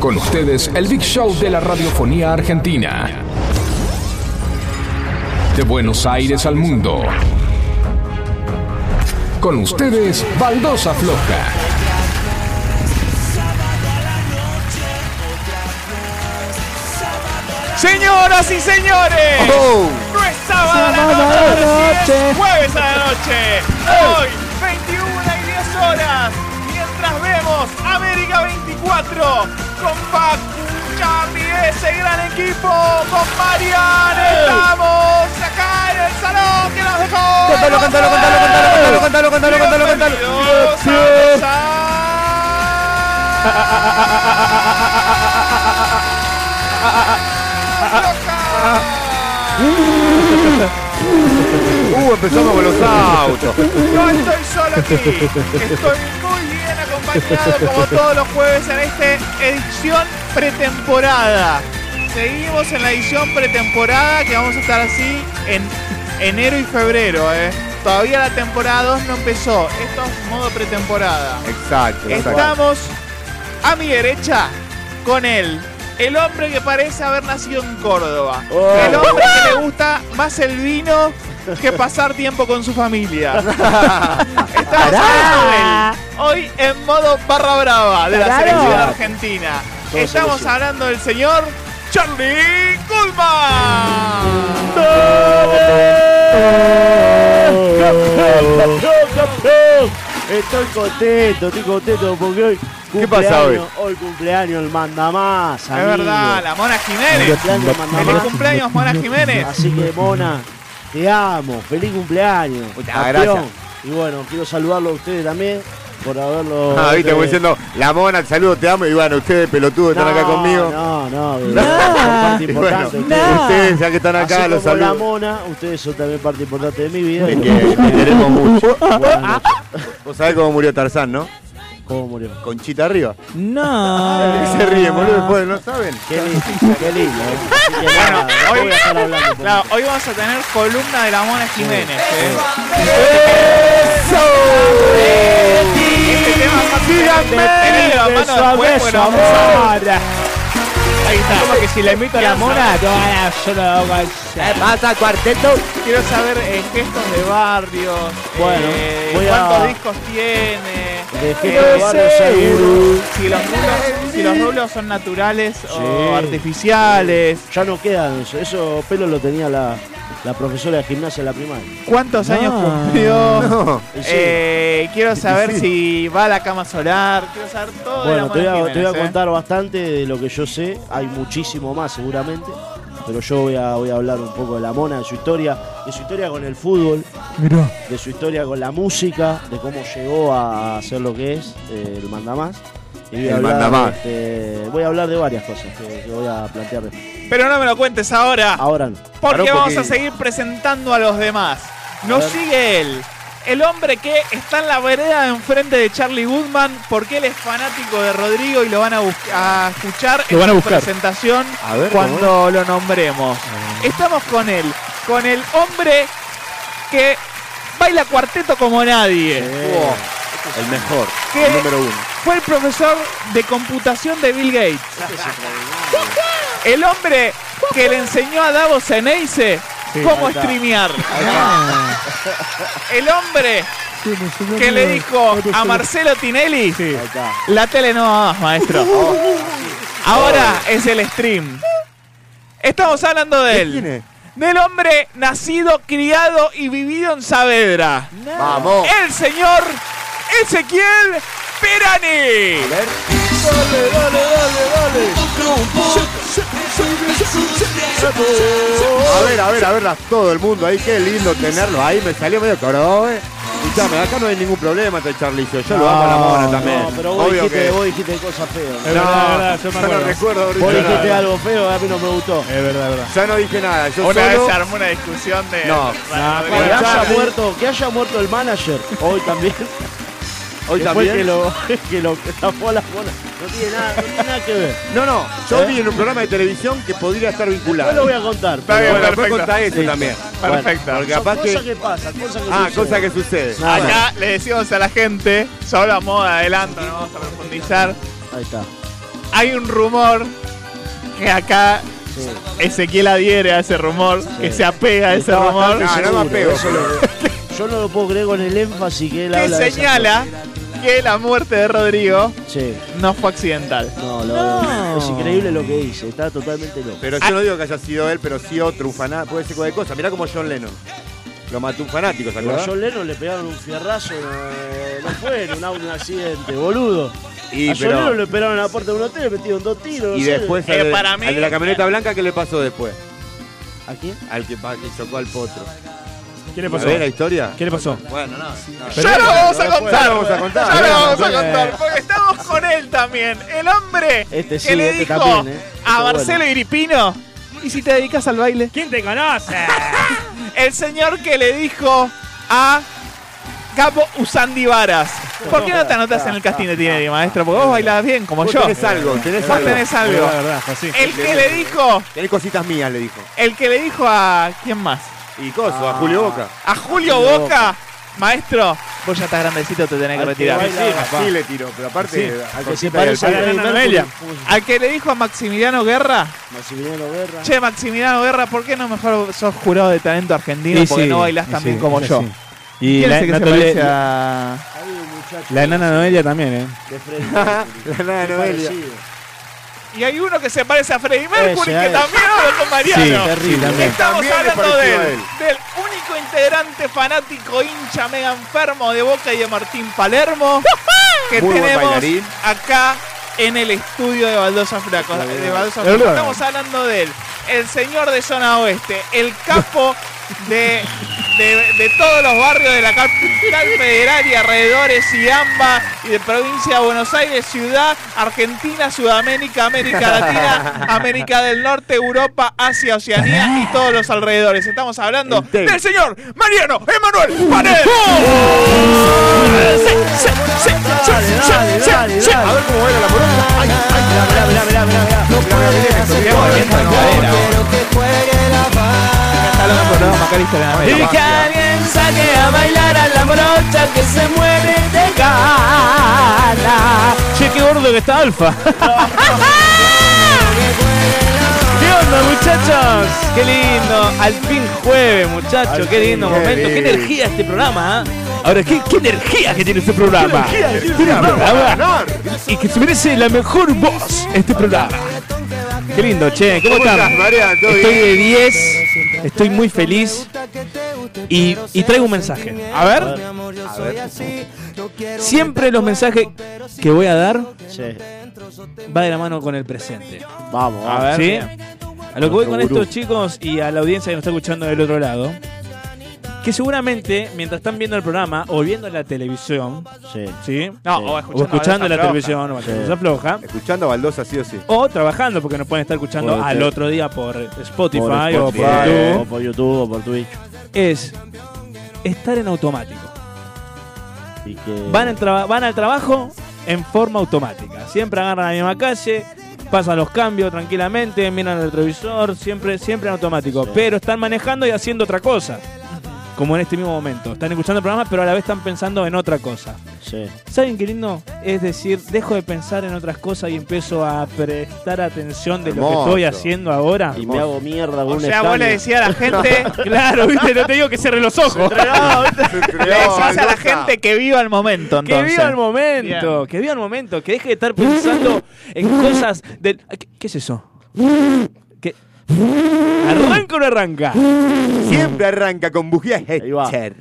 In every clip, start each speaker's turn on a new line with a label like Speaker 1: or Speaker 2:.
Speaker 1: Con ustedes, el Big Show de la radiofonía argentina. De Buenos Aires al mundo. Con ustedes, Baldosa Floja.
Speaker 2: Señoras y señores, no es sábado a la
Speaker 3: Sábado a la
Speaker 2: noche, recién
Speaker 3: noche.
Speaker 2: es jueves a la noche. Hoy, 21 y 10 horas, mientras vemos América 24 con Facu, Chami, ese gran equipo, con Marian, estamos acá en el salón que nos dejó.
Speaker 3: Contalo, contalo, contalo, contalo, contalo, contalo, contalo, contalo,
Speaker 2: Bienvenidos a
Speaker 3: Sí.
Speaker 2: Besar.
Speaker 3: Uh, empezamos con los autos.
Speaker 2: No estoy solo aquí, estoy muy bien acompañado como todos los jueves en esta edición pretemporada. Seguimos en la edición pretemporada que vamos a estar así en enero y febrero. ¿eh? Todavía la temporada 2 no empezó, esto es modo pretemporada.
Speaker 3: Exacto, exacto.
Speaker 2: Estamos a mi derecha con él. El hombre que parece haber nacido en Córdoba.
Speaker 3: Oh.
Speaker 2: El hombre que le gusta más el vino que pasar tiempo con su familia. Estamos
Speaker 4: Pará.
Speaker 2: hablando de él. Hoy en modo barra brava de la
Speaker 4: Claro.
Speaker 2: selección argentina. Estamos hablando del señor Charlie Goodman.
Speaker 5: ¡Campeón, campeón! Estoy contento, estoy contento porque hoy
Speaker 3: ¿Qué pasa hoy?
Speaker 5: cumpleaños- Hoy cumpleaños el mandamás,
Speaker 2: Es verdad, la Mona Jiménez.
Speaker 5: Cumpleaños el
Speaker 2: Feliz
Speaker 5: mandamás.
Speaker 2: cumpleaños, Mona Jiménez.
Speaker 5: Así que, Mona, te amo. Feliz cumpleaños.
Speaker 3: Muchas
Speaker 5: campeón.
Speaker 3: gracias.
Speaker 5: Y bueno, quiero saludarlo a ustedes también por haberlo...
Speaker 3: Ah, viste, como
Speaker 5: eh,
Speaker 3: diciendo, la mona, el saludo, te amo. Y bueno, ustedes pelotudos están acá
Speaker 5: no,
Speaker 3: conmigo.
Speaker 5: No, no, de
Speaker 3: No.
Speaker 5: verdad, son parte
Speaker 3: Y bueno,
Speaker 5: importante. ustedes.
Speaker 4: No.
Speaker 3: ustedes ya que están acá,
Speaker 5: Así
Speaker 3: los
Speaker 5: como la
Speaker 3: saludo.
Speaker 5: mona, ustedes son también parte importante de mi vida.
Speaker 3: Es
Speaker 5: Y
Speaker 3: que
Speaker 5: bueno,
Speaker 3: te queremos mucho.
Speaker 5: buenas noches.
Speaker 3: Vos sabés cómo murió Tarzán, ¿no?
Speaker 5: ¿Cómo murió?
Speaker 3: Conchita arriba.
Speaker 4: No.
Speaker 3: Se ríen, boludo, después no saben.
Speaker 5: Qué lindo, qué lindo. ¿eh? Así que nada,
Speaker 2: hoy-
Speaker 5: voy a estar hablando un poco.
Speaker 2: Claro, hoy vamos a tener columna de la Mona Jiménez. ¿eh? Este tema va a ser detenido,
Speaker 5: Beso
Speaker 2: hermano,
Speaker 5: a
Speaker 2: después,
Speaker 5: beso,
Speaker 2: bueno, vamos a-
Speaker 5: amor.
Speaker 2: Ahí está. Como que si le invito a la Mona,
Speaker 4: pasa, cuarteto?
Speaker 2: Eh, quiero saber eh, gestos de barrio,
Speaker 5: Bueno,
Speaker 2: eh,
Speaker 5: voy a-
Speaker 2: cuántos discos tiene,
Speaker 5: De
Speaker 2: eh,
Speaker 5: Gelo Barrio Seguro.
Speaker 2: si los rulos, si los rulos son naturales o
Speaker 5: Sí.
Speaker 2: artificiales,
Speaker 5: Ya no quedan eso. Eso pelo lo tenía la, la profesora de gimnasia de la primaria.
Speaker 2: cuántos años
Speaker 4: No.
Speaker 2: cumplió.
Speaker 3: No.
Speaker 5: Y sí.
Speaker 2: Eh, quiero saber si va a la cama solar, quiero saber todo de la
Speaker 5: bueno, te voy,
Speaker 2: Mona
Speaker 5: a, te voy a
Speaker 2: Jiménez, ¿eh?
Speaker 5: contar bastante de lo que yo sé. Hay muchísimo más seguramente. Pero yo voy a, voy a hablar un poco de la mona, de su historia, de su historia con el fútbol, de su historia con la música, de cómo llegó a ser lo que es eh, el mandamás. Y voy a,
Speaker 3: El
Speaker 5: hablar,
Speaker 3: mandamás.
Speaker 5: este, voy a hablar de varias cosas que, que voy a plantear.
Speaker 2: Pero no me lo cuentes ahora.
Speaker 5: Ahora no.
Speaker 2: Porque
Speaker 3: Paró
Speaker 2: vamos
Speaker 3: porque-
Speaker 2: a seguir presentando a los demás. Nos
Speaker 5: A ver.
Speaker 2: sigue él. El hombre que está en la vereda de enfrente de Charlie Goodman porque él es fanático de Rodrigo y lo van a, bus- a escuchar en su presentación
Speaker 3: A ver, ¿cómo
Speaker 2: cuando lo nombremos. Estamos con él, con el hombre que baila cuarteto como nadie. Wow.
Speaker 3: El mejor.
Speaker 2: ¿Qué?
Speaker 3: El número uno.
Speaker 2: Fue el profesor de computación de Bill Gates. El hombre que le enseñó a Davos Zeneise
Speaker 5: ahí
Speaker 2: cómo
Speaker 5: está.
Speaker 2: streamear. El hombre que le dijo a Marcelo Tinelli,
Speaker 5: Ahí está.
Speaker 2: la tele no va más, maestro.
Speaker 4: Oh,
Speaker 3: oh.
Speaker 2: Ahora es el stream. Estamos hablando de
Speaker 3: ¿Quién es?
Speaker 2: él. Del hombre nacido, criado y vivido en Saavedra.
Speaker 3: Vamos.
Speaker 2: El señor Ezequiel Perani.
Speaker 3: A ver, a ver, a verlas todo el mundo ahí, qué lindo tenerlos ahí, me salió medio corobe. Escuchame, acá no hay ningún problema este Charlicio, yo lo amo a la mona también.
Speaker 5: No, pero vos
Speaker 3: Obvio
Speaker 5: dijiste,
Speaker 3: que...
Speaker 5: vos dijiste cosas feas.
Speaker 3: No, yo, no recuerdo ahorita
Speaker 5: Vos dijiste
Speaker 3: nada.
Speaker 5: algo feo, a mí no me gustó.
Speaker 3: Ya no dije nada, yo
Speaker 2: Una vez
Speaker 3: solo...
Speaker 2: se armó una discusión de.
Speaker 3: No.
Speaker 2: Para-
Speaker 5: Que haya,
Speaker 3: Charlie.
Speaker 5: muerto, que haya muerto el manager hoy también.
Speaker 3: Hoy
Speaker 5: que fue el
Speaker 3: también...
Speaker 5: Que lo, que lo que tapó a la mona. No tiene nada, no tiene nada que ver.
Speaker 3: No, no, yo
Speaker 5: ¿Eh?
Speaker 3: vi en un programa de televisión que podría estar
Speaker 5: No lo
Speaker 3: vinculado.
Speaker 5: voy a contar.
Speaker 2: Está bien,
Speaker 3: Bueno,
Speaker 5: bueno,
Speaker 3: después
Speaker 2: perfecto.
Speaker 3: contá eso
Speaker 5: Sí.
Speaker 3: también.
Speaker 5: bueno,
Speaker 2: Perfecto.
Speaker 3: Porque
Speaker 5: son
Speaker 3: capaz que...
Speaker 5: cosas que pasan, cosas que
Speaker 3: Ah,
Speaker 5: suceden.
Speaker 3: cosa que sucede.
Speaker 5: Nada.
Speaker 2: Acá le decimos a la gente, solo a modo de adelanto, no vamos a profundizar.
Speaker 5: Ahí está.
Speaker 2: hay un rumor que acá
Speaker 5: Sí.
Speaker 2: Ezequiel adhiere a ese rumor, que se apega a ese
Speaker 5: Está
Speaker 2: rumor,
Speaker 5: bastante
Speaker 3: No, no me
Speaker 5: seguro,
Speaker 3: apego.
Speaker 5: eso lo- Yo no lo puedo creer con el énfasis que él
Speaker 2: que
Speaker 5: habla de esas
Speaker 2: señala que la muerte de Rodrigo
Speaker 5: cosas. Sí.
Speaker 2: no fue accidental.
Speaker 5: No, lo-
Speaker 4: No.
Speaker 5: es increíble lo que dice, está totalmente loco.
Speaker 3: Pero yo no digo que haya sido él, pero sí otro, un fanático. Puede ser cualquier cosa. Mirá como John Lennon. Lo mató un fanático, ¿se
Speaker 5: Pero a
Speaker 3: acuerdan?
Speaker 5: John Lennon le pegaron un fierrazo, no, no fue en un, auto, un accidente, boludo.
Speaker 3: Y,
Speaker 5: a John
Speaker 3: pero-
Speaker 5: Lennon le pegaron a la puerta de un hotel, le metieron dos tiros.
Speaker 3: Y
Speaker 5: no sé.
Speaker 3: después
Speaker 2: Eh,
Speaker 3: al, de-
Speaker 2: para mí-
Speaker 3: al de la camioneta blanca, ¿qué le pasó después?
Speaker 5: ¿A quién?
Speaker 3: Al que, pa- que chocó al potro.
Speaker 6: ¿Qué le
Speaker 3: ¿A
Speaker 6: pasó?
Speaker 3: ver la historia?
Speaker 6: ¿Qué le pasó?
Speaker 3: Bueno, no. no.
Speaker 2: ya lo vamos a
Speaker 3: Ya
Speaker 2: contar.
Speaker 3: lo vamos a contar.
Speaker 2: Ya lo vamos a
Speaker 6: Eh.
Speaker 2: contar, porque estamos con él también. El hombre
Speaker 5: Este sí,
Speaker 2: que le
Speaker 5: este
Speaker 2: dijo
Speaker 5: también, eh. Está
Speaker 2: a
Speaker 5: bueno.
Speaker 2: Marcelo Iripino, ¿y si te dedicas al baile?
Speaker 6: ¿Quién te conoce?
Speaker 2: El señor que le dijo a Capo Usandi Varas. ¿Por qué no te anotas en el casting de Tinelli, maestro? Porque vos bailás bien, como
Speaker 3: Vos
Speaker 2: yo.
Speaker 3: tenés algo, tenés
Speaker 2: Vos
Speaker 3: algo.
Speaker 2: tenés
Speaker 6: La
Speaker 2: algo.
Speaker 6: verdad, fue así.
Speaker 2: El que le dijo,
Speaker 3: Tenés cositas mías, le dijo.
Speaker 2: el que le dijo a quién más?
Speaker 3: Y coso, a Julio Boca.
Speaker 2: A Julio
Speaker 5: Julio
Speaker 2: Boca, maestro. Vos ya estás grandecito, te tenés
Speaker 5: Al
Speaker 2: que
Speaker 5: que
Speaker 2: retirar.
Speaker 5: baila-
Speaker 3: Sí,
Speaker 5: papá.
Speaker 3: sí le tiró, pero aparte.
Speaker 6: Sí,
Speaker 5: Al que se
Speaker 3: cositas del
Speaker 5: parece a
Speaker 6: Al-
Speaker 5: Freddie
Speaker 6: Al-
Speaker 5: Mercury.
Speaker 6: Al-
Speaker 2: Al que le dijo a Maximiliano Guerra,
Speaker 5: Maximiliano Guerra.
Speaker 2: che Maximiliano Guerra, ¿por qué no mejor sos jurado de talento argentino?
Speaker 6: Y
Speaker 2: porque
Speaker 6: sí,
Speaker 2: no bailás
Speaker 6: y
Speaker 2: tan
Speaker 6: sí,
Speaker 2: bien como
Speaker 6: es
Speaker 2: yo.
Speaker 6: así. Y
Speaker 2: ¿Quién
Speaker 6: la,
Speaker 2: es el que se
Speaker 6: Natalia-
Speaker 2: parece a-
Speaker 5: Hay un muchacho
Speaker 6: la enana Noelia también, ¿eh?
Speaker 5: de Freddie Mercury.
Speaker 3: La nana
Speaker 5: Qué
Speaker 3: Noelia.
Speaker 5: parecido.
Speaker 2: Y hay uno que se parece a Freddie Mercury,
Speaker 5: Ese,
Speaker 2: que
Speaker 5: ese.
Speaker 2: también habló con Mariano.
Speaker 6: sí, también.
Speaker 2: Estamos
Speaker 3: También le
Speaker 2: hablando de
Speaker 3: pareció
Speaker 2: él,
Speaker 3: a él.
Speaker 2: del único integrante fanático hincha mega enfermo de Boca y de Martín Palermo que
Speaker 3: Muy buen
Speaker 2: tenemos
Speaker 3: bailarín.
Speaker 2: acá en el estudio de Baldosa Flaco. Ah, de Baldosa
Speaker 6: Claro.
Speaker 2: Flaco. Estamos hablando de él, el señor de zona oeste, el capo de, de- de todos los barrios de la capital federal y alrededores y AMBA y de provincia de Buenos Aires, ciudad, Argentina, Sudamérica, América Latina, América del Norte, Europa, Asia, Oceanía y todos los alrededores. Estamos hablando
Speaker 3: Entero.
Speaker 2: del señor Mariano Emanuel Paredes.
Speaker 4: ¡Oh!
Speaker 2: Sí, sí, sí, sí, sí,
Speaker 5: Dale,
Speaker 2: sí,
Speaker 5: dale,
Speaker 2: sí.
Speaker 5: dale.
Speaker 3: A ver cómo baila la poronga. Ay, ay, mirá, mirá, mirá, mirá, mirá, mirá. Mirá, mirá, mirá esto, mirá cómo avienta la cadera.
Speaker 2: Está hablando con los Macaristas de la América.
Speaker 3: Y que
Speaker 4: alguien saque a bailar a la brocha que se mueve de gala.
Speaker 6: Che, qué gordo que está Alfa.
Speaker 4: ¿Qué onda, muchachos? Qué lindo. Al fin jueves, muchachos. Qué lindo
Speaker 3: jueves.
Speaker 4: momento. Qué energía este programa. ¿eh? Ahora, ¿qué, qué energía que tiene este programa.
Speaker 3: Ganar.
Speaker 6: y que se merece la mejor voz este programa. Qué lindo, che, ¿cómo,
Speaker 3: ¿Cómo
Speaker 6: están?
Speaker 3: estás, Mariano? ¿Todo
Speaker 6: Estoy
Speaker 3: bien?
Speaker 6: de 10, estoy muy feliz y, y traigo un mensaje.
Speaker 2: A ver,
Speaker 6: Siempre los mensajes que voy a dar
Speaker 5: Sí.
Speaker 6: va de la mano con el presente.
Speaker 5: Vamos,
Speaker 6: A ver, ¿sí? A lo que voy con
Speaker 5: Nuestro gurú.
Speaker 6: estos chicos y a la audiencia que nos está escuchando del otro lado, que seguramente mientras están viendo el programa o viendo la televisión,
Speaker 5: Sí.
Speaker 6: ¿sí?
Speaker 2: no,
Speaker 5: Sí.
Speaker 2: o
Speaker 6: O escuchando
Speaker 2: escuchando,
Speaker 6: la
Speaker 2: Baldosa Flaca.
Speaker 6: televisión o
Speaker 5: Sí.
Speaker 6: se afloja.
Speaker 3: Escuchando a Baldosa, sí o sí.
Speaker 6: O trabajando, porque nos pueden estar escuchando
Speaker 5: Puede
Speaker 6: al
Speaker 5: ser.
Speaker 6: otro día por Spotify,
Speaker 5: Por
Speaker 6: o por
Speaker 5: Spotify,
Speaker 6: YouTube.
Speaker 5: o por YouTube o por Twitch.
Speaker 6: Es estar en automático.
Speaker 5: Y que-
Speaker 6: Van, al traba- van al trabajo en forma automática. Siempre agarran la misma calle, pasan los cambios tranquilamente, miran el retrovisor, siempre, siempre en automático.
Speaker 5: Sí.
Speaker 6: Pero están manejando y haciendo otra cosa. Como en este mismo momento. Están escuchando el programa, pero a la vez están pensando en otra cosa.
Speaker 5: Sí.
Speaker 6: ¿Saben qué lindo? Es decir, dejo de pensar en otras cosas y empiezo a prestar atención de lo que
Speaker 3: Hermoso.
Speaker 6: estoy haciendo ahora.
Speaker 5: Y me hago mierda con
Speaker 2: O
Speaker 5: un
Speaker 2: sea, vos le
Speaker 5: escáner.
Speaker 2: decías a la gente.
Speaker 6: Claro, viste, no te digo que cierre los ojos.
Speaker 2: Le decías a la gente que viva el momento,
Speaker 6: Que
Speaker 2: entonces.
Speaker 6: viva el momento, que viva el momento, que deje de estar pensando en cosas del. ¿Qué, qué es eso?
Speaker 3: Mm.
Speaker 6: ¿Qué? ¿Arranca o no arranca?
Speaker 3: Siempre arranca con bujía
Speaker 5: Ahí va.
Speaker 3: Hetcher.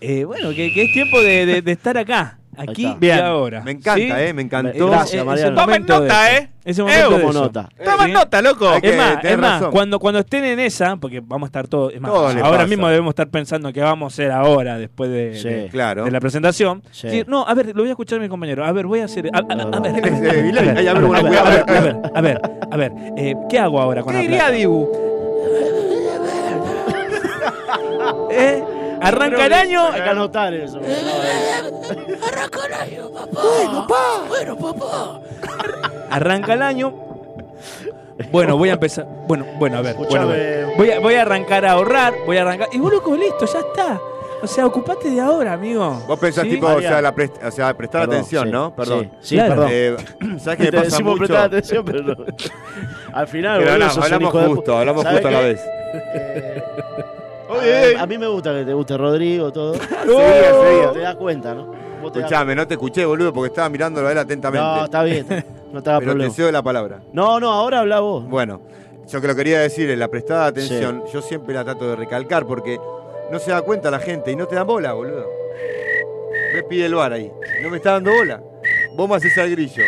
Speaker 6: Eh, bueno, que, que es tiempo de, de- de estar acá, aquí
Speaker 5: está.
Speaker 6: y
Speaker 5: Bien.
Speaker 6: ahora.
Speaker 3: Me encanta,
Speaker 6: ¿sí?
Speaker 3: eh, me encantó.
Speaker 5: Gracias,
Speaker 6: Es- es el
Speaker 5: Mariano.
Speaker 6: momento
Speaker 2: Tomen
Speaker 6: de
Speaker 2: nota,
Speaker 6: eso.
Speaker 2: eh.
Speaker 6: Es el momento
Speaker 2: Eu.
Speaker 6: de
Speaker 5: Como
Speaker 6: eso.
Speaker 5: nota.
Speaker 2: Toma
Speaker 6: Sí.
Speaker 2: nota, loco.
Speaker 3: Hay que-
Speaker 6: Es más,
Speaker 3: tenés
Speaker 6: es más
Speaker 3: razón.
Speaker 6: cuando, cuando estén en esa, porque vamos a estar todos, es más,
Speaker 3: Todo le
Speaker 6: ahora
Speaker 3: pasa.
Speaker 6: mismo debemos estar pensando qué vamos a hacer ahora, después de,
Speaker 5: Sí.
Speaker 6: de-
Speaker 3: Claro.
Speaker 6: de la presentación.
Speaker 5: Sí.
Speaker 6: Decir, no, a ver, lo voy a escuchar a mi compañero. A ver, voy a hacer. A, a- a- a ver, a ver,
Speaker 3: Ese Bilal, ahí, a ver, bueno,
Speaker 6: a ver,
Speaker 3: voy a
Speaker 6: a ver,
Speaker 3: ver.
Speaker 6: a ver, a ver, a ver, eh, ¿qué hago ahora con
Speaker 2: ¿Qué
Speaker 6: la
Speaker 2: diría
Speaker 6: plata?
Speaker 2: Dibu?
Speaker 6: ¿Eh? Arranca el año.
Speaker 5: Hay que anotar eso. Ah.
Speaker 6: Arranca el año. Bueno, voy a empezar. Bueno, bueno, a ver. Bueno, a ver.
Speaker 5: Escuchame.
Speaker 6: Voy, a, voy a arrancar a ahorrar. Voy a arrancar. Y vos, loco, listo, ya está. O sea, ocupate de ahora, amigo.
Speaker 3: Vos pensás
Speaker 6: ¿Sí?
Speaker 3: tipo, o
Speaker 5: Mariano.
Speaker 3: sea, la prest- o sea, prestar
Speaker 5: Perdón,
Speaker 3: atención,
Speaker 5: sí,
Speaker 3: ¿no? Perdón.
Speaker 5: Sí, sí,
Speaker 6: Claro.
Speaker 5: perdón.
Speaker 3: Eh, ¿Sabes qué
Speaker 5: Te
Speaker 3: me pasa
Speaker 5: decimos
Speaker 3: mucho?
Speaker 5: prestar atención, pero no. Al final,
Speaker 3: Pero
Speaker 5: boludo,
Speaker 3: hablamos,
Speaker 5: sos un
Speaker 3: hablamos
Speaker 5: hijo de pu-
Speaker 3: justo, hablamos
Speaker 5: ¿Sabés
Speaker 3: justo a la
Speaker 5: qué?
Speaker 3: vez.
Speaker 5: Eh, a, a mí me gusta que te guste Rodrigo, todo.
Speaker 3: Seguía, seguía.
Speaker 5: Te das cuenta, ¿no? Vos te das-
Speaker 3: Escuchame, no te escuché, boludo, porque estaba mirándolo a él atentamente.
Speaker 5: No, está bien. No te haga
Speaker 3: pero te
Speaker 5: problema.
Speaker 3: cedo la palabra.
Speaker 5: No, no, ahora habla vos.
Speaker 3: Bueno, yo que lo quería decir es la prestada atención. Yo siempre la trato de recalcar porque no se da cuenta la gente y no te dan bola, boludo. Me pide el bar ahí. No me está dando bola. Vos me haces al grillo.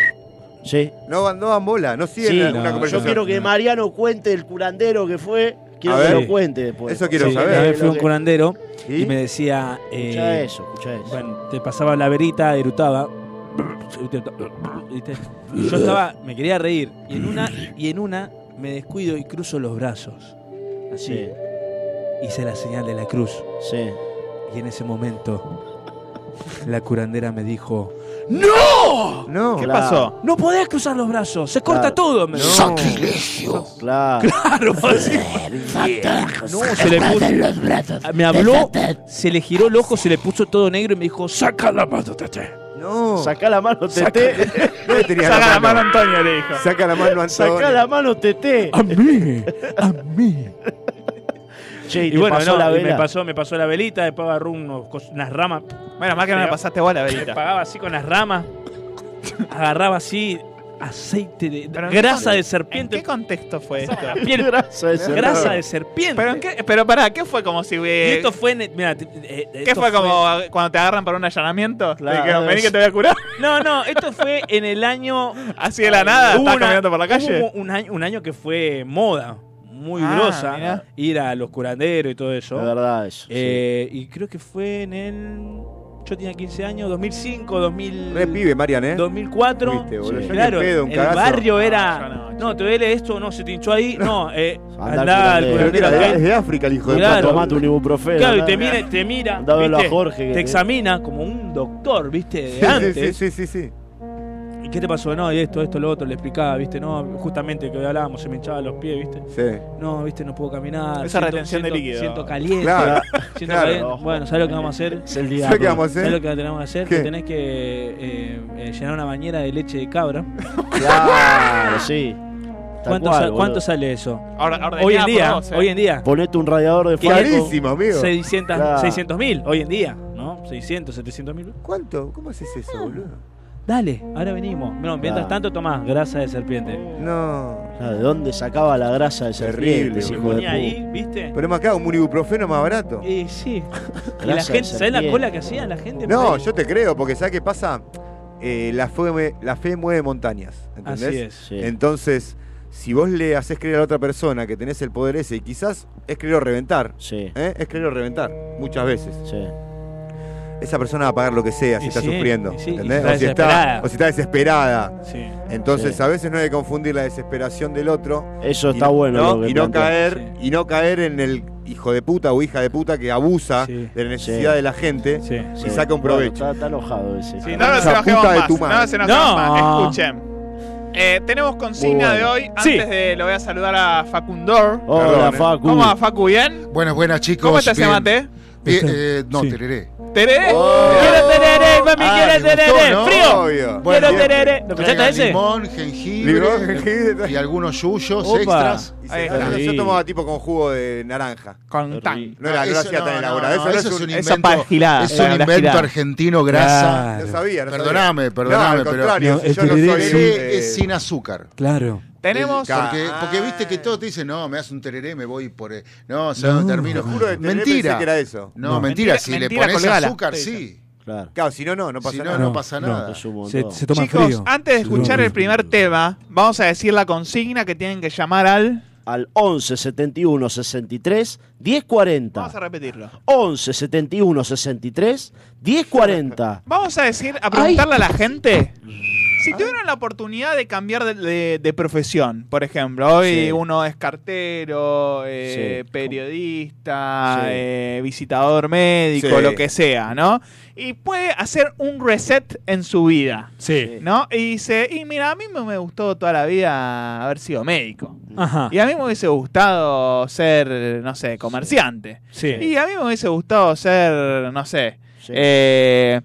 Speaker 5: Sí.
Speaker 3: No, van- no dan bola, no siguen
Speaker 5: Sí,
Speaker 3: la-
Speaker 6: no,
Speaker 3: una
Speaker 5: Yo
Speaker 3: conversación.
Speaker 5: quiero que Mariano cuente el curandero que fue. Quiero
Speaker 3: A
Speaker 5: que
Speaker 3: ver.
Speaker 5: lo cuente después.
Speaker 3: Eso quiero
Speaker 6: Sí,
Speaker 3: saber.
Speaker 6: Una
Speaker 5: Lo
Speaker 6: vez fui a un
Speaker 5: que-
Speaker 6: curandero
Speaker 3: ¿Sí?
Speaker 6: y me decía. eh,
Speaker 5: Escucha eso, escucha eso.
Speaker 6: Bueno, te pasaba la verita, erutaba. ¿viste? Y yo estaba, me quería reír. Y en una, y en una me descuido y cruzo los brazos. Así.
Speaker 5: sí,
Speaker 6: Hice la señal de la cruz.
Speaker 5: sí.
Speaker 6: Y en ese momento, la curandera me dijo:
Speaker 3: No,
Speaker 2: ¿Qué
Speaker 5: Claro.
Speaker 2: pasó?
Speaker 6: No podés cruzar los brazos, se corta
Speaker 5: Claro.
Speaker 6: todo. Me dijo.
Speaker 5: Claro.
Speaker 6: Claro, así. No, se le puso. Me habló, se le giró el ojo, se le puso todo negro y me dijo: Saca la mano, tete.
Speaker 3: Ah, no.
Speaker 5: Sacá la mano, Tete.
Speaker 3: No tenía
Speaker 2: Saca la mano, Antonio, le dijo.
Speaker 3: Saca la mano, Antonio.
Speaker 5: Sacá la mano, Tete.
Speaker 6: A mí, a mí.
Speaker 5: Che, y,
Speaker 6: Y
Speaker 5: te
Speaker 6: bueno,
Speaker 5: pasó
Speaker 6: no,
Speaker 5: la
Speaker 6: y me
Speaker 5: vela.
Speaker 6: pasó, me pasó la velita, después agarró unos cos- unas ramas,
Speaker 2: Menos mal que no le pasaste bola, Verita.
Speaker 6: pagaba así con las ramas, agarraba así aceite de
Speaker 2: Pero
Speaker 6: grasa
Speaker 2: entonces,
Speaker 6: de
Speaker 2: ¿En
Speaker 6: serpiente,
Speaker 2: qué contexto fue esto?
Speaker 6: piel-
Speaker 5: Grasa de serpiente.
Speaker 6: grasa de serpiente.
Speaker 2: Pero, en qué, pero pará, ¿qué fue como si...
Speaker 6: y
Speaker 2: eh,
Speaker 6: esto fue, en- mirá, te- eh,
Speaker 2: ¿Qué
Speaker 6: esto
Speaker 2: fue como cuando te agarran para un allanamiento?
Speaker 5: Claro.
Speaker 2: Te dijeron, vení que te voy a curar.
Speaker 6: No, no, esto fue en el año
Speaker 2: Así de la nada,
Speaker 6: Hubo
Speaker 2: estás
Speaker 6: una-
Speaker 2: caminando por la calle.
Speaker 6: Hubo un año, un año que fue moda, muy
Speaker 2: Ah,
Speaker 6: grosa,
Speaker 2: mirá.
Speaker 6: ir a los curanderos y todo
Speaker 5: De
Speaker 6: eso.
Speaker 5: verdad, eso. sí.
Speaker 6: Eh, Y creo que fue en el. Yo tenía 15 años, 2005, 2000.
Speaker 3: Re pibe, Marian, ¿eh?
Speaker 6: 2004.
Speaker 3: Fuiste, boludo.
Speaker 6: Sí.
Speaker 3: Yo ni
Speaker 6: Claro,
Speaker 3: en pedo, un
Speaker 6: el
Speaker 3: cagazo.
Speaker 6: barrio
Speaker 2: No, yo
Speaker 6: era.
Speaker 2: no,
Speaker 6: No, te duele esto, no, se te hinchó ahí. No, eh,
Speaker 5: Andá
Speaker 6: andá
Speaker 5: al
Speaker 6: al
Speaker 3: Pero
Speaker 6: curandero.
Speaker 3: que era
Speaker 5: Claro.
Speaker 3: de, es
Speaker 6: acá.
Speaker 3: de África el hijo de
Speaker 6: Claro.
Speaker 3: puta.
Speaker 5: Tomate un ibuprofeno.
Speaker 6: Claro, y
Speaker 5: andá.
Speaker 6: te mira, te mira.
Speaker 5: Dámelo
Speaker 6: ¿viste?
Speaker 5: a Jorge. que
Speaker 6: Te examina como un doctor, viste, de
Speaker 3: Sí, sí,
Speaker 6: antes.
Speaker 3: sí, sí, sí, sí.
Speaker 6: ¿Y qué te pasó? No, y esto, esto, lo otro, le explicaba, viste, no, justamente que hoy hablábamos, se me hinchaba los pies, viste.
Speaker 3: Sí.
Speaker 6: No, viste, no puedo caminar.
Speaker 2: Esa retención de líquido.
Speaker 6: Siento caliente.
Speaker 3: Claro,
Speaker 6: siento
Speaker 3: claro.
Speaker 6: caliente. Bueno, ¿sabes lo que vamos a hacer?
Speaker 5: Es el día.
Speaker 3: ¿Sabes qué vamos a
Speaker 6: ¿Sabes lo
Speaker 3: hacer?
Speaker 6: que tenemos que hacer?
Speaker 3: ¿Qué?
Speaker 6: Que tenés que eh, eh, llenar una bañera de leche de cabra.
Speaker 5: Claro, sí. Tal
Speaker 6: ¿Cuánto,
Speaker 5: cual,
Speaker 6: sa-
Speaker 5: boludo.
Speaker 6: cuánto sale eso?
Speaker 2: Ahora- ahora
Speaker 6: Hoy
Speaker 2: tenía
Speaker 6: en día,
Speaker 2: por vos, eh.
Speaker 6: hoy en día.
Speaker 5: Ponete un radiador de fuego.
Speaker 3: Clarísimo, amigo.
Speaker 6: 600
Speaker 5: Claro.
Speaker 6: 600 mil, hoy en día, ¿no? 600, 700 mil.
Speaker 3: ¿Cuánto? ¿Cómo haces eso, boludo?
Speaker 6: Dale, ahora venimos. No,
Speaker 5: Claro.
Speaker 6: mientras tanto tomás grasa de serpiente.
Speaker 3: No.
Speaker 5: Claro, Ah, ¿De dónde sacaba la grasa de serpiente,
Speaker 3: Terrible, boludo.
Speaker 5: hijo de
Speaker 6: Ponía
Speaker 5: puta?
Speaker 6: ahí, ¿viste?
Speaker 3: Pero más acá, un ibuprofeno más barato.
Speaker 6: Y sí. Y la
Speaker 5: Grasa de
Speaker 6: gente, ¿sabés la
Speaker 5: serpiente.
Speaker 6: cola que hacía la gente?
Speaker 3: No,
Speaker 6: Por ahí.
Speaker 3: yo te creo, porque ¿sabes qué pasa? Eh, la, fe, mue- la fe mueve montañas, ¿entendés?
Speaker 6: Así es.
Speaker 5: Sí.
Speaker 3: Entonces, si vos le haces creer a la otra persona que tenés el poder ese, y quizás es creer o reventar,
Speaker 5: Sí,
Speaker 3: ¿eh? es creer o reventar, muchas veces.
Speaker 5: sí.
Speaker 3: Esa persona va a pagar lo que sea si
Speaker 6: Y
Speaker 3: está
Speaker 6: sí,
Speaker 3: sufriendo,
Speaker 6: y sí, y
Speaker 3: ¿entendés?
Speaker 6: está
Speaker 3: o, si está,
Speaker 6: desesperada.
Speaker 3: o si está desesperada.
Speaker 6: Sí.
Speaker 3: Entonces,
Speaker 5: Sí.
Speaker 3: a veces no hay que confundir la desesperación del otro
Speaker 5: Eso
Speaker 3: y-
Speaker 5: está bueno.
Speaker 3: ¿no?
Speaker 5: lo que
Speaker 3: y no
Speaker 5: plantea.
Speaker 3: caer y no caer en el hijo de puta o hija de puta que abusa
Speaker 6: Sí.
Speaker 3: de la necesidad
Speaker 5: Sí.
Speaker 3: de la gente
Speaker 6: Sí.
Speaker 3: y
Speaker 5: Sí.
Speaker 3: saca un
Speaker 5: Bueno,
Speaker 3: provecho
Speaker 5: está, está enojado ese.
Speaker 2: Sí, no nos
Speaker 3: Esa
Speaker 2: enojemos
Speaker 3: puta de
Speaker 2: más,
Speaker 3: tu
Speaker 2: no nos
Speaker 3: madre.
Speaker 2: enojemos
Speaker 6: No.
Speaker 2: más. Escuchen. Eh, tenemos consigna
Speaker 5: Muy bueno.
Speaker 2: de hoy. Antes
Speaker 6: Sí.
Speaker 2: de lo voy a saludar a Facundor.
Speaker 5: Hola,
Speaker 3: Perdón, ¿eh?
Speaker 5: Facu.
Speaker 2: ¿Cómo va, Facu? ¿Bien?
Speaker 7: Buenas, buenas, chicos.
Speaker 2: ¿Cómo estás,
Speaker 7: Bien.
Speaker 2: Mate?
Speaker 7: Bien, eh, no, tereré. Eh,
Speaker 2: ¿Tereré?
Speaker 3: Oh.
Speaker 6: Quiero tereré, mami,
Speaker 3: Ah,
Speaker 6: quiero
Speaker 3: me gustó,
Speaker 6: tereré.
Speaker 3: ¿no?
Speaker 6: Frío.
Speaker 3: Obvio.
Speaker 7: Bueno,
Speaker 6: quiero tereré. ¿Lo escuchaste
Speaker 7: Traigan
Speaker 6: ese?
Speaker 7: limón, jengibre,
Speaker 3: Limón, jengibre.
Speaker 7: y algunos yuyos
Speaker 6: Opa.
Speaker 7: extras.
Speaker 3: Y se-
Speaker 2: Ahí
Speaker 3: ah,
Speaker 5: está.
Speaker 3: yo tomaba tipo con jugo de naranja
Speaker 2: Con tan.
Speaker 3: no
Speaker 7: Ah,
Speaker 3: era no lo hacía tan elaborado eso, no es un-
Speaker 2: eso para girar,
Speaker 7: es
Speaker 2: para
Speaker 7: un
Speaker 2: girar.
Speaker 7: invento argentino grasa.
Speaker 3: no sabía no sabía.
Speaker 7: Perdoname,
Speaker 3: no,
Speaker 7: perdoname,
Speaker 3: al
Speaker 7: pero-
Speaker 3: contrario
Speaker 6: No,
Speaker 3: si
Speaker 6: el
Speaker 3: yo no soy
Speaker 6: tereré
Speaker 7: Tereré
Speaker 3: eh,
Speaker 7: es sin azúcar.
Speaker 6: Claro.
Speaker 2: Tenemos.
Speaker 3: Ca-
Speaker 7: Porque, porque viste que todos te dicen, no, me das un tereré, me voy por. eh, No, o sea, no, termino.
Speaker 3: juro que tereré
Speaker 7: mentira.
Speaker 3: pensé que era eso.
Speaker 7: No,
Speaker 6: No.
Speaker 7: mentira,
Speaker 2: Mentira-
Speaker 7: si
Speaker 2: mentira,
Speaker 7: le pones
Speaker 2: colgala.
Speaker 7: azúcar,
Speaker 2: Te
Speaker 7: sí.
Speaker 5: Claro,
Speaker 3: claro si no no no pasa
Speaker 7: si no,
Speaker 3: nada
Speaker 7: no,
Speaker 6: No,
Speaker 7: pasa
Speaker 6: no.
Speaker 7: nada.
Speaker 5: es un montón.
Speaker 6: Se, se toma
Speaker 2: Chicos,
Speaker 6: frío.
Speaker 2: antes de escuchar
Speaker 6: Sí.
Speaker 2: el primer tema, vamos a decir la consigna que tienen que llamar al.
Speaker 5: Al 11 71 63 10 40.
Speaker 2: Vamos a repetirlo.
Speaker 5: 11 71 63 10 40.
Speaker 2: Vamos a decir, a preguntarle a la gente si tuvieran la oportunidad de cambiar de, de- de profesión, por ejemplo, hoy
Speaker 5: Sí.
Speaker 2: uno es cartero, eh,
Speaker 5: Sí.
Speaker 2: periodista,
Speaker 5: Sí.
Speaker 2: eh, visitador médico,
Speaker 3: Sí.
Speaker 2: lo que sea, ¿no? Y puede hacer un reset en su vida,
Speaker 8: Sí.
Speaker 2: ¿no? Y dice, y mira, a mí me me gustó toda la vida haber sido médico.
Speaker 5: Mm.
Speaker 8: Ajá.
Speaker 2: Y a mí me hubiese gustado ser, no sé, comerciante.
Speaker 8: Sí.
Speaker 2: Y a mí me hubiese gustado ser, no sé,
Speaker 5: Sí.
Speaker 2: eh,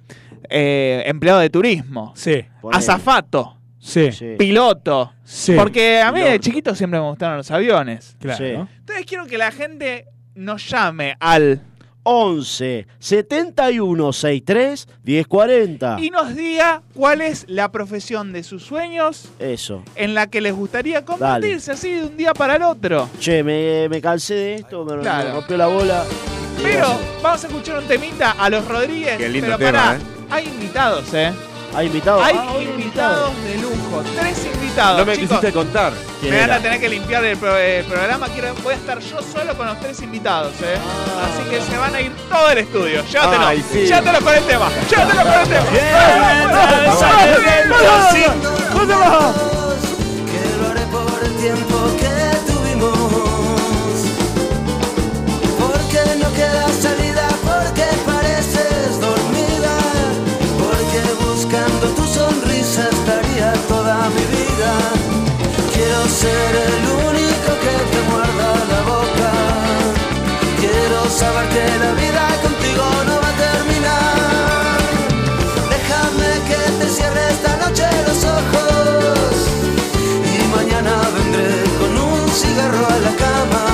Speaker 2: eh, empleado de turismo,
Speaker 8: Sí.
Speaker 5: Ponele.
Speaker 2: azafato,
Speaker 8: Sí.
Speaker 5: Sí.
Speaker 2: piloto.
Speaker 8: Sí.
Speaker 2: Porque a mí de
Speaker 5: Piloto.
Speaker 2: chiquito siempre me gustaron los aviones.
Speaker 8: Claro.
Speaker 2: Entonces quiero que la gente nos llame al
Speaker 5: 11 71 63 1040.
Speaker 2: y nos diga cuál es la profesión de sus sueños
Speaker 5: Eso.
Speaker 2: en la que les gustaría convertirse así de un día para el otro.
Speaker 5: Che, me, me cansé de esto, me, me
Speaker 2: Claro.
Speaker 5: rompió la bola.
Speaker 2: Pero vamos a escuchar un temita a los Rodríguez.
Speaker 3: Qué lindo
Speaker 2: pero
Speaker 3: tema,
Speaker 2: pará,
Speaker 3: ¿eh?
Speaker 2: hay invitados, ¿eh?
Speaker 5: ¿Hay invitado?
Speaker 2: Hay
Speaker 5: Ah, hoy
Speaker 2: invitados de lujo, tres invitados.
Speaker 3: No me
Speaker 2: chicos.
Speaker 3: quisiste contar.
Speaker 5: ¿Quién
Speaker 2: me van
Speaker 5: era?
Speaker 2: a tener que limpiar el, pro- el programa. Quiero, voy a estar yo solo con los tres invitados, ¿eh? Así que se van a ir todo el estudio. Llévatelo.
Speaker 3: Ay, sí.
Speaker 2: Llévatelo con el tema. Llévatelo con el tema.
Speaker 4: Mientras
Speaker 2: Vamos.
Speaker 4: sale del
Speaker 5: Vamos.
Speaker 4: recinto,
Speaker 5: Vamos.
Speaker 4: Que lo haré por el tiempo que tuvimos Porque no queda salida Porque pareces dormida Porque buscando tu sonrisa Estaría toda mi vida Quiero ser el único que te muerda la boca Quiero saber que la vida contigo no va a terminar. Déjame que te cierre esta noche los ojos. Y mañana vendré con un cigarro a la cama.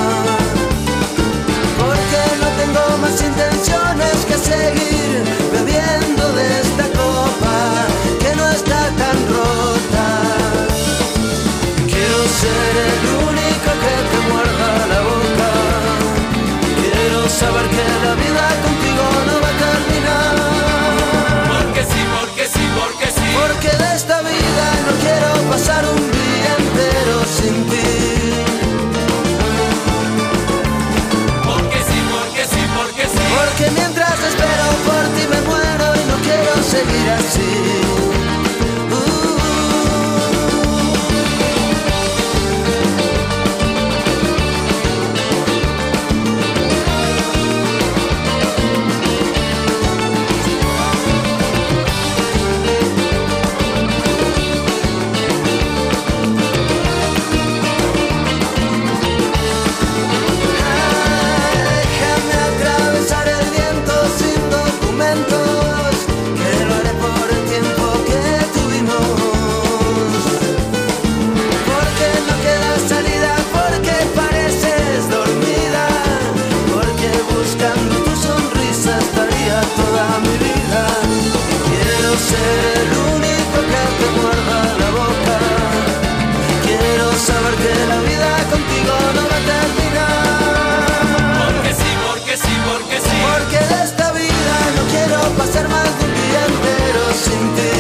Speaker 4: Porque no tengo más intenciones que seguir bebiendo de esta copa que no está tan rota. Quiero ser el único que te muerda la boca. Quiero saber que la vida contigo no va a terminar. Porque sí, porque sí, porque sí. Porque de esta vida no quiero pasar un día entero sin ti. Porque sí, porque sí, porque sí. Porque mientras espero por ti me muero y no quiero seguir así. Uh. Déjame atravesar el viento sin documentos, que lo haré por el tiempo que tuvimos. Porque no queda salida, porque pareces dormida, porque buscando tu sonrisa estaría toda mi vida. Quiero ser el único que te muerda la boca. Quiero saber que la vida contigo no va a terminar. Porque sí, porque sí, porque sí. Porque de esta vida no quiero pasar más de un día entero sin ti.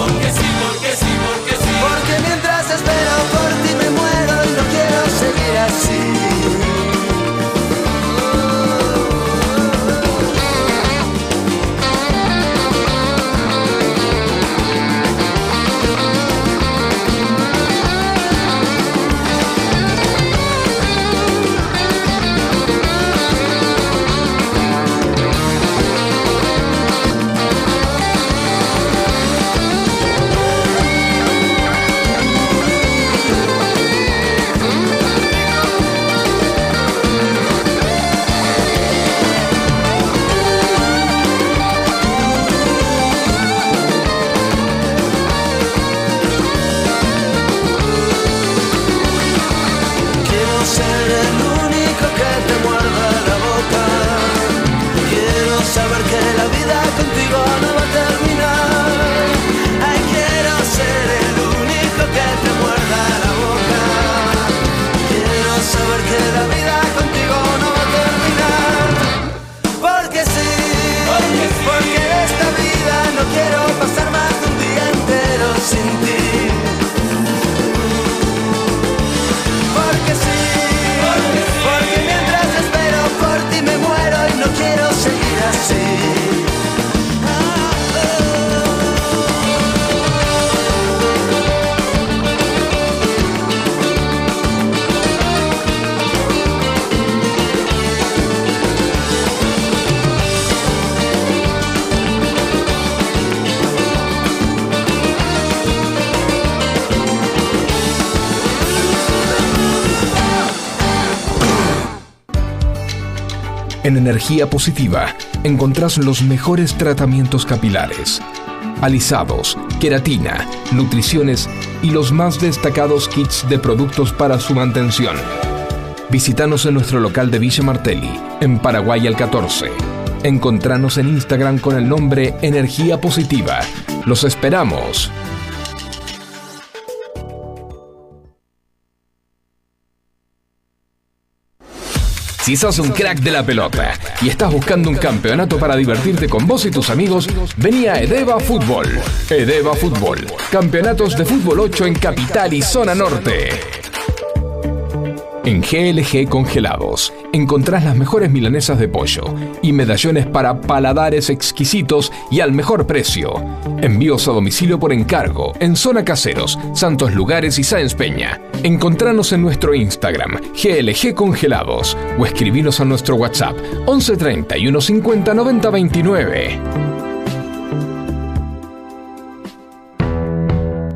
Speaker 4: Porque sí, porque sí, porque sí. Porque mientras espero por ti me muero y no quiero seguir así. Quiero ser el único que te muerda la boca. Quiero saber que la vida contigo no va a terminar. Ay, quiero ser el único que te muerda la boca. Quiero saber que la vida contigo no va a terminar. Porque sí, porque, de esta vida no quiero pasar más de un día entero sin ti. Porque sí, porque, mientras espero por ti me muero y no quiero seguir así. Ah, ah.
Speaker 1: En Energía Positiva encontrás los mejores tratamientos capilares. Alisados, queratina, nutriciones y los más destacados kits de productos para su mantención. Visítanos en nuestro local de Villa Martelli, en Paraguay al 14. Encontranos en Instagram con el nombre Energía Positiva. Los esperamos. Si sos un crack de la pelota y estás buscando un campeonato para divertirte con vos y tus amigos, vení a Edeva Fútbol. Edeva Fútbol. Campeonatos de fútbol 8 en Capital y Zona Norte. En GLG Congelados encontrás las mejores milanesas de pollo y medallones para paladares exquisitos y al mejor precio. Envíos a domicilio por encargo en Zona Caseros, Santos Lugares y Sáenz Peña. Encontranos en nuestro Instagram, GLG Congelados, o escribinos a nuestro WhatsApp 11 31 50 90 29.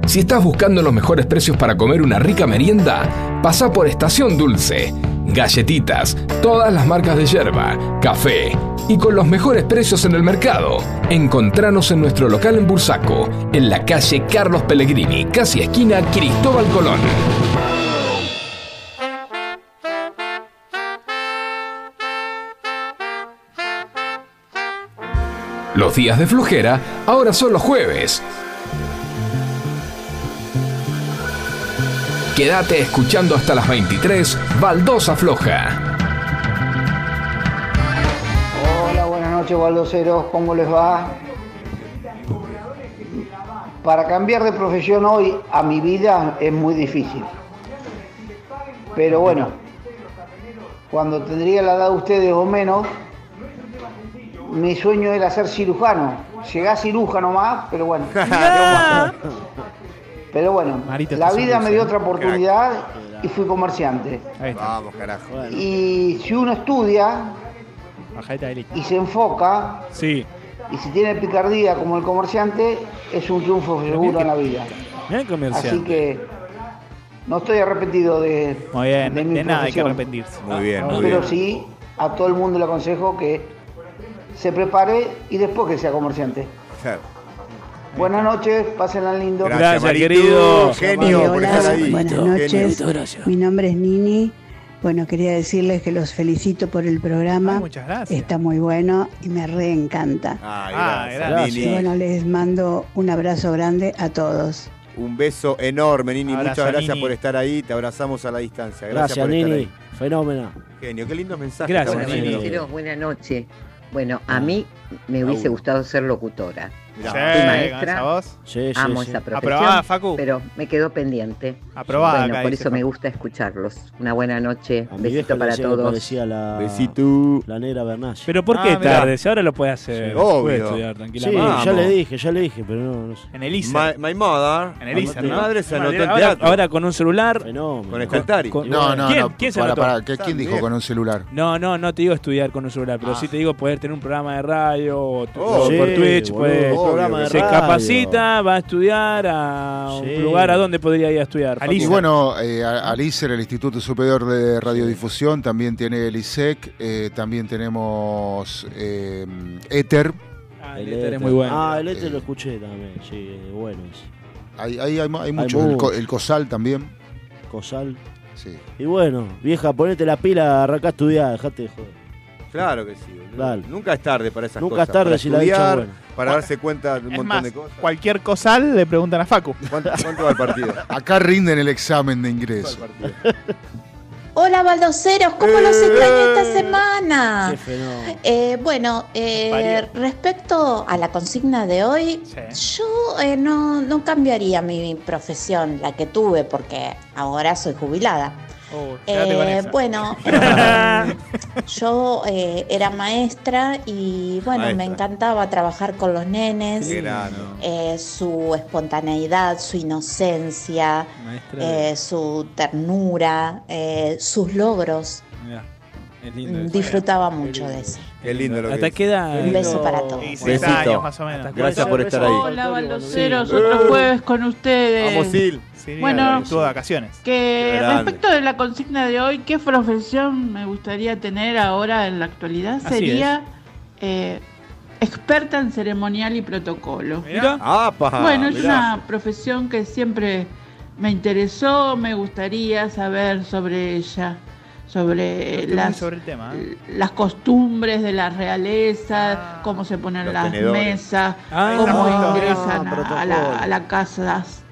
Speaker 1: Si estás buscando los mejores precios para comer una rica merienda, pasa por Estación Dulce. Galletitas, todas las marcas de yerba, café y con los mejores precios en el mercado. Encontranos en nuestro local en Bursaco, en la calle Carlos Pellegrini, casi esquina Cristóbal Colón. Los días de flujera ahora son los jueves. Quédate escuchando hasta las 23, Baldosa Floja.
Speaker 8: Hola, buenas noches, baldoseros. ¿Cómo les va? Para cambiar de profesión hoy a mi vida es muy difícil. Pero bueno, cuando tendría la edad de ustedes o menos, mi sueño era ser cirujano. Llegué a cirujano más, pero bueno. Pero bueno,
Speaker 2: Marito,
Speaker 8: la
Speaker 2: te
Speaker 8: vida
Speaker 2: sonrisa.
Speaker 8: me dio otra oportunidad y fui comerciante.
Speaker 2: ¿eh? Ahí está.
Speaker 3: Vamos, carajo.
Speaker 8: Y si uno estudia
Speaker 2: Bajadita de líquido.
Speaker 8: y se enfoca
Speaker 6: Sí.
Speaker 8: y si tiene picardía como el comerciante, es un triunfo seguro en la vida.
Speaker 6: Mirá el
Speaker 8: Así
Speaker 6: comercial.
Speaker 8: que no estoy arrepentido de,
Speaker 2: Muy bien,
Speaker 8: de
Speaker 2: de,
Speaker 8: mi
Speaker 2: nada hay que
Speaker 8: profesión.
Speaker 2: arrepentirse.
Speaker 3: Muy
Speaker 5: Ah,
Speaker 3: bien, muy bien.
Speaker 8: Ah, Pero sí, a todo el mundo le aconsejo que se prepare y después que sea comerciante.
Speaker 3: Claro.
Speaker 8: Buenas noches, pásenla lindo.
Speaker 6: Gracias,
Speaker 3: Gracias, Marito.
Speaker 6: querido.
Speaker 3: Genio, por
Speaker 9: Hola,
Speaker 3: estar ahí.
Speaker 9: buenas
Speaker 3: Genio.
Speaker 9: noches. Mi nombre es Nini. Bueno, quería decirles que los felicito por el programa.
Speaker 2: Ay, muchas gracias.
Speaker 9: Está muy bueno y me reencanta.
Speaker 3: Ah, gracias,
Speaker 2: Ah, gracias.
Speaker 9: Y
Speaker 3: Nini.
Speaker 9: bueno, les mando un abrazo grande a todos.
Speaker 3: Un beso enorme, Nini.
Speaker 2: Abrazo,
Speaker 3: Muchas gracias
Speaker 2: Nini.
Speaker 3: por estar ahí. Te abrazamos a la distancia.
Speaker 5: Gracias,
Speaker 3: Gracias, por
Speaker 5: Nini.
Speaker 3: estar
Speaker 5: Fenómena.
Speaker 3: ahí. Genio, qué lindos mensajes.
Speaker 6: Gracias,
Speaker 3: estamos
Speaker 6: Nini.
Speaker 3: recibiendo.
Speaker 10: Pero buena noche. Bueno,
Speaker 5: Ah.
Speaker 10: a mí me hubiese
Speaker 3: Raúl.
Speaker 10: gustado ser locutora.
Speaker 2: Sí,
Speaker 3: Mirá.
Speaker 2: con
Speaker 10: maestra.
Speaker 2: esa voz.
Speaker 5: Sí, sí,
Speaker 10: Amo
Speaker 5: sí.
Speaker 10: esa profesión.
Speaker 2: Aprobada, Facu.
Speaker 10: Pero me quedó pendiente.
Speaker 2: Aprobada.
Speaker 10: bueno,
Speaker 2: acá
Speaker 10: por
Speaker 2: dice
Speaker 10: eso me
Speaker 2: Facu.
Speaker 10: gusta escucharlos. Una buena noche.
Speaker 5: A mi vieja
Speaker 10: Besito
Speaker 5: le
Speaker 10: para
Speaker 5: decía que
Speaker 10: todos.
Speaker 5: Parecía la,
Speaker 3: Besito.
Speaker 5: la negra Bernache.
Speaker 6: Pero ¿por
Speaker 2: Ah,
Speaker 6: qué
Speaker 2: mirá.
Speaker 6: tarde? Si ahora lo puede hacer.
Speaker 5: Sí,
Speaker 3: obvio.
Speaker 6: Puede estudiar
Speaker 5: sí,
Speaker 6: tranquilamente.
Speaker 3: vamos.
Speaker 5: ya le dije, ya le dije, pero no, no sé.
Speaker 2: En el ISA.
Speaker 3: My, my mother.
Speaker 2: En el ISA,
Speaker 3: Mi
Speaker 2: ¿no?
Speaker 3: madre se anotó en
Speaker 6: ahora,
Speaker 3: teatro.
Speaker 6: ahora con un celular.
Speaker 5: Fenómeno.
Speaker 3: Con Escaltari.
Speaker 6: con-
Speaker 7: No, no,
Speaker 6: ¿Quién?
Speaker 7: no.
Speaker 6: ¿Quién se
Speaker 7: para,
Speaker 6: anotó?
Speaker 7: para, ¿qué- ¿Quién
Speaker 3: También.
Speaker 7: dijo con un celular?
Speaker 6: No, no, no te digo estudiar con un celular, pero
Speaker 7: Ah.
Speaker 6: sí te digo poder tener un programa de radio o, tu- o
Speaker 3: Oh,
Speaker 6: por
Speaker 5: Sí,
Speaker 6: Twitch.
Speaker 5: boludo,
Speaker 6: puede-
Speaker 5: un programa de
Speaker 6: se
Speaker 5: radio.
Speaker 6: capacita, va a estudiar a
Speaker 5: Sí.
Speaker 6: un lugar a donde podría ir a estudiar. Facu?
Speaker 7: Y bueno, eh, a- al ISER, el Instituto Superior de Radiodifusión, también tiene el ISEC, eh, también tenemos eh, ETER.
Speaker 6: Ah,
Speaker 5: El
Speaker 6: el éter
Speaker 5: éter.
Speaker 6: es muy bueno.
Speaker 5: Ah, el éter lo escuché también, sí, bueno. es
Speaker 7: Hay, hay, hay, mu- hay muchos.
Speaker 5: muchos.
Speaker 7: El, co- el COSAL también.
Speaker 5: Cosal.
Speaker 7: Sí.
Speaker 5: Y bueno, vieja, ponete la pila, arrancá a estudiar, dejate de joder.
Speaker 3: Claro que sí. boludo.
Speaker 5: Dale.
Speaker 3: Nunca es tarde para esas
Speaker 5: Nunca
Speaker 3: cosas.
Speaker 5: es tarde
Speaker 3: para
Speaker 5: si la dicha
Speaker 3: estudiar,
Speaker 5: es buena.
Speaker 3: Para darse cuenta de un
Speaker 2: Es
Speaker 3: montón
Speaker 2: más,
Speaker 3: de cosas.
Speaker 2: cualquier cosal le preguntan a Facu.
Speaker 3: ¿Cuánto, cuánto va el partido?
Speaker 7: Acá rinden el examen de
Speaker 3: ¿Cuánto va
Speaker 7: ingreso.
Speaker 3: el partido?
Speaker 11: Hola baldoseros, ¿cómo los
Speaker 3: Eh.
Speaker 11: extrañé esta semana?
Speaker 5: Qué fenómeno.
Speaker 11: Eh, bueno, eh,
Speaker 2: Varió.
Speaker 11: respecto a la consigna de hoy,
Speaker 2: Sí.
Speaker 11: yo eh, no, no cambiaría mi profesión, la que tuve, porque ahora soy jubilada.
Speaker 2: Oh,
Speaker 11: Eh,
Speaker 2: quédate con
Speaker 12: pues,
Speaker 2: esa.
Speaker 11: bueno, eh, yo eh, era maestra y bueno, me
Speaker 3: Maestra.
Speaker 11: encantaba trabajar con los nenes,
Speaker 3: Qué grano.
Speaker 11: eh, su espontaneidad, su inocencia,
Speaker 6: Maestra.
Speaker 11: eh, su ternura, eh, sus logros.
Speaker 6: Mirá. Es
Speaker 11: mm, disfrutaba mucho de eso.
Speaker 3: Qué lindo lo que
Speaker 6: ¿Hasta
Speaker 3: dice.
Speaker 6: qué edad?
Speaker 11: Un beso para todos.
Speaker 2: Y
Speaker 3: Besito.
Speaker 2: años más o menos.
Speaker 3: Gracias por estar ahí.
Speaker 12: Hola, baldoseros,
Speaker 3: Sí.
Speaker 12: otro
Speaker 3: Eh.
Speaker 12: jueves con ustedes.
Speaker 3: Vamos, Sil.
Speaker 2: Sí,
Speaker 12: Bueno.
Speaker 2: estuvo de vacaciones.
Speaker 12: Que
Speaker 2: Qué grande.
Speaker 12: respecto de la consigna de hoy, ¿qué profesión me gustaría tener ahora en la actualidad?
Speaker 2: Así
Speaker 12: Sería eh, experta en ceremonial y protocolo.
Speaker 3: ¡Apa!
Speaker 12: bueno, es
Speaker 3: mirá.
Speaker 12: una profesión que siempre me interesó, me gustaría saber sobre ella, sobre
Speaker 2: Estoy muy
Speaker 12: las
Speaker 2: sobre el tema. ¿eh?
Speaker 12: las costumbres de la realeza, cómo se ponen
Speaker 2: los
Speaker 12: las
Speaker 2: tenedores.
Speaker 12: mesas,
Speaker 2: Ah,
Speaker 12: cómo
Speaker 2: ah,
Speaker 12: ingresan a, a la,
Speaker 2: protocolo.
Speaker 12: a las casas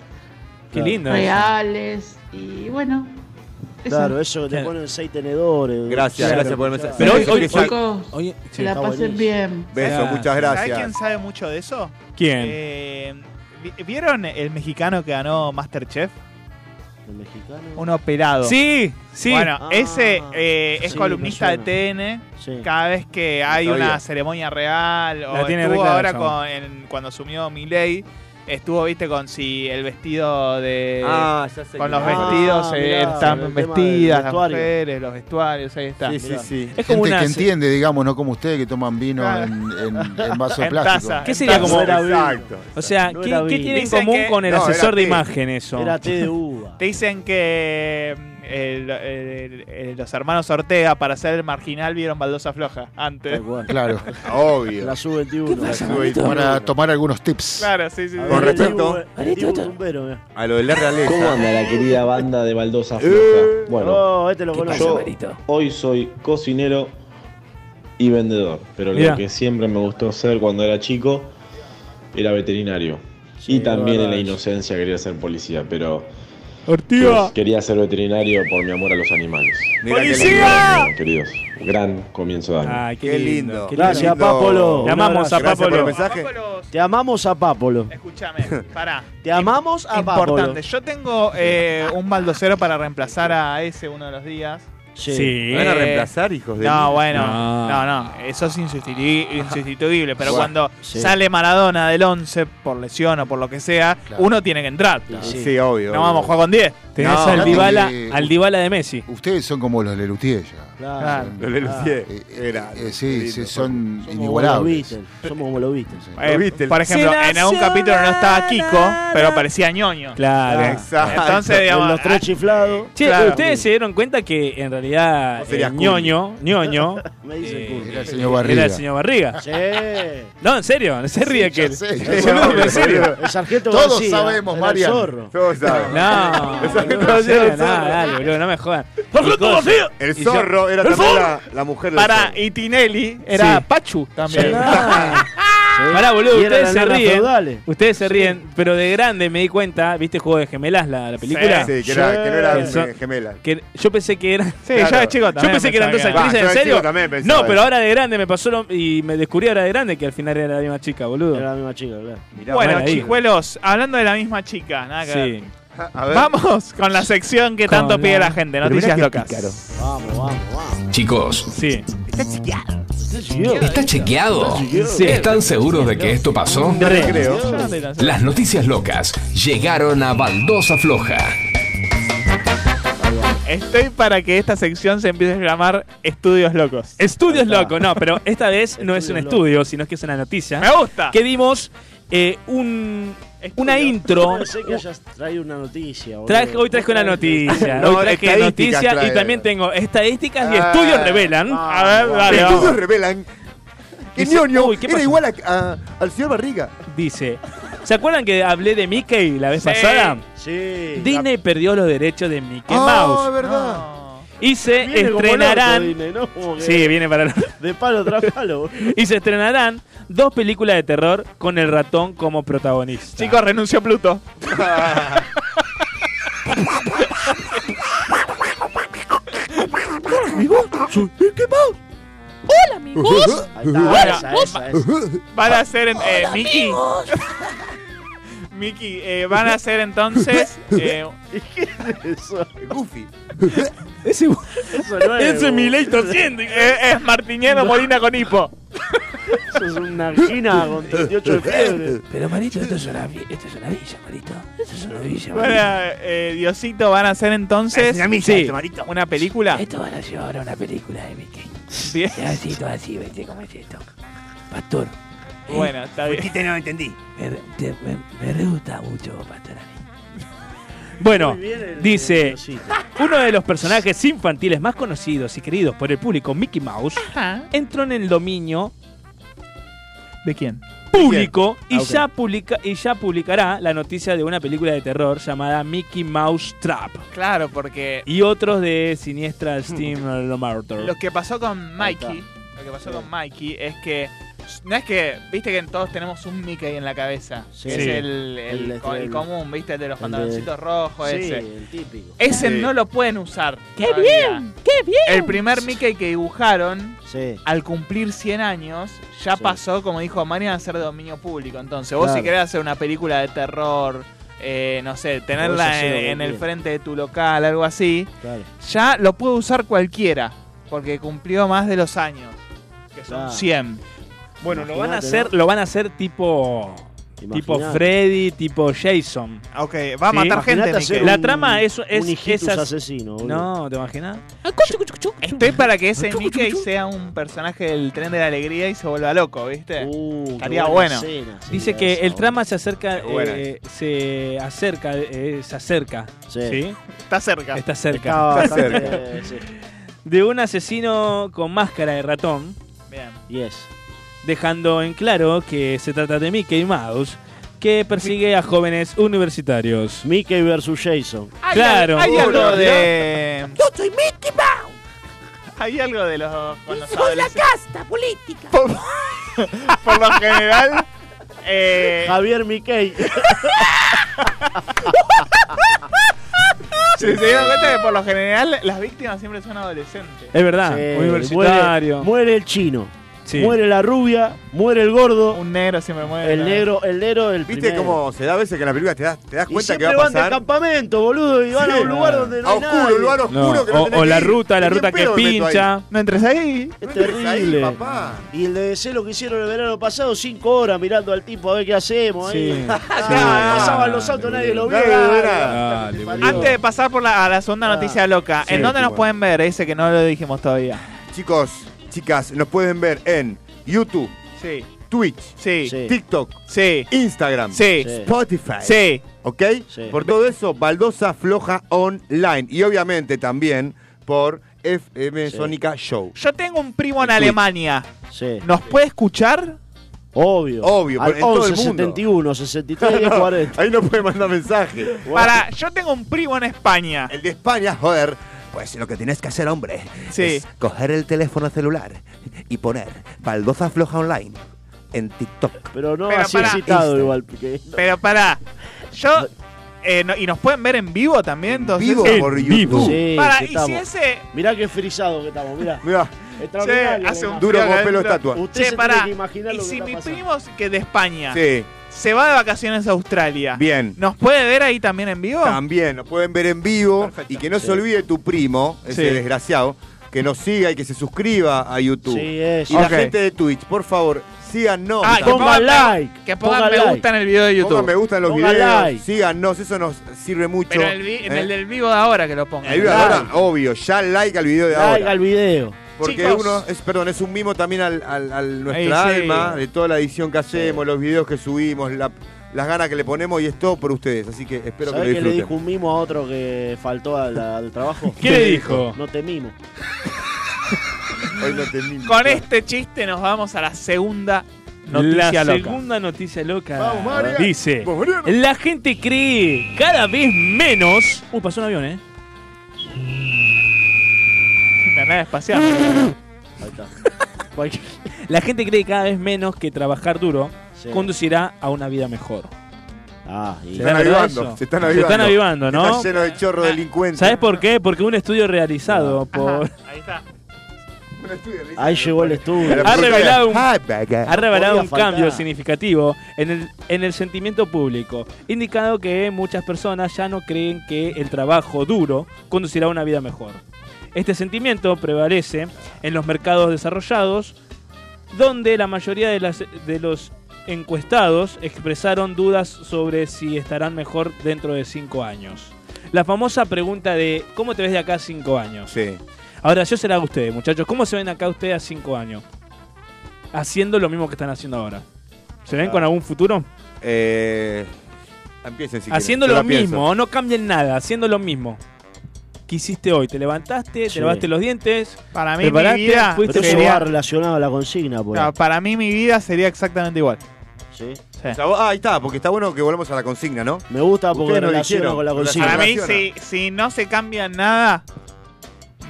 Speaker 6: Qué lindo.
Speaker 12: reales y bueno. eso.
Speaker 5: Claro, eso te ponen seis tenedores.
Speaker 3: Gracias,
Speaker 5: Claro.
Speaker 3: gracias por el mensaje.
Speaker 5: Pero hoy-
Speaker 3: Gracias,
Speaker 5: hoy-
Speaker 3: Cristal.
Speaker 12: Chicos,
Speaker 6: Oye,
Speaker 12: que la
Speaker 5: está
Speaker 12: pasen
Speaker 5: buenísimo.
Speaker 12: bien.
Speaker 3: Beso,
Speaker 6: Gracias.
Speaker 3: muchas
Speaker 2: ¿Sabés quién
Speaker 3: gracias.
Speaker 2: sabe mucho de eso?
Speaker 6: ¿Quién?
Speaker 2: Eh, vi- ¿Vieron el mexicano que ganó Masterchef?
Speaker 5: El mexicano.
Speaker 2: Un operado.
Speaker 6: Sí, sí.
Speaker 2: Bueno,
Speaker 5: Ah,
Speaker 2: ese eh, es
Speaker 5: sí,
Speaker 2: columnista
Speaker 5: me
Speaker 2: de
Speaker 5: suena.
Speaker 2: TN.
Speaker 5: Sí.
Speaker 2: Cada vez que hay
Speaker 3: sabía.
Speaker 2: una ceremonia real o
Speaker 6: La tiene
Speaker 2: estuvo
Speaker 6: re clara,
Speaker 2: ahora
Speaker 6: el
Speaker 2: con, en- cuando asumió Milei, estuvo, viste, con si el vestido de...
Speaker 3: Ah, ya sé
Speaker 2: con
Speaker 3: quién
Speaker 2: los
Speaker 5: Ah,
Speaker 3: es.
Speaker 2: vestidos eh,
Speaker 5: mirá, con
Speaker 2: están
Speaker 5: el tema
Speaker 2: vestidas
Speaker 5: del
Speaker 2: las
Speaker 5: vestuario.
Speaker 2: mujeres, los vestuarios, ahí está.
Speaker 3: Sí, sí, sí.
Speaker 6: Es como
Speaker 7: Gente
Speaker 6: una.
Speaker 7: que entiende, digamos, no como ustedes que toman vino
Speaker 2: Claro.
Speaker 7: en, en, en vaso de
Speaker 2: En
Speaker 7: plástico.
Speaker 2: taza.
Speaker 6: ¿Qué
Speaker 2: en
Speaker 6: sería
Speaker 2: taza.
Speaker 6: como-
Speaker 3: Exacto.
Speaker 6: O sea,
Speaker 5: No
Speaker 6: ¿qué,
Speaker 5: era
Speaker 6: qué
Speaker 5: vino.
Speaker 6: tiene en
Speaker 2: Dicen
Speaker 6: común
Speaker 2: que-
Speaker 6: con el
Speaker 3: no, era
Speaker 6: asesor de
Speaker 3: té.
Speaker 6: imagen eso?
Speaker 5: Era té de uva.
Speaker 2: Te dicen que mm, el- el- el- los hermanos Ortega para ser el marginal vieron baldosa floja antes.
Speaker 5: Tal cual.
Speaker 7: Claro,
Speaker 5: La
Speaker 3: Obvio.
Speaker 5: sub-21. La sub-
Speaker 7: para tomar algunos tips.
Speaker 2: Claro, sí, sí. sí.
Speaker 3: Con respecto-
Speaker 5: El tipo tumbero, mirá.
Speaker 3: A lo de la realeza.
Speaker 13: ¿Cómo anda la querida banda de baldosa floja?
Speaker 3: Eh.
Speaker 13: Bueno,
Speaker 5: Oh, este lo
Speaker 13: yo
Speaker 5: conozco.
Speaker 13: hoy soy cocinero y vendedor, pero
Speaker 6: Mirá.
Speaker 13: lo que siempre me gustó ser cuando era chico era veterinario. y también en la inocencia quería ser policía, pero pues, quería ser veterinario por mi amor a los animales.
Speaker 3: Mirá qué
Speaker 2: ¡Policía!
Speaker 3: lindo.
Speaker 13: Bueno, queridos, gran comienzo de año.
Speaker 6: Ay,
Speaker 3: Qué lindo.
Speaker 6: qué
Speaker 5: Gracias,
Speaker 3: lindo.
Speaker 5: Papolo.
Speaker 6: Te
Speaker 5: Un
Speaker 6: amamos,
Speaker 5: abrazo.
Speaker 3: Gracias por el
Speaker 6: Papolo.
Speaker 3: mensaje.
Speaker 2: Papolo,
Speaker 5: Te amamos a Papolo.
Speaker 2: Escúchame, pará.
Speaker 5: Te amamos a Papolo.
Speaker 2: Importante. Yo tengo eh, un baldocero para reemplazar a ese uno de los días.
Speaker 5: Sí.
Speaker 3: ¿Me van a
Speaker 2: Eh,
Speaker 3: reemplazar, hijos de.?
Speaker 2: No, bueno,
Speaker 6: No.
Speaker 2: no, no, eso es insustitu- insustituible, pero
Speaker 3: Bueno,
Speaker 2: cuando
Speaker 5: sí.
Speaker 2: sale Maradona del 11 por lesión o por lo que sea,
Speaker 7: Claro.
Speaker 2: uno tiene que entrar.
Speaker 5: Claro.
Speaker 3: Sí,
Speaker 5: Sí.
Speaker 3: obvio.
Speaker 2: No vamos a jugar con 10.
Speaker 6: Tenés
Speaker 3: No,
Speaker 6: al,
Speaker 7: no,
Speaker 6: Dybala,
Speaker 7: eh,
Speaker 6: al Dybala de Messi.
Speaker 7: Ustedes son como los Lelutier ya.
Speaker 5: Claro.
Speaker 3: Lo le lucié.
Speaker 7: Eh,
Speaker 3: Qué grande,
Speaker 7: eh,
Speaker 3: qué
Speaker 7: sí,
Speaker 3: lindo.
Speaker 7: sí, son
Speaker 5: Somos como los
Speaker 7: inigualables.
Speaker 5: Beatles. Somos como los Beatles.
Speaker 7: Sí.
Speaker 2: Eh,
Speaker 3: Lo viste.
Speaker 2: por ejemplo, en algún capítulo no estaba Kiko, pero parecía ñoño. Ah.
Speaker 6: Claro.
Speaker 3: Exacto.
Speaker 2: Entonces, digamos,
Speaker 5: Los tres chiflados.
Speaker 6: Che,
Speaker 2: Claro.
Speaker 6: ustedes se dieron cuenta que en realidad
Speaker 3: Vos serías
Speaker 6: eh, ñoño, ñoño,
Speaker 5: Me dicen
Speaker 6: eh,
Speaker 5: culo.
Speaker 7: Era el señor Barriga.
Speaker 6: era el señor Barriga.
Speaker 5: Sí.
Speaker 6: No, en serio, no se ríe que él.
Speaker 7: ya sé.
Speaker 6: Boludo, en serio.
Speaker 5: El sargento
Speaker 7: Todos
Speaker 5: García,
Speaker 7: sabemos,
Speaker 5: era el
Speaker 7: Marian.
Speaker 5: zorro.
Speaker 3: Todos saben.
Speaker 6: No,
Speaker 3: Eso que
Speaker 6: boludo,
Speaker 3: no
Speaker 6: en serio,
Speaker 3: llega el
Speaker 6: no,
Speaker 3: zorro.
Speaker 6: dale, boludo, no me jodan.
Speaker 2: ah,
Speaker 3: El
Speaker 6: Y yo-
Speaker 3: zorro era
Speaker 6: ¡El
Speaker 3: también
Speaker 6: zorro!
Speaker 3: la, la mujer del
Speaker 2: Para
Speaker 3: zorro.
Speaker 2: Itinelli era
Speaker 6: Sí.
Speaker 2: Pachu también.
Speaker 5: Ah,
Speaker 6: Pará, boludo,
Speaker 5: Y eran
Speaker 6: ustedes se
Speaker 5: las nanas
Speaker 6: ríen.
Speaker 5: feudales.
Speaker 6: Ustedes se ríen, pero de grande me di cuenta, ¿viste Juego de Gemelas, la, la película?
Speaker 3: Sí, que, era, que no era
Speaker 6: El zor-
Speaker 3: eh, gemela.
Speaker 6: Que yo pensé que eran.
Speaker 2: Sí,
Speaker 3: Claro.
Speaker 2: yo de chico
Speaker 6: Yo
Speaker 2: también
Speaker 6: pensé que eran dos
Speaker 2: pensaba
Speaker 6: actrices,
Speaker 3: actrices. Va, Ah, yo
Speaker 6: ¿en
Speaker 3: de
Speaker 6: serio?
Speaker 3: chico también pensaba
Speaker 6: No,
Speaker 3: eso.
Speaker 6: pero ahora de grande me pasó lo, y me descubrí ahora de grande que al final era la misma chica, boludo.
Speaker 5: Era la misma chica, claro.
Speaker 3: Mirá,
Speaker 2: Bueno,
Speaker 6: Bueno, ahí.
Speaker 2: chicuelos, hablando de la misma chica, nada que ver.
Speaker 6: Sí.
Speaker 3: a ver.
Speaker 2: Vamos con la sección que
Speaker 6: Con
Speaker 2: tanto pide
Speaker 6: la-
Speaker 2: la gente, noticias locas.
Speaker 5: Vamos, vamos, vamos.
Speaker 1: Chicos,
Speaker 6: Sí.
Speaker 1: ¿está chequeado?
Speaker 6: Sí.
Speaker 1: ¿Están seguros de que esto pasó?
Speaker 2: Yo
Speaker 3: Creo.
Speaker 2: no estoy tan seguro.
Speaker 1: Las noticias locas llegaron a Baldosa Floja.
Speaker 2: Estoy para que esta sección se empiece a llamar Estudios Locos.
Speaker 6: Estudios loco, no, pero esta vez no es un
Speaker 5: Estudios
Speaker 6: estudio, sino que es una noticia.
Speaker 2: Me gusta.
Speaker 6: Que dimos eh, un, una
Speaker 2: Estudio.
Speaker 6: intro.
Speaker 5: No sé que hayas traído una noticia. boludo.
Speaker 6: Traje- hoy traje una noticia.
Speaker 3: No,
Speaker 6: hoy traje
Speaker 3: estadísticas
Speaker 6: noticia
Speaker 3: trae.
Speaker 6: y también tengo estadísticas y
Speaker 3: Ah,
Speaker 6: estudios revelan.
Speaker 2: A ver, dale.
Speaker 3: Estudios
Speaker 2: vamos.
Speaker 3: revelan que
Speaker 6: Dice-
Speaker 3: ñoño
Speaker 6: Uy, ¿qué
Speaker 3: era
Speaker 6: pasó?
Speaker 3: igual a, a- al señor Barriga.
Speaker 6: Dice, ¿se acuerdan que hablé de Mickey la vez
Speaker 2: Sí.
Speaker 6: pasada?
Speaker 5: Sí.
Speaker 6: Disney perdió los derechos de Mickey
Speaker 2: Oh,
Speaker 3: Ah, es
Speaker 6: Mouse
Speaker 3: verdad.
Speaker 6: y se
Speaker 5: Viene como el orto,
Speaker 6: estrenarán.
Speaker 5: Disney, ¿no? Como que
Speaker 6: Sí, viene para
Speaker 5: De palo tras palo.
Speaker 6: y se estrenarán dos películas de terror con el ratón como protagonista.
Speaker 2: Chicos, renunció Pluto.
Speaker 5: Ahí está, esa,
Speaker 2: Bueno,
Speaker 5: esa, esa.
Speaker 2: Van a ser. en- Eh, Miki. Miki, eh, van a ser entonces. eh,
Speaker 5: Eso,
Speaker 3: Goofy.
Speaker 6: Ese,
Speaker 5: eso no es.
Speaker 6: ese
Speaker 5: boludo.
Speaker 6: Milei tosiendo.
Speaker 2: eh, es Martiñero Molina con hipo.
Speaker 5: Eso es una angina con 38 de fiebre.
Speaker 6: Pero Marito, esto es una, esto es una villa, Marito. Esto es una villa,
Speaker 2: Van a, eh, Diosito, van a hacer entonces.
Speaker 6: Es una misa,
Speaker 2: Sí,
Speaker 6: este, Marito.
Speaker 2: una película.
Speaker 6: Esto van a llevar a una película de Mickey.
Speaker 2: Bien.
Speaker 14: Todo así, todo así, ¿viste cómo es esto? Pastor. ¿eh?
Speaker 2: Bueno, está
Speaker 14: Un
Speaker 2: bien.
Speaker 14: chiste no lo entendí. Me, re- te- me, me re gusta mucho, pastor. a mí.
Speaker 6: Bueno, dice, uno de los personajes infantiles más conocidos y queridos por el público, Mickey Mouse, entró en el dominio
Speaker 2: ¿De quién?
Speaker 6: público y,
Speaker 2: Ah, ok.
Speaker 6: ya publica, y ya publicará la noticia de una película de terror llamada Mickey Mouse Trap
Speaker 2: Claro, porque
Speaker 6: y otros de Siniestra Steam
Speaker 2: lo que pasó con Mikey, lo que pasó con Mikey es que no es que, viste que todos tenemos un Mickey en la cabeza.
Speaker 5: Sí.
Speaker 2: Es
Speaker 5: Sí.
Speaker 2: el, el-
Speaker 5: El-
Speaker 2: co- el
Speaker 5: el-
Speaker 2: común, viste, el de los
Speaker 5: el de-
Speaker 2: pantaloncitos rojos,
Speaker 5: Sí,
Speaker 2: ese.
Speaker 5: el típico.
Speaker 2: Ese
Speaker 5: Sí.
Speaker 2: no lo pueden usar.
Speaker 5: ¡Qué
Speaker 2: todavía.
Speaker 5: bien! ¡Qué bien!
Speaker 2: El primer Mickey que dibujaron,
Speaker 5: Sí.
Speaker 2: al cumplir 100 años, ya pasó, como dijo Marian, a ser de dominio público. Entonces, vos si
Speaker 5: Claro.
Speaker 2: querés hacer una película de terror, eh, no sé,
Speaker 5: Podés
Speaker 2: tenerla en,
Speaker 5: hacerlo
Speaker 2: en el
Speaker 5: bien.
Speaker 2: frente de tu local, algo así, ya lo puede usar cualquiera, porque cumplió más de los años, que son
Speaker 6: Claro.
Speaker 2: 100.
Speaker 6: Bueno, lo van a hacer, lo van a hacer tipo, tipo
Speaker 2: Imaginate.
Speaker 6: Freddy, tipo Jason.
Speaker 2: Ok, va a matar gente. Mickey.
Speaker 6: La trama es, es
Speaker 5: un hijitus
Speaker 6: esas-
Speaker 5: asesino. boludo.
Speaker 6: No, ¿te imaginas?
Speaker 2: Estoy para que ese Mickey sea un personaje del tren de la alegría y se vuelva loco, ¿viste? Estaría bueno.
Speaker 6: Dice que el trama se acerca,
Speaker 2: Qué buena.
Speaker 6: eh, se acerca, eh, se acerca, sí.
Speaker 2: Está cerca.
Speaker 6: Está cerca.
Speaker 5: Estaba bastante, eh, sí.
Speaker 6: De un asesino con máscara de ratón,
Speaker 2: Bien.
Speaker 5: Yes.
Speaker 6: dejando en claro que se trata de Mickey Mouse, que persigue a jóvenes universitarios.
Speaker 5: Mickey versus Jason.
Speaker 2: Hay
Speaker 6: Claro.
Speaker 2: al- Hay algo de.
Speaker 14: Yo soy Mickey Mouse.
Speaker 2: Hay algo de los. con los
Speaker 14: Soy la
Speaker 2: adolescentes.
Speaker 14: casta política.
Speaker 2: Por lo general. eh,
Speaker 5: Javier Mickey.
Speaker 2: se se dieron cuenta que por lo general las víctimas siempre son adolescentes.
Speaker 6: Es verdad,
Speaker 5: Sí,
Speaker 6: universitario.
Speaker 5: Muere, muere el chino.
Speaker 6: Sí.
Speaker 5: Muere la rubia, muere el gordo.
Speaker 2: Un negro siempre muere.
Speaker 5: El negro, el negro del
Speaker 3: ¿Viste
Speaker 5: primero.
Speaker 3: cómo se da a veces que en la película te das, te das
Speaker 5: Y
Speaker 3: cuenta que
Speaker 5: siempre
Speaker 3: va a
Speaker 5: van de
Speaker 3: pasar?
Speaker 5: campamento, boludo, y van a
Speaker 3: Sí.
Speaker 5: un lugar donde no
Speaker 3: A
Speaker 5: hay
Speaker 3: oscuro,
Speaker 5: nadie.
Speaker 3: lugar oscuro
Speaker 6: No,
Speaker 3: que no
Speaker 6: o-
Speaker 3: tenés
Speaker 6: o la
Speaker 3: que ir.
Speaker 6: ruta, la
Speaker 3: Ni en
Speaker 6: ruta que
Speaker 3: pedo me meto ahí.
Speaker 6: pincha.
Speaker 2: No entres ahí.
Speaker 5: Es
Speaker 3: entres ahí,
Speaker 5: terrible.
Speaker 3: papá.
Speaker 5: Y el de deseo lo que hicieron el verano pasado, cinco horas mirando al tipo a ver qué hacemos.
Speaker 6: Sí.
Speaker 5: Ahí. Ah,
Speaker 6: Sí.
Speaker 5: Pasaban los autos, nadie lo vio.
Speaker 3: Nadie
Speaker 5: Ah,
Speaker 3: vio
Speaker 5: ah,
Speaker 3: nada.
Speaker 5: te parió.
Speaker 2: Antes de pasar por la, a la
Speaker 6: Ah,
Speaker 2: segunda noticia loca,
Speaker 3: sí,
Speaker 2: ¿en dónde nos
Speaker 3: bueno.
Speaker 2: pueden ver? Ese que no lo dijimos todavía.
Speaker 3: Chicos, chicas, nos pueden ver en YouTube,
Speaker 2: Sí.
Speaker 3: Twitch,
Speaker 2: Sí.
Speaker 3: TikTok, Instagram,
Speaker 2: Sí.
Speaker 3: Spotify.
Speaker 2: Sí.
Speaker 3: ¿Ok? Por todo eso, Baldosa Floja Online. Y obviamente también por FM Sónica Show.
Speaker 2: Yo tengo un primo en
Speaker 3: Sí.
Speaker 2: Alemania. ¿Nos puede escuchar?
Speaker 5: Obvio.
Speaker 3: Obvio,
Speaker 5: Al
Speaker 3: en todo el
Speaker 5: 11,
Speaker 3: mundo.
Speaker 5: 71, 63, 10, 40.
Speaker 3: Ahí no puede mandar mensaje.
Speaker 2: Para, yo tengo un primo en España.
Speaker 3: El de España, joder. Pues lo que tienes que hacer, hombre,
Speaker 2: Sí.
Speaker 3: es coger el teléfono celular y poner Baldosa Floja Online en TikTok.
Speaker 5: Pero no
Speaker 2: Pero
Speaker 5: así
Speaker 2: pará.
Speaker 5: excitado
Speaker 2: Insta.
Speaker 5: igual. porque-
Speaker 2: Pero pará, yo. eh, no- y nos pueden ver en vivo también, entonces.
Speaker 3: vivo En por YouTube. vivo.
Speaker 5: Sí,
Speaker 2: Pará,
Speaker 5: que
Speaker 2: y si
Speaker 5: estamos.
Speaker 2: ese.
Speaker 5: Mirá qué frisado que estamos, mirá.
Speaker 3: Mirá.
Speaker 5: Extraordinario,
Speaker 2: hace
Speaker 5: mirá.
Speaker 2: un Duro frío como acá pelo adentro.
Speaker 3: estatua.
Speaker 5: Usted
Speaker 2: Che,
Speaker 5: se
Speaker 2: pará.
Speaker 5: tiene que imaginar
Speaker 2: Y
Speaker 5: lo que
Speaker 2: si
Speaker 5: está
Speaker 2: mi
Speaker 5: pasando.
Speaker 2: primo que de España
Speaker 3: Sí,
Speaker 2: se va de vacaciones a Australia,
Speaker 3: bien.
Speaker 2: Ah, ¿nos puede ver ahí también en vivo?
Speaker 3: También nos pueden ver en vivo y que no se olvide tu primo, ese
Speaker 2: Sí.
Speaker 3: desgraciado, que nos siga y que se suscriba a YouTube.
Speaker 5: Sí, eso.
Speaker 3: Y la
Speaker 5: Ok.
Speaker 3: gente de Twitch, por favor, síganos.
Speaker 2: Ah, que
Speaker 3: También.
Speaker 2: pongan
Speaker 5: like,
Speaker 2: Que pongan
Speaker 5: pongan
Speaker 2: me
Speaker 5: like.
Speaker 2: gusta en el video de YouTube.
Speaker 3: Pongan me gusta en los
Speaker 5: Pongan
Speaker 3: videos,
Speaker 5: like.
Speaker 3: síganos, eso nos sirve mucho.
Speaker 2: Pero en el, vi- en
Speaker 3: ¿eh?
Speaker 2: el del vivo de ahora que lo pongan.
Speaker 3: Ahí va, ahora, obvio, ya like al video de
Speaker 5: Like
Speaker 3: ahora.
Speaker 5: al video.
Speaker 3: Porque
Speaker 2: Chicos.
Speaker 3: uno, es, perdón, es un mimo también al, al- al nuestra
Speaker 2: Ahí sí.
Speaker 3: alma, de toda la edición que hacemos, los videos que subimos, la- las ganas que le ponemos y es todo por ustedes. Así que espero que lo
Speaker 5: ¿Sabés que le
Speaker 3: disfruten.
Speaker 5: dijo un mimo a otro que faltó a la- al trabajo?
Speaker 6: ¿Qué le dijo?
Speaker 5: No te mimo.
Speaker 3: Hoy no te mimo.
Speaker 2: Con este chiste nos vamos a la segunda
Speaker 6: la
Speaker 2: noticia loca.
Speaker 6: segunda noticia loca
Speaker 2: Vamos, Mario.
Speaker 6: dice:
Speaker 2: Vamos, Mariano.
Speaker 6: La gente cree cada vez menos. Uy, pasó un avión, ¿eh?
Speaker 2: La nave espacial.
Speaker 6: Cualquier- La gente cree cada vez menos que trabajar duro
Speaker 5: Sí.
Speaker 6: conducirá a a una vida mejor.
Speaker 5: Ah, y-
Speaker 3: Se están
Speaker 6: verdad
Speaker 3: avivando,
Speaker 6: eso?
Speaker 3: se están
Speaker 6: Se
Speaker 3: avivando.
Speaker 6: están avivando, ¿no? Ah,
Speaker 3: Está lleno de chorro delincuentes.
Speaker 6: ¿Sabes por qué? Porque un estudio realizado por
Speaker 2: Ahí está.
Speaker 5: Ahí llegó el estudio.
Speaker 6: ha revelado un,
Speaker 3: Ah, venga.
Speaker 6: ha revelado
Speaker 5: Podía
Speaker 6: un
Speaker 5: faltar.
Speaker 6: cambio significativo en el, en el sentimiento público, indicando que muchas personas ya no creen que el trabajo duro conducirá a una vida mejor. Este sentimiento prevalece en los mercados desarrollados, donde la mayoría de, las- de los encuestados expresaron dudas sobre si estarán mejor dentro de cinco años. La famosa pregunta de ¿cómo te ves de acá a cinco años?
Speaker 3: Sí.
Speaker 6: Ahora, yo se la hago a ustedes, muchachos. ¿Cómo se ven acá ustedes a cinco años? Haciendo lo mismo que están haciendo ahora. ¿Se ven
Speaker 3: Ah.
Speaker 6: con algún futuro?
Speaker 3: Eh, empiecen si
Speaker 6: haciendo lo
Speaker 3: quieren, yo la pienso.
Speaker 6: mismo, no cambien nada, haciendo lo mismo. ¿Qué hiciste hoy? Te levantaste, te
Speaker 5: Sí.
Speaker 6: lavaste los dientes,
Speaker 2: Para mí,
Speaker 6: preparaste,
Speaker 2: mi vida
Speaker 6: fuiste
Speaker 5: Pero
Speaker 6: a
Speaker 5: eso
Speaker 6: jugar.
Speaker 5: va relacionado a la consigna, pues. por
Speaker 2: No, para mí mi vida sería exactamente igual.
Speaker 5: Sí.
Speaker 3: O sea, vos- ah, ahí está, porque está bueno que volvamos a la consigna, ¿no?
Speaker 5: Me gusta
Speaker 2: porque
Speaker 5: relaciona con la consigna.
Speaker 2: Para mí, si, si no se cambia nada,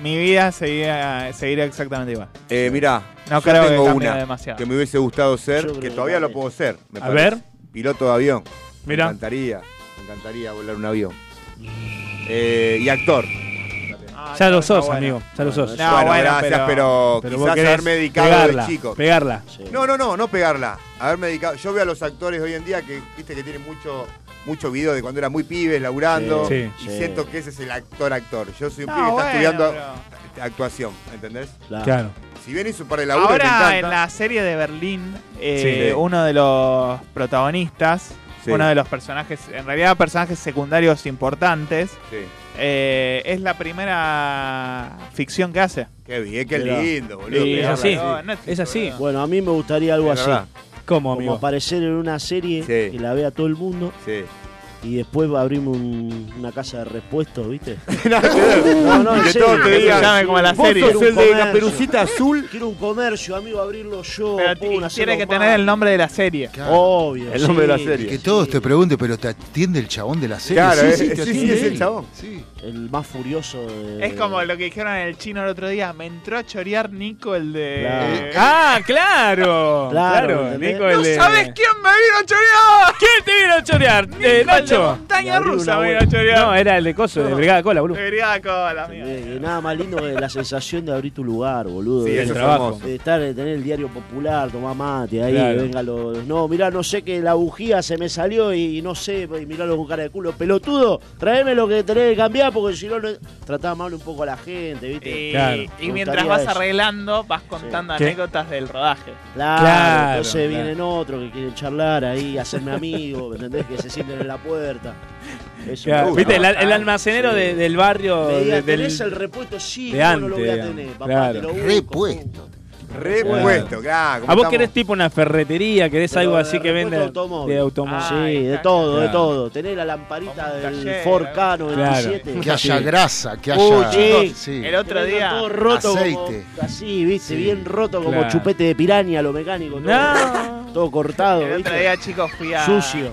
Speaker 2: mi vida seguirá, seguirá exactamente igual.
Speaker 3: Eh, mirá,
Speaker 2: No
Speaker 3: yo
Speaker 2: creo que
Speaker 3: tengo
Speaker 2: cambie
Speaker 3: una
Speaker 2: demasiado.
Speaker 3: que me hubiese gustado ser,
Speaker 2: Yo creo
Speaker 3: que
Speaker 2: que
Speaker 3: todavía lo
Speaker 2: también.
Speaker 3: puedo ser. me
Speaker 2: A
Speaker 3: parece.
Speaker 2: ver.
Speaker 3: Piloto de avión.
Speaker 6: Mirá.
Speaker 3: Me encantaría, me encantaría volar un avión. Eh, y actor.
Speaker 6: Ah, Ya lo sos, amigo. Ya lo sos.
Speaker 3: bueno, gracias, pero,
Speaker 6: vos
Speaker 3: quizás
Speaker 6: querés
Speaker 3: haberme dedicado
Speaker 6: pegarla,
Speaker 3: de chico.
Speaker 6: Pegarla.
Speaker 3: No, no, no, no pegarla. Haberme dedicado. Yo veo a los actores hoy en día que, viste, que tienen mucho, mucho video de cuando era muy pibe, laburando.
Speaker 6: Sí,
Speaker 3: y
Speaker 6: sí.
Speaker 3: siento que ese es el actor-actor. Yo soy un
Speaker 2: No,
Speaker 3: pibe que está
Speaker 2: bueno,
Speaker 3: estudiando actuación, ¿entendés?
Speaker 5: Claro.
Speaker 6: Claro.
Speaker 3: Si bien hizo un par de laburos, que me
Speaker 2: Ahora en
Speaker 3: encantan.
Speaker 2: la serie de Berlín, eh,
Speaker 3: Sí.
Speaker 2: uno de los protagonistas,
Speaker 3: Sí.
Speaker 2: uno de los personajes, en realidad personajes secundarios importantes,
Speaker 3: Sí.
Speaker 2: eh, es la primera ficción que hace.
Speaker 3: Qué bien, qué
Speaker 5: Mirá.
Speaker 3: lindo, boludo.
Speaker 5: Sí,
Speaker 3: pegarla,
Speaker 5: es así.
Speaker 3: sí.
Speaker 6: Es así.
Speaker 5: Bueno, a mí me gustaría algo
Speaker 3: Es
Speaker 5: así.
Speaker 3: verdad.
Speaker 6: ¿Cómo,
Speaker 5: Como
Speaker 6: amigo?
Speaker 5: aparecer en una serie que la vea todo el mundo.
Speaker 3: Sí.
Speaker 5: Y después abrimos un- una casa de repuestos, ¿viste?
Speaker 3: no, no, que todos te digan,
Speaker 5: llame
Speaker 3: como la serie. Vos sos el de Caperucita
Speaker 5: Azul. Quiero un comercio, amigo, abrirlo yo.
Speaker 2: Pero
Speaker 5: pum,
Speaker 2: y
Speaker 5: hacerlo
Speaker 2: tiene que
Speaker 5: más.
Speaker 2: tener el nombre de la serie.
Speaker 5: Obvio.
Speaker 3: El nombre de la
Speaker 5: sí.
Speaker 3: serie.
Speaker 7: Que todos te pregunten, pero te atiende el chabón de la serie.
Speaker 3: Claro, eh,
Speaker 7: te
Speaker 3: sí,
Speaker 7: atiende
Speaker 3: sí, es el
Speaker 7: él.
Speaker 3: chabón.
Speaker 7: Sí.
Speaker 5: El más furioso de.
Speaker 2: Es como lo que dijeron en el chino el otro día. Me entró a chorear Nico el de.
Speaker 5: Claro.
Speaker 6: ¡Ah, claro!
Speaker 5: Claro,
Speaker 6: claro,
Speaker 5: ¿entendés?
Speaker 6: Nico, el
Speaker 2: ¡No
Speaker 6: de-
Speaker 2: sabes quién me vino a chorear!
Speaker 6: ¿Quién te vino a chorear? Eh,
Speaker 2: Nico, el de
Speaker 5: Le
Speaker 6: Nacho.
Speaker 2: montaña
Speaker 5: abrí
Speaker 2: rusa
Speaker 5: una
Speaker 2: me vino
Speaker 5: vuelta.
Speaker 2: a chorear.
Speaker 6: No, era el de Coso, de Brigada Cola, boludo.
Speaker 2: Me brigaba cola, amigo.
Speaker 5: Eh, que nada más lindo que la sensación de abrir tu lugar, boludo.
Speaker 3: Sí,
Speaker 5: De-
Speaker 3: eso es
Speaker 5: trabajo.
Speaker 3: hermoso.
Speaker 5: De estar, de tener el diario popular, tomar mate, ahí,
Speaker 6: Claro.
Speaker 5: venga los. No, mirá, no sé que la bujía se me salió y no sé, y mirá los con cara de culo. Pelotudo, tráeme lo que tenés que cambiar porque si no, no. Trataba mal un poco a la gente, ¿viste?
Speaker 2: Y,
Speaker 6: Claro.
Speaker 2: y
Speaker 5: Me
Speaker 2: mientras
Speaker 5: gustaría
Speaker 2: vas
Speaker 5: eso.
Speaker 2: arreglando, vas contando
Speaker 6: ¿Qué?
Speaker 2: anécdotas del rodaje.
Speaker 5: Claro,
Speaker 6: Claro,
Speaker 5: entonces
Speaker 6: claro.
Speaker 5: vienen otros que quieren charlar ahí, hacerme amigo, ¿me ¿entendés? Que se sienten en la puerta. Eso me
Speaker 6: Claro,
Speaker 5: gusta.
Speaker 6: ¿Viste? El,
Speaker 2: Ah,
Speaker 6: el almacenero de- del barrio.
Speaker 5: Ah, Me diga,
Speaker 6: de- del,
Speaker 5: ¿tenés el repuesto? Sí,
Speaker 6: de
Speaker 5: ¿cómo no
Speaker 6: antes,
Speaker 5: lo voy a
Speaker 6: digamos.
Speaker 5: tener, papá,
Speaker 6: Claro.
Speaker 5: te lo busco.
Speaker 7: Repuesto.
Speaker 3: Repuesto, claro. como
Speaker 6: ¿A vos
Speaker 3: estamos-
Speaker 6: querés tipo una ferretería? ¿Querés
Speaker 5: Pero
Speaker 6: algo
Speaker 5: de
Speaker 6: así que
Speaker 5: repuesto
Speaker 6: vende?
Speaker 5: de automóvil.
Speaker 6: De automóvil.
Speaker 5: Sí,
Speaker 2: Ay,
Speaker 5: de
Speaker 2: claro.
Speaker 5: todo, de
Speaker 6: Claro.
Speaker 5: todo. Tener la lamparita
Speaker 2: Como un
Speaker 5: del
Speaker 2: taller,
Speaker 5: Ford
Speaker 2: algo.
Speaker 5: K
Speaker 6: Claro.
Speaker 5: 97.
Speaker 7: Que haya
Speaker 6: Sí.
Speaker 7: grasa, que haya.
Speaker 5: Uy, chicos,
Speaker 7: sí.
Speaker 2: El otro
Speaker 5: Tenga
Speaker 2: día.
Speaker 5: Todo roto
Speaker 7: Aceite.
Speaker 5: como- así, viste, bien roto como
Speaker 6: claro.
Speaker 5: chupete de piraña lo mecánico. Todo,
Speaker 6: No.
Speaker 5: todo cortado,
Speaker 2: El otro
Speaker 5: ¿viste?
Speaker 2: día, chicos, fui a.
Speaker 5: Sucio.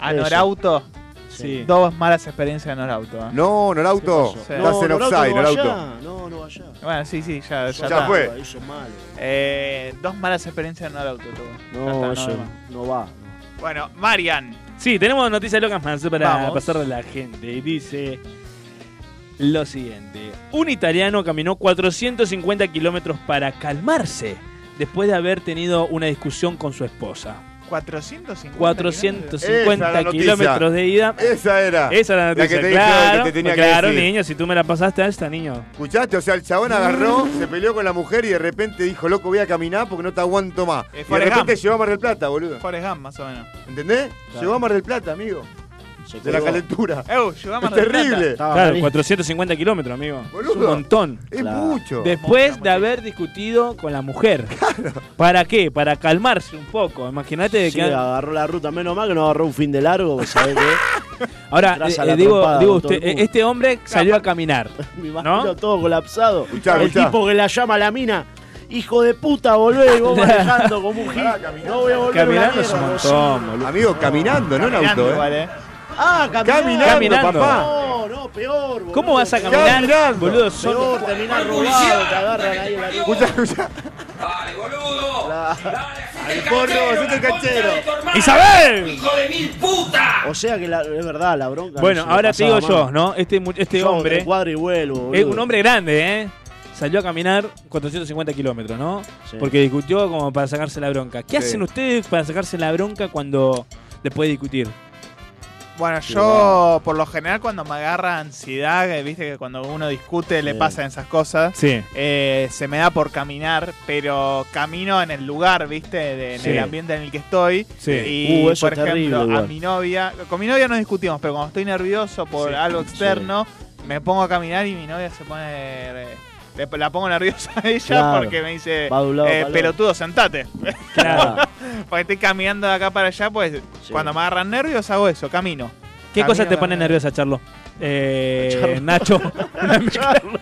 Speaker 2: A
Speaker 5: Eso.
Speaker 2: Norauto.
Speaker 6: Sí.
Speaker 2: Dos malas experiencias en Norauto. ¿eh?
Speaker 3: No, Norauto.
Speaker 5: ¿Qué pasó?
Speaker 3: Estás en
Speaker 5: Norauto,
Speaker 3: offside,
Speaker 5: no vaya,
Speaker 3: Norauto.
Speaker 5: No, no vaya.
Speaker 2: Bueno, sí, sí, ya, ya
Speaker 5: Eso
Speaker 3: Ya
Speaker 2: está.
Speaker 5: malo,
Speaker 3: fue.
Speaker 5: Eso es malo.
Speaker 2: Eh, dos malas experiencias en Norauto tuve. Ya está,
Speaker 5: No, eso
Speaker 2: hay más.
Speaker 5: no va.
Speaker 2: Bueno, Marian.
Speaker 6: Sí, tenemos noticias locas más para
Speaker 2: Vamos.
Speaker 6: pasarle a la gente. Y Dice lo siguiente. Un italiano caminó 450 kilómetros para calmarse después de haber tenido una discusión con su esposa.
Speaker 2: 450.
Speaker 6: 450
Speaker 3: Esa la
Speaker 6: kilómetros de ida.
Speaker 3: Esa era.
Speaker 6: Esa era la
Speaker 3: La que
Speaker 6: noticia,
Speaker 3: te dije
Speaker 6: claro.
Speaker 3: que te tenía que
Speaker 6: claro,
Speaker 3: decir.
Speaker 6: niño, si tú me la pasaste a esta, niño.
Speaker 3: ¿Escuchaste? O sea, el chabón agarró, se peleó con la mujer y de repente dijo, loco, voy a caminar porque no te aguanto más.
Speaker 2: Eh,
Speaker 3: y de
Speaker 2: Forrest
Speaker 3: repente
Speaker 2: Gump.
Speaker 3: llegó a Mar del Plata, boludo.
Speaker 2: Forrest Gump, más o menos.
Speaker 3: ¿Entendés? Llegó a Mar del Plata, amigo.
Speaker 5: Se
Speaker 3: De la
Speaker 5: colgó.
Speaker 3: calentura.
Speaker 2: Eu, llegó a Mar
Speaker 3: Es
Speaker 2: del Plata.
Speaker 3: terrible.
Speaker 5: Estaba
Speaker 6: Claro,
Speaker 5: mal.
Speaker 6: 450 kilómetros, amigo. Es un
Speaker 3: Boludo.
Speaker 6: montón.
Speaker 3: Es
Speaker 5: Claro.
Speaker 3: mucho.
Speaker 6: Después de haber discutido con la mujer. ¿Para qué? Para calmarse un poco. Imagínate de
Speaker 5: Sí,
Speaker 6: que.
Speaker 5: agarró la ruta. Menos mal que no agarró un fin de largo, porque ¿sabés qué?
Speaker 6: Ahora,
Speaker 5: Atrás a
Speaker 6: eh,
Speaker 5: la
Speaker 6: digo,
Speaker 5: trompada
Speaker 6: digo
Speaker 5: con todo
Speaker 6: usted,
Speaker 5: el
Speaker 6: eh,
Speaker 5: mundo.
Speaker 6: este hombre salió a caminar.
Speaker 5: Me imagino
Speaker 6: ¿No?
Speaker 5: todo colapsado.
Speaker 3: Escuchá,
Speaker 5: el
Speaker 3: escuchá.
Speaker 5: tipo que la llama a la mina. Hijo de puta, volvé, y vos manejando como un gil. No voy a volver
Speaker 6: Caminando
Speaker 5: una
Speaker 6: es un
Speaker 5: mierda,
Speaker 6: montón, boludo.
Speaker 3: Amigo, caminando, no en
Speaker 2: Caminando
Speaker 3: auto,
Speaker 2: igual,
Speaker 3: ¿eh?
Speaker 2: eh.
Speaker 5: Ah, caminando.
Speaker 3: Caminando,
Speaker 6: Caminando.
Speaker 3: papá.
Speaker 5: No, no, peor, boludo.
Speaker 6: ¿Cómo vas a
Speaker 5: Peor,
Speaker 6: caminar,
Speaker 3: Caminando.
Speaker 6: boludo? Solo.
Speaker 5: Peor, terminás robado, te agarran ahí en la
Speaker 3: Escuchá, escuchá.
Speaker 5: Al
Speaker 3: Porro, hacete el canchero.
Speaker 6: ¡Isabel!
Speaker 5: O sea que la- es verdad, la bronca.
Speaker 6: Bueno,
Speaker 5: no se
Speaker 6: ahora te
Speaker 5: pasaba
Speaker 6: digo yo,
Speaker 5: más.
Speaker 6: ¿no? Este, mu- este
Speaker 5: Yo
Speaker 6: hombre.
Speaker 5: me cuadro y vuelvo,
Speaker 6: Es
Speaker 5: boludo.
Speaker 6: un hombre grande, ¿eh? Salió a caminar 450 kilómetros, ¿no?
Speaker 5: Sí.
Speaker 6: Porque discutió como para sacarse la bronca. ¿Qué
Speaker 3: Sí.
Speaker 6: hacen ustedes para sacarse la bronca cuando después de discutir?
Speaker 2: Bueno, yo por lo general cuando me agarra ansiedad, que viste que cuando uno discute le
Speaker 5: Sí.
Speaker 2: pasan esas cosas,
Speaker 6: Sí.
Speaker 2: eh, se me da por caminar, pero camino en el lugar, viste, de- en
Speaker 6: Sí.
Speaker 2: el ambiente en el que estoy.
Speaker 6: Sí.
Speaker 2: Y
Speaker 5: Uh, eso
Speaker 2: por
Speaker 5: es
Speaker 2: ejemplo,
Speaker 5: terrible,
Speaker 2: a
Speaker 5: igual.
Speaker 2: mi novia, con mi novia no discutimos, pero cuando estoy nervioso por
Speaker 6: Sí.
Speaker 2: algo externo, me pongo a caminar y mi novia se pone eh, Le- la pongo nerviosa a ella
Speaker 5: Claro.
Speaker 2: porque me dice,
Speaker 5: Va de un lado
Speaker 2: eh,
Speaker 5: para el otro.
Speaker 2: pelotudo, sentate.
Speaker 5: Claro.
Speaker 2: porque estoy caminando de acá para allá, pues cuando me agarran nervios hago eso, camino.
Speaker 6: ¿Qué
Speaker 2: Camino,
Speaker 6: cosa te pone
Speaker 2: camino.
Speaker 6: nerviosa, Charlo? Eh,
Speaker 2: Charlo.
Speaker 6: Nacho.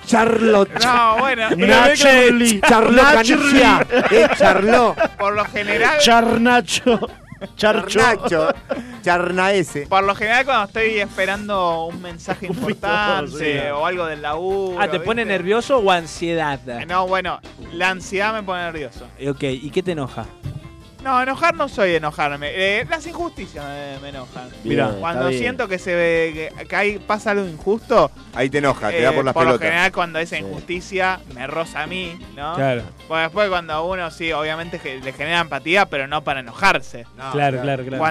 Speaker 6: Charlo.
Speaker 2: No, bueno.
Speaker 5: Nacholi.
Speaker 6: Charlo
Speaker 5: Nacholi.
Speaker 6: Canifia.
Speaker 5: Eh, Charlo.
Speaker 2: Por lo general.
Speaker 5: Charnacho. Charcho.
Speaker 2: Charnacho.
Speaker 3: Charna ese.
Speaker 2: Por lo general cuando estoy esperando un mensaje importante
Speaker 6: sí.
Speaker 2: o algo del laburo.
Speaker 6: Ah, ¿te pone
Speaker 2: ¿viste?
Speaker 6: nervioso o ansiedad?
Speaker 2: No, bueno, la ansiedad me pone nervioso.
Speaker 6: Ok, ¿y qué te enoja?
Speaker 2: No, enojar no soy enojarme. Eh, las injusticias me, me enojan.
Speaker 3: Bien, está
Speaker 2: cuando
Speaker 3: bien.
Speaker 2: siento que se ve que, que ahí pasa algo injusto,
Speaker 3: Ahí te enoja, te da
Speaker 2: eh,
Speaker 3: por las
Speaker 2: lo
Speaker 3: pelotas.
Speaker 2: general cuando esa injusticia me roza a mí, ¿no?
Speaker 3: Claro.
Speaker 2: Bueno, después cuando uno sí, obviamente que le genera empatía, pero no para enojarse.
Speaker 6: Claro, claro, claro.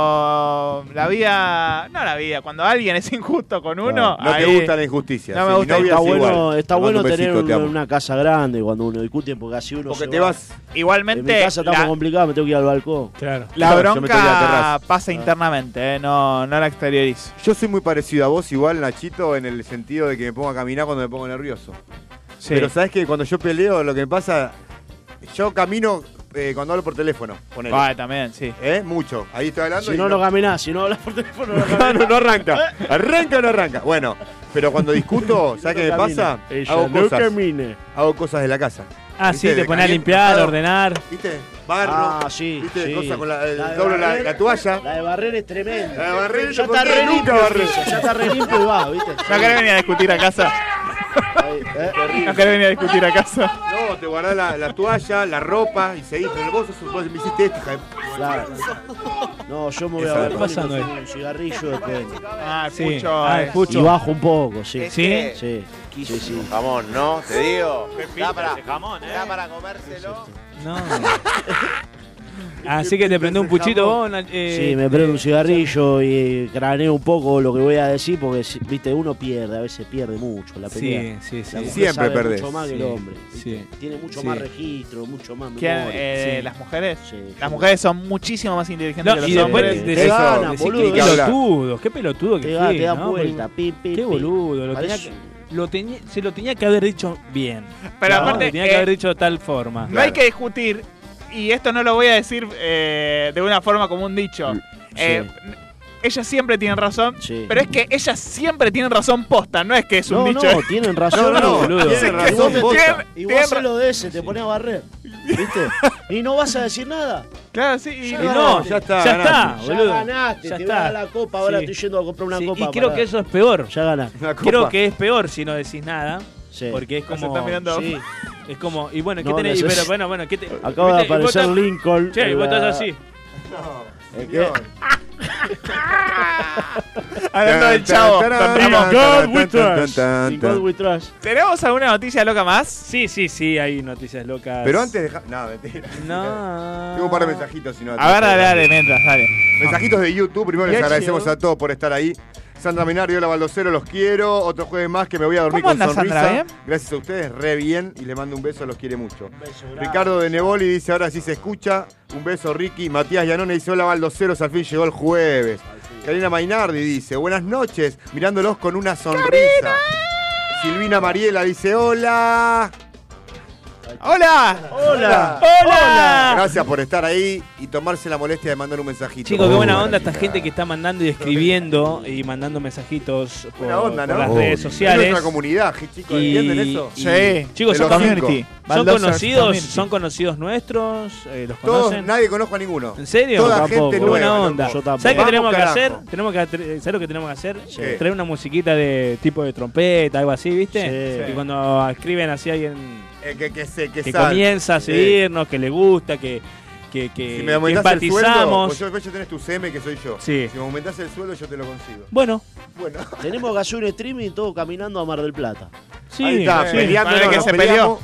Speaker 2: Cuando la vida, no la vida, cuando alguien es injusto con uno,
Speaker 3: No te
Speaker 2: ahí-
Speaker 3: gusta la injusticia.
Speaker 2: No
Speaker 3: si
Speaker 2: me gusta.
Speaker 3: vivías
Speaker 5: Está bueno,
Speaker 3: igual.
Speaker 5: está
Speaker 3: Te mando
Speaker 5: bueno
Speaker 3: un besito,
Speaker 5: tener
Speaker 3: te
Speaker 5: una,
Speaker 3: amo.
Speaker 5: una casa grande cuando uno discute, porque así uno
Speaker 2: Porque
Speaker 5: se
Speaker 2: te
Speaker 5: va.
Speaker 2: vas.
Speaker 5: En
Speaker 2: Igualmente,
Speaker 5: mi casa estamos
Speaker 2: la-
Speaker 5: complicados, me tengo que ir al balcón.
Speaker 6: Claro.
Speaker 2: La
Speaker 3: Claro, yo me estoy a la
Speaker 2: bronca
Speaker 3: terraza.
Speaker 5: Ah.
Speaker 2: pasa internamente, eh, no, no la exteriorizo.
Speaker 3: Yo soy muy parecido a vos, igual, Nachito, en el sentido de que me pongo a caminar cuando me pongo nervioso.
Speaker 2: Sí.
Speaker 3: Pero sabes que cuando yo peleo, lo que me pasa. Yo camino eh, cuando hablo por teléfono. Ponele.
Speaker 2: Ah, también, sí.
Speaker 3: ¿Eh? Mucho. Ahí estoy hablando.
Speaker 5: Si
Speaker 3: y
Speaker 5: no, no caminás, si no hablas por teléfono, no caminás.
Speaker 3: Claro, no arranca. Arranca o no arranca. Bueno, pero cuando discuto, ¿sabes qué me
Speaker 5: camina.
Speaker 3: pasa?
Speaker 5: Ella
Speaker 3: Hago
Speaker 5: no
Speaker 3: cosas.
Speaker 5: camine.
Speaker 3: Hago cosas de la casa.
Speaker 6: Ah,
Speaker 3: ¿Viste?
Speaker 6: sí, te
Speaker 3: De
Speaker 6: pones a
Speaker 3: caliente,
Speaker 6: limpiar,
Speaker 3: claro.
Speaker 6: ordenar.
Speaker 3: ¿Viste? Barro.
Speaker 5: Ah, sí,
Speaker 3: ¿Viste?
Speaker 5: sí.
Speaker 3: Cosas con la, eh,
Speaker 5: La de
Speaker 3: doblo la,
Speaker 5: barrer-
Speaker 3: la toalla.
Speaker 5: La de barrer es tremenda.
Speaker 3: La de barrer,
Speaker 5: ya
Speaker 3: ¿por
Speaker 5: está
Speaker 3: qué
Speaker 5: re
Speaker 3: nunca
Speaker 5: limpio.
Speaker 3: barré?
Speaker 5: el piso, Ya está re limpio y va, ¿viste?
Speaker 2: ¿No querés venir a discutir a casa?
Speaker 5: eh,
Speaker 2: ¿No querés venir a discutir a casa?
Speaker 3: No, te guardás la, la toalla, la ropa y seguís. Pero vos, sos- vos me hiciste esto, hija de-
Speaker 5: Claro. No, yo me voy
Speaker 3: Esa
Speaker 5: a
Speaker 3: es
Speaker 5: ver
Speaker 3: la eh.
Speaker 6: pasando ahí.
Speaker 5: un cigarrillo después.
Speaker 2: Ah,
Speaker 6: Sí.
Speaker 2: Pucho,
Speaker 6: Ah,
Speaker 2: eh.
Speaker 6: el Pucho.
Speaker 5: Y bajo un poco, sí.
Speaker 6: Es que-
Speaker 5: Sí. Sí, sí.
Speaker 15: Jamón, ¿no? Te digo. Da para,
Speaker 2: jamón,
Speaker 15: da para comérselo.
Speaker 6: No. Así que te prende un puchito vos, Nach- eh,
Speaker 5: Sí, me prendo un cigarrillo y craneo un poco lo que voy a decir porque, si- viste, uno pierde, a veces pierde mucho la
Speaker 6: Sí,
Speaker 5: pelea.
Speaker 6: sí, sí.
Speaker 5: La mujer
Speaker 6: Siempre
Speaker 5: sabe
Speaker 6: perdés.
Speaker 5: Mucho más que el
Speaker 6: Sí,
Speaker 5: hombre. ¿viste?
Speaker 6: sí.
Speaker 5: Tiene mucho
Speaker 6: Sí.
Speaker 5: más registro, mucho más
Speaker 2: ¿Quién?
Speaker 5: memoria.
Speaker 2: Eh,
Speaker 5: Sí.
Speaker 2: ¿Las mujeres?
Speaker 5: Sí.
Speaker 2: Las mujeres son muchísimo más inteligentes
Speaker 6: No,
Speaker 2: que
Speaker 6: y
Speaker 2: los
Speaker 6: después
Speaker 2: hombres.
Speaker 6: de- de-
Speaker 5: ganan,
Speaker 6: decís,
Speaker 5: boludo,
Speaker 6: qué
Speaker 5: eso.
Speaker 6: pelotudo, qué pelotudo que
Speaker 5: Te da-
Speaker 6: fue,
Speaker 5: te da
Speaker 6: ¿no?
Speaker 5: vuelta,
Speaker 6: Porque-
Speaker 5: pi, pi,
Speaker 6: Qué
Speaker 5: pi.
Speaker 6: boludo, lo tenía
Speaker 5: Parece-
Speaker 6: que- lo tenía- se lo tenía que haber dicho bien.
Speaker 2: Pero
Speaker 6: No,
Speaker 2: aparte,
Speaker 6: lo tenía que
Speaker 2: eh,
Speaker 6: haber dicho de tal forma.
Speaker 2: No hay que discutir, y esto no lo voy a decir eh, de una forma como un
Speaker 6: Mm,
Speaker 2: dicho. Eh, ellas siempre tienen razón,
Speaker 5: Sí.
Speaker 2: pero es que ellas siempre tienen razón posta, no es que es un
Speaker 5: No,
Speaker 2: dicho.
Speaker 5: no, tienen razón,
Speaker 2: No, no,
Speaker 5: boludo.
Speaker 2: tienen
Speaker 5: Y vos
Speaker 2: razón,
Speaker 5: te-
Speaker 2: posta.
Speaker 5: Y
Speaker 2: Tienen
Speaker 5: vos
Speaker 2: ra-
Speaker 5: se lo de ese, te pones a barrer. ¿Viste? Y no vas a decir nada.
Speaker 2: Claro, sí, y-
Speaker 5: Ya
Speaker 6: Y no,
Speaker 5: ganaste.
Speaker 6: ya está,
Speaker 5: Ya
Speaker 6: ganaste.
Speaker 5: Ya
Speaker 6: boludo.
Speaker 5: ganaste,
Speaker 6: Ya
Speaker 5: te
Speaker 6: está.
Speaker 5: voy a dar la copa, ahora
Speaker 6: Sí.
Speaker 5: estoy yendo a comprar una
Speaker 6: Sí,
Speaker 5: copa.
Speaker 6: y creo
Speaker 5: para-
Speaker 6: que eso es peor.
Speaker 5: Ya ganaste.
Speaker 6: Creo que es peor si no decís nada.
Speaker 5: Sí.
Speaker 6: Porque es
Speaker 2: Nos
Speaker 6: como.
Speaker 2: están Ah, mirando.
Speaker 6: Sí. Es como. Y bueno, ¿qué
Speaker 5: No,
Speaker 6: tenés?
Speaker 5: no sé.
Speaker 6: Pero bueno, bueno, ¿qué te-
Speaker 5: Acaba de
Speaker 6: viste, y vos
Speaker 5: aparecer
Speaker 6: estás-
Speaker 5: Lincoln.
Speaker 6: Che, y
Speaker 5: en
Speaker 6: vos estás
Speaker 5: la-
Speaker 6: así.
Speaker 5: ¿En qué?
Speaker 2: Hablando del chavo.
Speaker 5: Vamos, God we trust.
Speaker 3: tan,
Speaker 5: In God
Speaker 3: tan.
Speaker 5: we trust.
Speaker 2: ¿Tenemos alguna noticia loca más?
Speaker 6: Sí, sí, sí, hay noticias locas.
Speaker 3: Pero antes deja. No, mentira.
Speaker 6: No.
Speaker 3: Tengo un par de mensajitos. Si no,
Speaker 2: A ver, dale, dale, mientras, dale.
Speaker 3: Mensajitos de YouTube. Primero les
Speaker 2: Bien,
Speaker 3: agradecemos
Speaker 2: chido.
Speaker 3: a todos por estar ahí. Sandra Menario, hola Baldocero, los quiero. Otro jueves más que me voy a dormir
Speaker 2: ¿Cómo
Speaker 3: con
Speaker 2: anda,
Speaker 3: sonrisa.
Speaker 2: Sandra, bien?
Speaker 3: Gracias a ustedes, re bien. Y les mando un beso, los quiere mucho.
Speaker 5: grande.
Speaker 3: Ricardo de Neboli dice, ahora sí se escucha. Un beso, Ricky. Matías Yanone dice, hola Baldoceros, al fin llegó el jueves. Karina Mainardi dice, buenas noches, mirándolos con una sonrisa. Silvina Mariela dice, hola.
Speaker 2: ¡Hola!
Speaker 5: Hola.
Speaker 2: ¡Hola!
Speaker 3: Gracias por estar ahí y tomarse la molestia de mandar un mensajito.
Speaker 6: Chicos, qué buena
Speaker 3: Hola,
Speaker 6: onda esta
Speaker 3: chica.
Speaker 6: gente que está mandando y escribiendo y mandando mensajitos por,
Speaker 3: Buena onda,
Speaker 6: por
Speaker 3: ¿no?
Speaker 6: las redes sociales.
Speaker 3: Es una comunidad, chicos,
Speaker 6: Y-
Speaker 3: ¿entienden eso?
Speaker 6: y-
Speaker 2: Sí.
Speaker 6: Chicos,
Speaker 3: De
Speaker 6: son,
Speaker 3: los
Speaker 6: cono-
Speaker 3: cinco.
Speaker 6: son
Speaker 2: Baldosers
Speaker 6: conocidos,
Speaker 2: community.
Speaker 6: son conocidos nuestros, eh, los
Speaker 3: Todos,
Speaker 6: conocen.
Speaker 3: nadie conozco a ninguno.
Speaker 6: ¿En serio?
Speaker 3: Toda
Speaker 6: Tampoco.
Speaker 3: gente
Speaker 6: Qué buena
Speaker 3: nueva,
Speaker 6: onda.
Speaker 3: loco.
Speaker 5: Yo tampoco.
Speaker 6: ¿Sabes qué
Speaker 3: Vamos,
Speaker 6: tenemos que
Speaker 3: carajo.
Speaker 6: hacer? Tenemos que atre- ¿Sabes lo que tenemos que hacer?
Speaker 3: Sí.
Speaker 6: Traer una musiquita de tipo de trompeta, algo así, ¿viste?
Speaker 5: Sí.
Speaker 6: Y cuando escriben así alguien
Speaker 3: Eh, que, que se- que
Speaker 6: que
Speaker 3: sal-
Speaker 6: comienza a
Speaker 3: Sí.
Speaker 6: seguirnos, que le gusta, que, que, que,
Speaker 3: Si me
Speaker 6: que
Speaker 3: aumentás el sueldo,
Speaker 6: empatizamos.
Speaker 3: pues yo después ya tenés tu CM que soy yo.
Speaker 6: Sí.
Speaker 3: Si me aumentás el sueldo, yo te lo consigo.
Speaker 6: Bueno,
Speaker 3: Bueno.
Speaker 5: Tenemos que hacer un streaming todo caminando a Mar del Plata.
Speaker 6: sí,
Speaker 3: Ahí está,
Speaker 6: sí.
Speaker 3: peleando,
Speaker 2: Para el que
Speaker 3: nos
Speaker 2: se
Speaker 3: peleamos.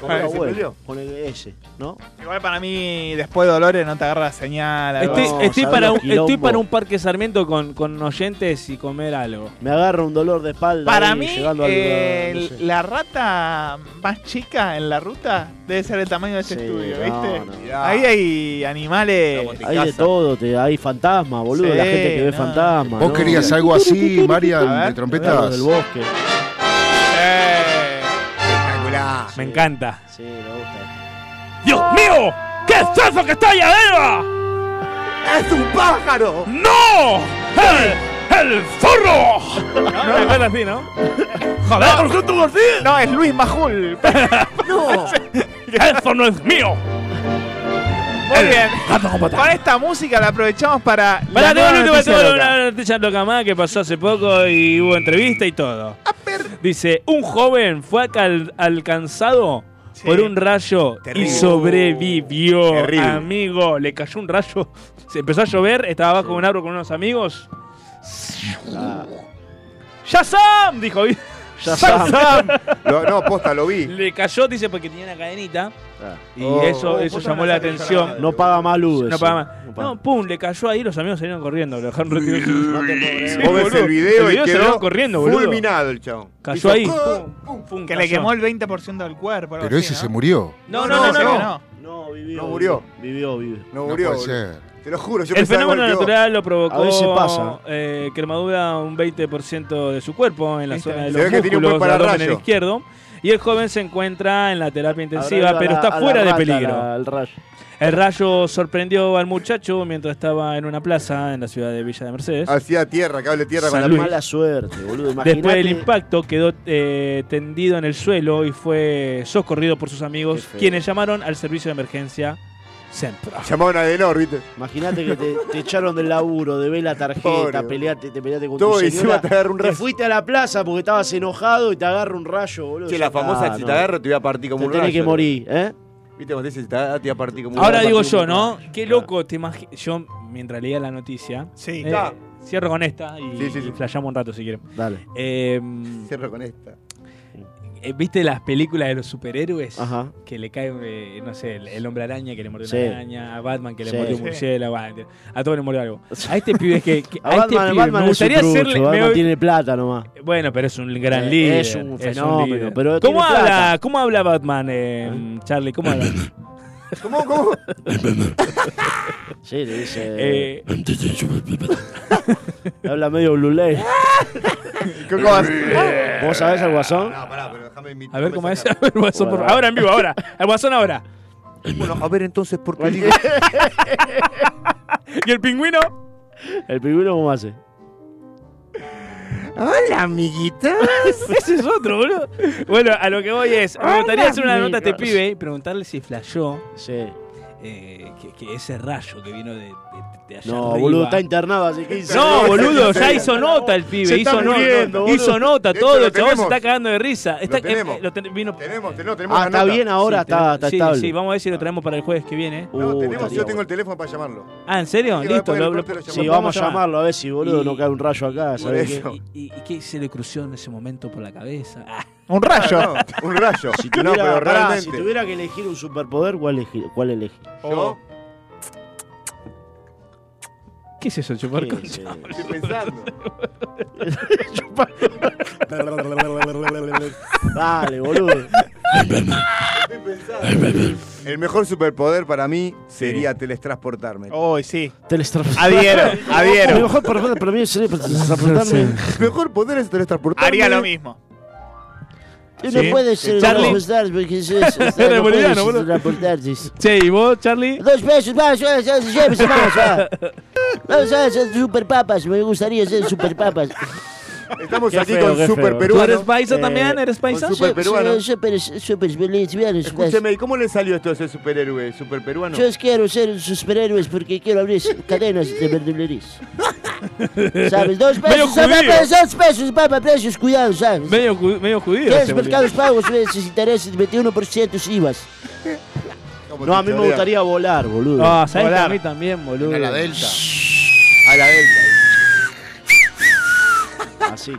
Speaker 5: Con
Speaker 3: Para
Speaker 5: el
Speaker 3: el que se
Speaker 5: abuelo,
Speaker 3: peleó.
Speaker 5: Con el ese, ¿no?
Speaker 2: Igual para mí, después de Dolores, no te agarra la señal. algo.
Speaker 6: Estoy,
Speaker 5: No,
Speaker 6: estoy
Speaker 5: sabe
Speaker 6: para
Speaker 5: los
Speaker 6: un, estoy
Speaker 5: quilombos.
Speaker 6: para un parque Sarmiento con, con oyentes y comer algo.
Speaker 5: Me agarra un dolor de espalda.
Speaker 2: Para
Speaker 5: ahí,
Speaker 2: mí,
Speaker 5: llegando al-
Speaker 2: eh,
Speaker 5: no sé.
Speaker 2: la rata más chica en la ruta debe ser el tamaño de ese
Speaker 5: Sí,
Speaker 2: estudio,
Speaker 5: no,
Speaker 2: ¿viste?
Speaker 5: no.
Speaker 3: Mirá.
Speaker 2: Ahí hay animales.
Speaker 5: Hay de todo, te, hay fantasmas, boludo.
Speaker 2: Sí,
Speaker 5: la gente que ve
Speaker 2: no.
Speaker 5: fantasmas.
Speaker 7: ¿Vos
Speaker 5: ¿no?
Speaker 7: querías algo así,
Speaker 5: A
Speaker 7: Marian,
Speaker 5: ver,
Speaker 7: de
Speaker 5: algo
Speaker 7: trompetas?
Speaker 5: del bosque.
Speaker 2: Eh,
Speaker 6: Me encanta.
Speaker 5: Sí, me gusta.
Speaker 6: ¡Dios mío! ¿Qué es eso que está ahí arriba?
Speaker 3: ¡Es un pájaro!
Speaker 6: ¡No! ¡El, el zorro! No, es así, ¿no? ¡Joder, ¿por qué tú así?
Speaker 2: No, es Luis Majul.
Speaker 3: ¡No!
Speaker 6: ¡Eso no es mío!
Speaker 2: Muy bien.
Speaker 6: Gato con patas.
Speaker 2: Con esta música la aprovechamos para.
Speaker 6: Para
Speaker 2: la
Speaker 6: tengo
Speaker 2: nueva
Speaker 6: una última,
Speaker 2: noticia
Speaker 6: tengo
Speaker 2: loca.
Speaker 6: una noticia loca más que pasó hace poco y hubo entrevista y todo. Dice, un joven fue acal- alcanzado por un rayo
Speaker 2: Terrible.
Speaker 6: y sobrevivió.
Speaker 2: Terrible.
Speaker 6: Amigo, le cayó un rayo. Se empezó a llover, estaba abajo de un árbol con unos amigos.
Speaker 3: Ah.
Speaker 6: ¡Shazam! Dijo.
Speaker 5: Shazam.
Speaker 3: Lo- no, posta, lo vi. Ah.
Speaker 6: Le cayó, dice, porque tenía una cadenita. Y
Speaker 5: Oh.
Speaker 6: eso,
Speaker 5: Oh,
Speaker 6: eso
Speaker 5: posta,
Speaker 6: llamó
Speaker 5: no
Speaker 6: la
Speaker 5: sabía
Speaker 6: atención.
Speaker 5: No paga más luz.
Speaker 6: No
Speaker 5: eso.
Speaker 6: paga más. No, pum, le cayó ahí, los amigos salieron corriendo, lo dejaron retirado. Sí,
Speaker 3: Vos ves
Speaker 6: boludo.
Speaker 3: el video y
Speaker 6: salieron
Speaker 3: quedó
Speaker 6: corriendo, boludo.
Speaker 3: fulminado el chabón.
Speaker 6: Cayó
Speaker 3: Hizo ¡Ah!
Speaker 6: ahí.
Speaker 3: ¡cu!
Speaker 2: Que le
Speaker 6: cayó.
Speaker 2: quemó el 20% del cuerpo. algo
Speaker 7: Pero
Speaker 2: así,
Speaker 7: ese
Speaker 2: ¿no?
Speaker 7: se murió.
Speaker 2: No, no, no, no. no.
Speaker 5: No, vivió.
Speaker 3: No murió.
Speaker 5: Vivió, vivió.
Speaker 3: No
Speaker 7: No
Speaker 3: murió.
Speaker 7: puede
Speaker 3: boludo.
Speaker 7: ser.
Speaker 3: Te lo juro, yo
Speaker 6: El
Speaker 3: pensaba igual
Speaker 6: fenómeno
Speaker 3: que vos.
Speaker 6: natural lo provocó
Speaker 5: A veces pasa.
Speaker 6: eh, quemadura un 20% de su cuerpo en la
Speaker 2: Viste,
Speaker 6: zona de
Speaker 3: se
Speaker 6: los
Speaker 3: ve que tiene un
Speaker 6: músculos
Speaker 3: buen
Speaker 6: del abdomen
Speaker 3: pararrayo.
Speaker 6: izquierdo y el joven se
Speaker 2: Ah,
Speaker 6: encuentra en la terapia
Speaker 5: Habrá
Speaker 6: intensiva,
Speaker 5: ido a
Speaker 6: pero
Speaker 5: la-
Speaker 6: está
Speaker 5: a la
Speaker 6: fuera de
Speaker 5: raya,
Speaker 6: peligro.
Speaker 5: la- al rayo.
Speaker 6: El rayo sorprendió al muchacho mientras estaba en una plaza en la ciudad de Villa de Mercedes.
Speaker 3: Hacía tierra, cable tierra
Speaker 6: San
Speaker 3: con la
Speaker 6: Luis.
Speaker 5: Mala suerte, boludo.
Speaker 6: Después del
Speaker 5: Imaginate-
Speaker 6: impacto quedó eh, tendido en el suelo y fue socorrido por sus amigos,
Speaker 5: Qué feo.
Speaker 6: quienes llamaron al servicio de emergencia Centro.
Speaker 3: Llamaban a Adenor, ¿viste?
Speaker 5: Imaginate que te, te echaron del laburo, de ver la tarjeta,
Speaker 3: Pobre.
Speaker 5: peleaste, te peleaste con
Speaker 3: Todo,
Speaker 5: tu
Speaker 3: y
Speaker 5: señora,
Speaker 3: encima te agarra un rayo.
Speaker 5: fuiste a la plaza porque estabas enojado y te agarra un rayo, boludo.
Speaker 3: Che, la
Speaker 5: Ya
Speaker 3: famosa,
Speaker 5: está,
Speaker 3: si
Speaker 5: no.
Speaker 3: te agarro, te voy a partir como
Speaker 5: Te
Speaker 3: un
Speaker 5: tenés
Speaker 3: rayo.
Speaker 5: que morir, ¿eh?
Speaker 3: Viste, cuando te dicen, si te agarro, te voy a partir como un
Speaker 6: Ahora
Speaker 3: rayo.
Speaker 6: digo yo, ¿no? Qué loco, te imagi- Yo, mientras leía la noticia,
Speaker 2: Sí.
Speaker 6: eh,
Speaker 3: Ah.
Speaker 6: cierro con esta y,
Speaker 3: Sí, sí, sí.
Speaker 6: y flasheamos un rato si quieren.
Speaker 5: Dale.
Speaker 6: Eh,
Speaker 3: Cierro con esta.
Speaker 6: eh, ¿Viste las películas de los superhéroes?
Speaker 5: Ajá.
Speaker 6: Que le cae, eh, no sé, el, el hombre araña que le mordió
Speaker 5: Sí.
Speaker 6: una araña, a Batman que le
Speaker 5: Sí.
Speaker 6: mordió un
Speaker 5: Sí.
Speaker 6: murciélago, a, a todos le mordió algo. A este pibe que. que-
Speaker 5: A
Speaker 6: a este
Speaker 5: Batman,
Speaker 6: pibe
Speaker 5: Batman
Speaker 6: me
Speaker 5: es un
Speaker 6: gustaría
Speaker 5: trucho,
Speaker 6: hacerle. me-
Speaker 5: Batman tiene plata nomás.
Speaker 6: Bueno, pero es un gran
Speaker 5: Eh,
Speaker 6: líder.
Speaker 5: es un fenómeno,
Speaker 6: líder.
Speaker 5: pero
Speaker 6: ¿Cómo
Speaker 5: tiene
Speaker 6: habla,
Speaker 5: plata.
Speaker 6: ¿Cómo habla Batman, eh, Charlie? ¿Cómo habla?
Speaker 3: ¿Cómo, cómo?
Speaker 5: Sí, le dice.
Speaker 6: Eh,
Speaker 5: Habla medio Blue Ley.
Speaker 3: ¿Cómo vas?
Speaker 5: ¿Vos sabés al guasón?
Speaker 3: No, pará, pero déjame invitar.
Speaker 6: a ver cómo es. A ver, Guasón, por- ahora en vivo, ahora. El Guasón ahora.
Speaker 3: Bueno, a ver entonces, ¿por qué digo?
Speaker 6: ¿Y el pingüino?
Speaker 5: ¿El pingüino cómo hace?
Speaker 3: Hola, amiguita.
Speaker 6: Ese es otro, boludo. Bueno, a lo que voy es. Me gustaría
Speaker 5: Hola,
Speaker 6: hacer una nota a este
Speaker 5: amigos.
Speaker 6: pibe y preguntarle si flashó
Speaker 5: Sí.
Speaker 6: eh, que, que ese rayo que vino de, de, de allá
Speaker 5: No,
Speaker 6: arriba-
Speaker 5: boludo, está internado así que
Speaker 6: No, boludo, ya hizo nota el pibe.
Speaker 5: Se está
Speaker 6: hizo, nota,
Speaker 5: muriendo, boludo.
Speaker 6: hizo nota,
Speaker 3: De hecho,
Speaker 6: todo.
Speaker 3: lo
Speaker 6: El chabón se
Speaker 3: tenemos.
Speaker 6: está cagando de risa. Está, eh,
Speaker 3: tenemos.
Speaker 6: lo ten- vino-
Speaker 3: Tenemos, tenemos, tenemos
Speaker 5: Ah,
Speaker 3: la
Speaker 5: está
Speaker 3: nota.
Speaker 5: bien ahora,
Speaker 6: Sí,
Speaker 5: está,
Speaker 6: tenemos-
Speaker 5: está
Speaker 6: sí,
Speaker 5: estable.
Speaker 6: sí, vamos a ver si lo traemos para el jueves que viene. ¿eh?
Speaker 3: No,
Speaker 5: Uh,
Speaker 3: tenemos,
Speaker 5: estaría
Speaker 3: yo tengo el teléfono para llamarlo.
Speaker 6: Ah, ¿en serio?
Speaker 3: Sí,
Speaker 6: Listo.
Speaker 3: después del
Speaker 6: lo- lo-
Speaker 3: corte lo llamamos.
Speaker 5: Sí,
Speaker 6: lo
Speaker 5: vamos a
Speaker 6: podemos llamar.
Speaker 5: llamarlo a ver si, boludo,
Speaker 6: Y-
Speaker 5: no cae un rayo acá.
Speaker 6: ¿Y,
Speaker 5: ¿sabés
Speaker 3: eso.
Speaker 5: qué?
Speaker 6: y- y- y qué se le cruzó en ese momento por la cabeza? Ah,
Speaker 2: Un rayo.
Speaker 3: No, un rayo.
Speaker 5: Si tuviera,
Speaker 3: no, pero
Speaker 5: pará, si
Speaker 3: realmente.
Speaker 5: tuviera que elegir un superpoder, ¿cuál elegir? ¿Cuál elegir?
Speaker 6: Oh,
Speaker 3: Yo
Speaker 6: ¿Qué es eso, chupar
Speaker 5: Sí,
Speaker 6: concha?
Speaker 5: sí.
Speaker 3: estoy pensando.
Speaker 5: Dale, boludo.
Speaker 3: Estoy pensando. El mejor superpoder para mí sería teletransportarme.
Speaker 2: Hoy sí.
Speaker 5: Teletransportarme.
Speaker 2: Adhiero,
Speaker 5: Mi
Speaker 2: adhiero.
Speaker 5: mejor perfil para mí sería teletransportarme.
Speaker 3: El mejor poder es teletransportarme.
Speaker 2: Haría lo mismo.
Speaker 5: Tú
Speaker 2: ¿Sí?
Speaker 5: no puedes ser
Speaker 6: Charlie.
Speaker 5: teletransportar porque es eso. No
Speaker 6: Era boliviano,
Speaker 5: puedes
Speaker 6: boludo.
Speaker 5: teletransportarse.
Speaker 6: Che, ¿y vos, Charlie?
Speaker 5: Dos pesos más, ya, ya, ya, ya, ya. Vamos a hacer superpapas, me gustaría ser superpapas.
Speaker 3: Estamos
Speaker 5: Qué
Speaker 3: aquí
Speaker 5: feo,
Speaker 3: con
Speaker 5: qué feo.
Speaker 6: ¿Tú
Speaker 3: super
Speaker 6: eres
Speaker 3: peruano.
Speaker 6: paisa
Speaker 5: eh,
Speaker 6: también? ¿Eres paisa?
Speaker 3: con Super peruano.
Speaker 5: Super, super, lesbianos.
Speaker 3: Escúcheme, ¿y cómo le salió esto a ese superhéroe, super peruano?
Speaker 5: Yo quiero ser superhéroes porque quiero abrir cadenas de verdulerías. ¿Sabes? Dos
Speaker 6: Medio
Speaker 5: pesos, papá,
Speaker 6: judío.
Speaker 5: dos pesos, papá, precios, cuidado, ¿sabes?
Speaker 6: Medio, ju- medio judío.
Speaker 5: Tres
Speaker 6: ese,
Speaker 5: mercados pagos, veces intereses, 21% IVAs.
Speaker 3: Como
Speaker 5: No, a mí me
Speaker 3: tutorial.
Speaker 5: gustaría volar,
Speaker 6: boludo.
Speaker 5: boludo.
Speaker 6: Ah, ¿sabes que a
Speaker 2: Volar.
Speaker 6: mí también, boludo?
Speaker 7: A la Delta.
Speaker 3: A la Delta.
Speaker 5: Así.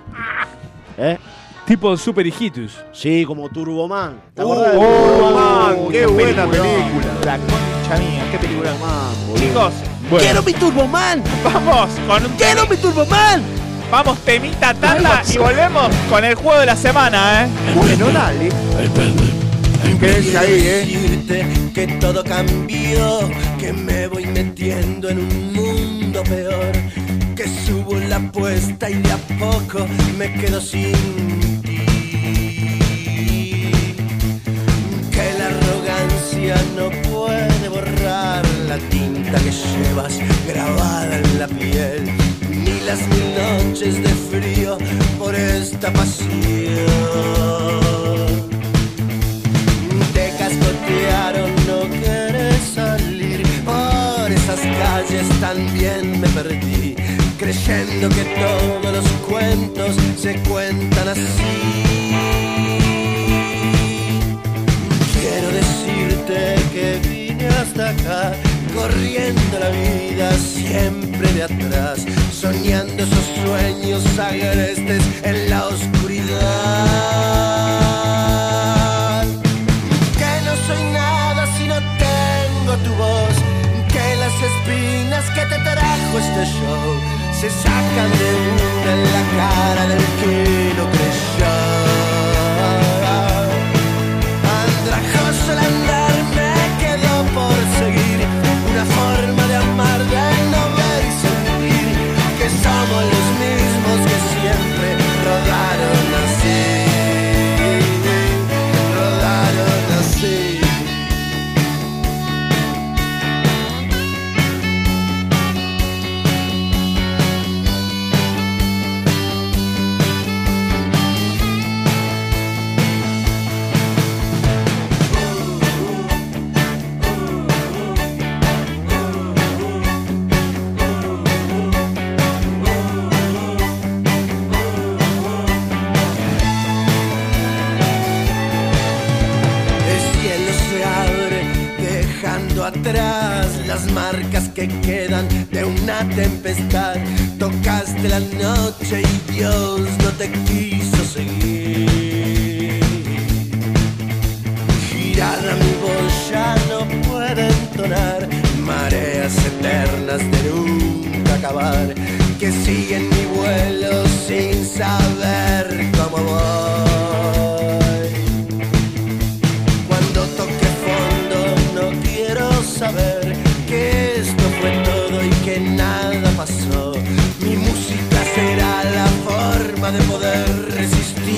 Speaker 5: ¿Eh?
Speaker 6: Tipo super hijitus.
Speaker 5: Sí, como Turboman. ¿Te
Speaker 3: ¡Oh,
Speaker 5: acordás de
Speaker 3: man! Ah, ¡Qué buena película!
Speaker 2: La concha mía, qué película.
Speaker 5: Turboman, boludo.
Speaker 2: Chicos,
Speaker 5: ¡Quiero mi Turboman!
Speaker 2: vamos con un
Speaker 5: ¡Quiero mi Turboman!
Speaker 2: Vamos, temita, tanda y volvemos con el juego de la semana, ¿eh?
Speaker 3: Bueno, dale. Increíble ahí, ¿eh?
Speaker 4: decirte que todo cambió, que me voy metiendo en un mundo peor, que subo la apuesta y de a poco me quedo sin ti. memoria no puede borrar la tinta que llevas grabada en la piel, ni las mil noches de frío por esta pasión. Te cascotearon, no querés salir por esas calles, también me perdí, creyendo que todos los cuentos se cuentan así. Quiero decirte que vine hasta acá, corriendo la vida siempre de atrás, soñando esos sueños agrestes en la oscuridad. Que no soy nada si no tengo tu voz, que las espinas que te trajo este show se sacan de una en la cara del que lo creyó. Andrajoso el andar me quedó por seguir Una forma de amar, de no ver y sentir Que somos los mismos que siempre rodaron así Rodaron así El cielo se abre dejando atrás las marcas que quedan de una tempestad. Tocaste la noche y Dios no te quiso seguir. Girada mi voz ya no puede entonar mareas eternas de nunca acabar que siguen mi vuelo sin saber cómo voy. Cuando toque fondo no quiero saber que esto fue todo y que nada pasó. Mi música será la forma de poder resistir.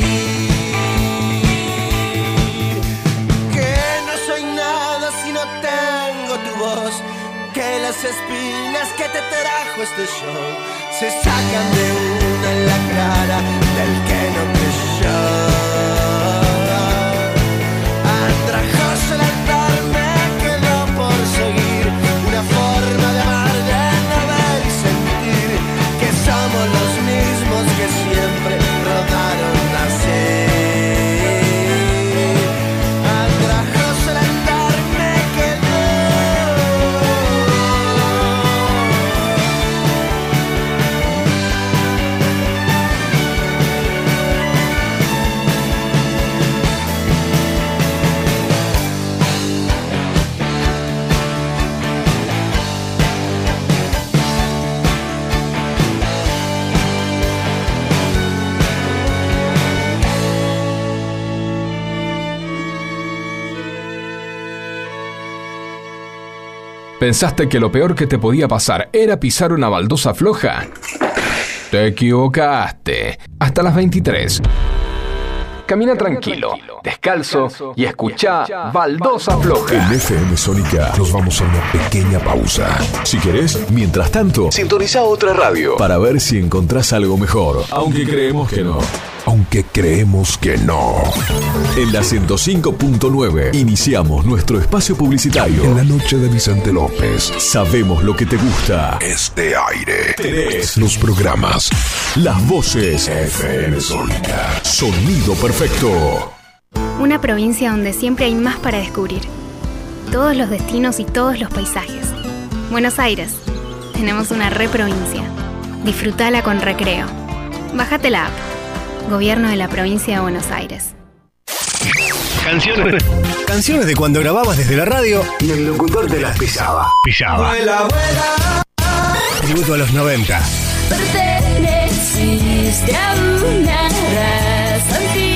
Speaker 4: Que no soy nada si no tengo tu voz. Que las espinas que te trajo este show se sacan de una en la cara del que no creyó. Andrajoso el altar me quedó por seguir Una forma de amar, de no ver y sentir Que somos los mismos que siempre rodaron así Andrajoso el altar me quedó
Speaker 1: ¿Pensaste que lo peor que te podía pasar era pisar una baldosa floja? Te equivocaste. Hasta las 23. Camina tranquilo, descalzo y escucha Baldosa Floja.
Speaker 16: En FM Sónica nos vamos a una pequeña pausa. Si querés, mientras tanto,
Speaker 1: Sintoniza otra radio.
Speaker 16: para ver si encontrás algo mejor.
Speaker 1: Aunque creemos que no.
Speaker 16: Aunque creemos que no. En la 105.9 iniciamos nuestro espacio publicitario. En la noche de Vicente López. Sabemos lo que te gusta. Este aire. Tenés los programas. Las voces. FM Sónica. Sonido perfecto.
Speaker 17: Una provincia donde siempre hay más para descubrir. Todos los destinos y todos los paisajes. Buenos Aires. Tenemos una reprovincia. Disfrutala con recreo. Bájate la app. Gobierno de la provincia de Buenos Aires.
Speaker 18: Canciones. Canciones de cuando grababas desde la radio y el locutor te las pisaba. Pisaba. Tributo a los 90.
Speaker 4: Perteneciste a una raza antigua.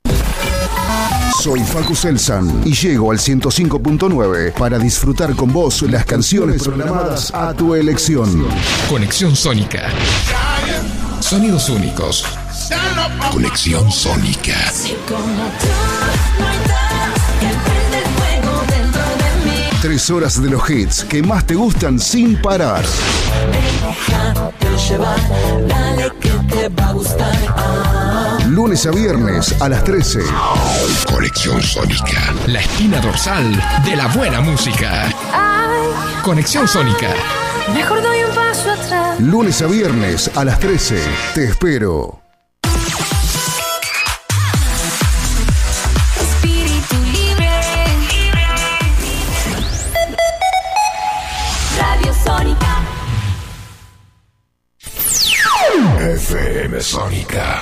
Speaker 16: Soy Facu Selsan y llego al 105.9 para disfrutar con vos las canciones programadas a tu elección. Conexión Sónica. Sonidos únicos. Conexión Sónica. Tres horas de los hits que más te gustan sin parar. Lunes a viernes a las 13. Conexión Sónica. La esquina dorsal de la buena música. Conexión Sónica.
Speaker 4: Mejor doy un paso atrás.
Speaker 16: Lunes a viernes a las 13. Te espero.
Speaker 4: Espíritu libre. Radio Sónica.
Speaker 16: FM Sónica.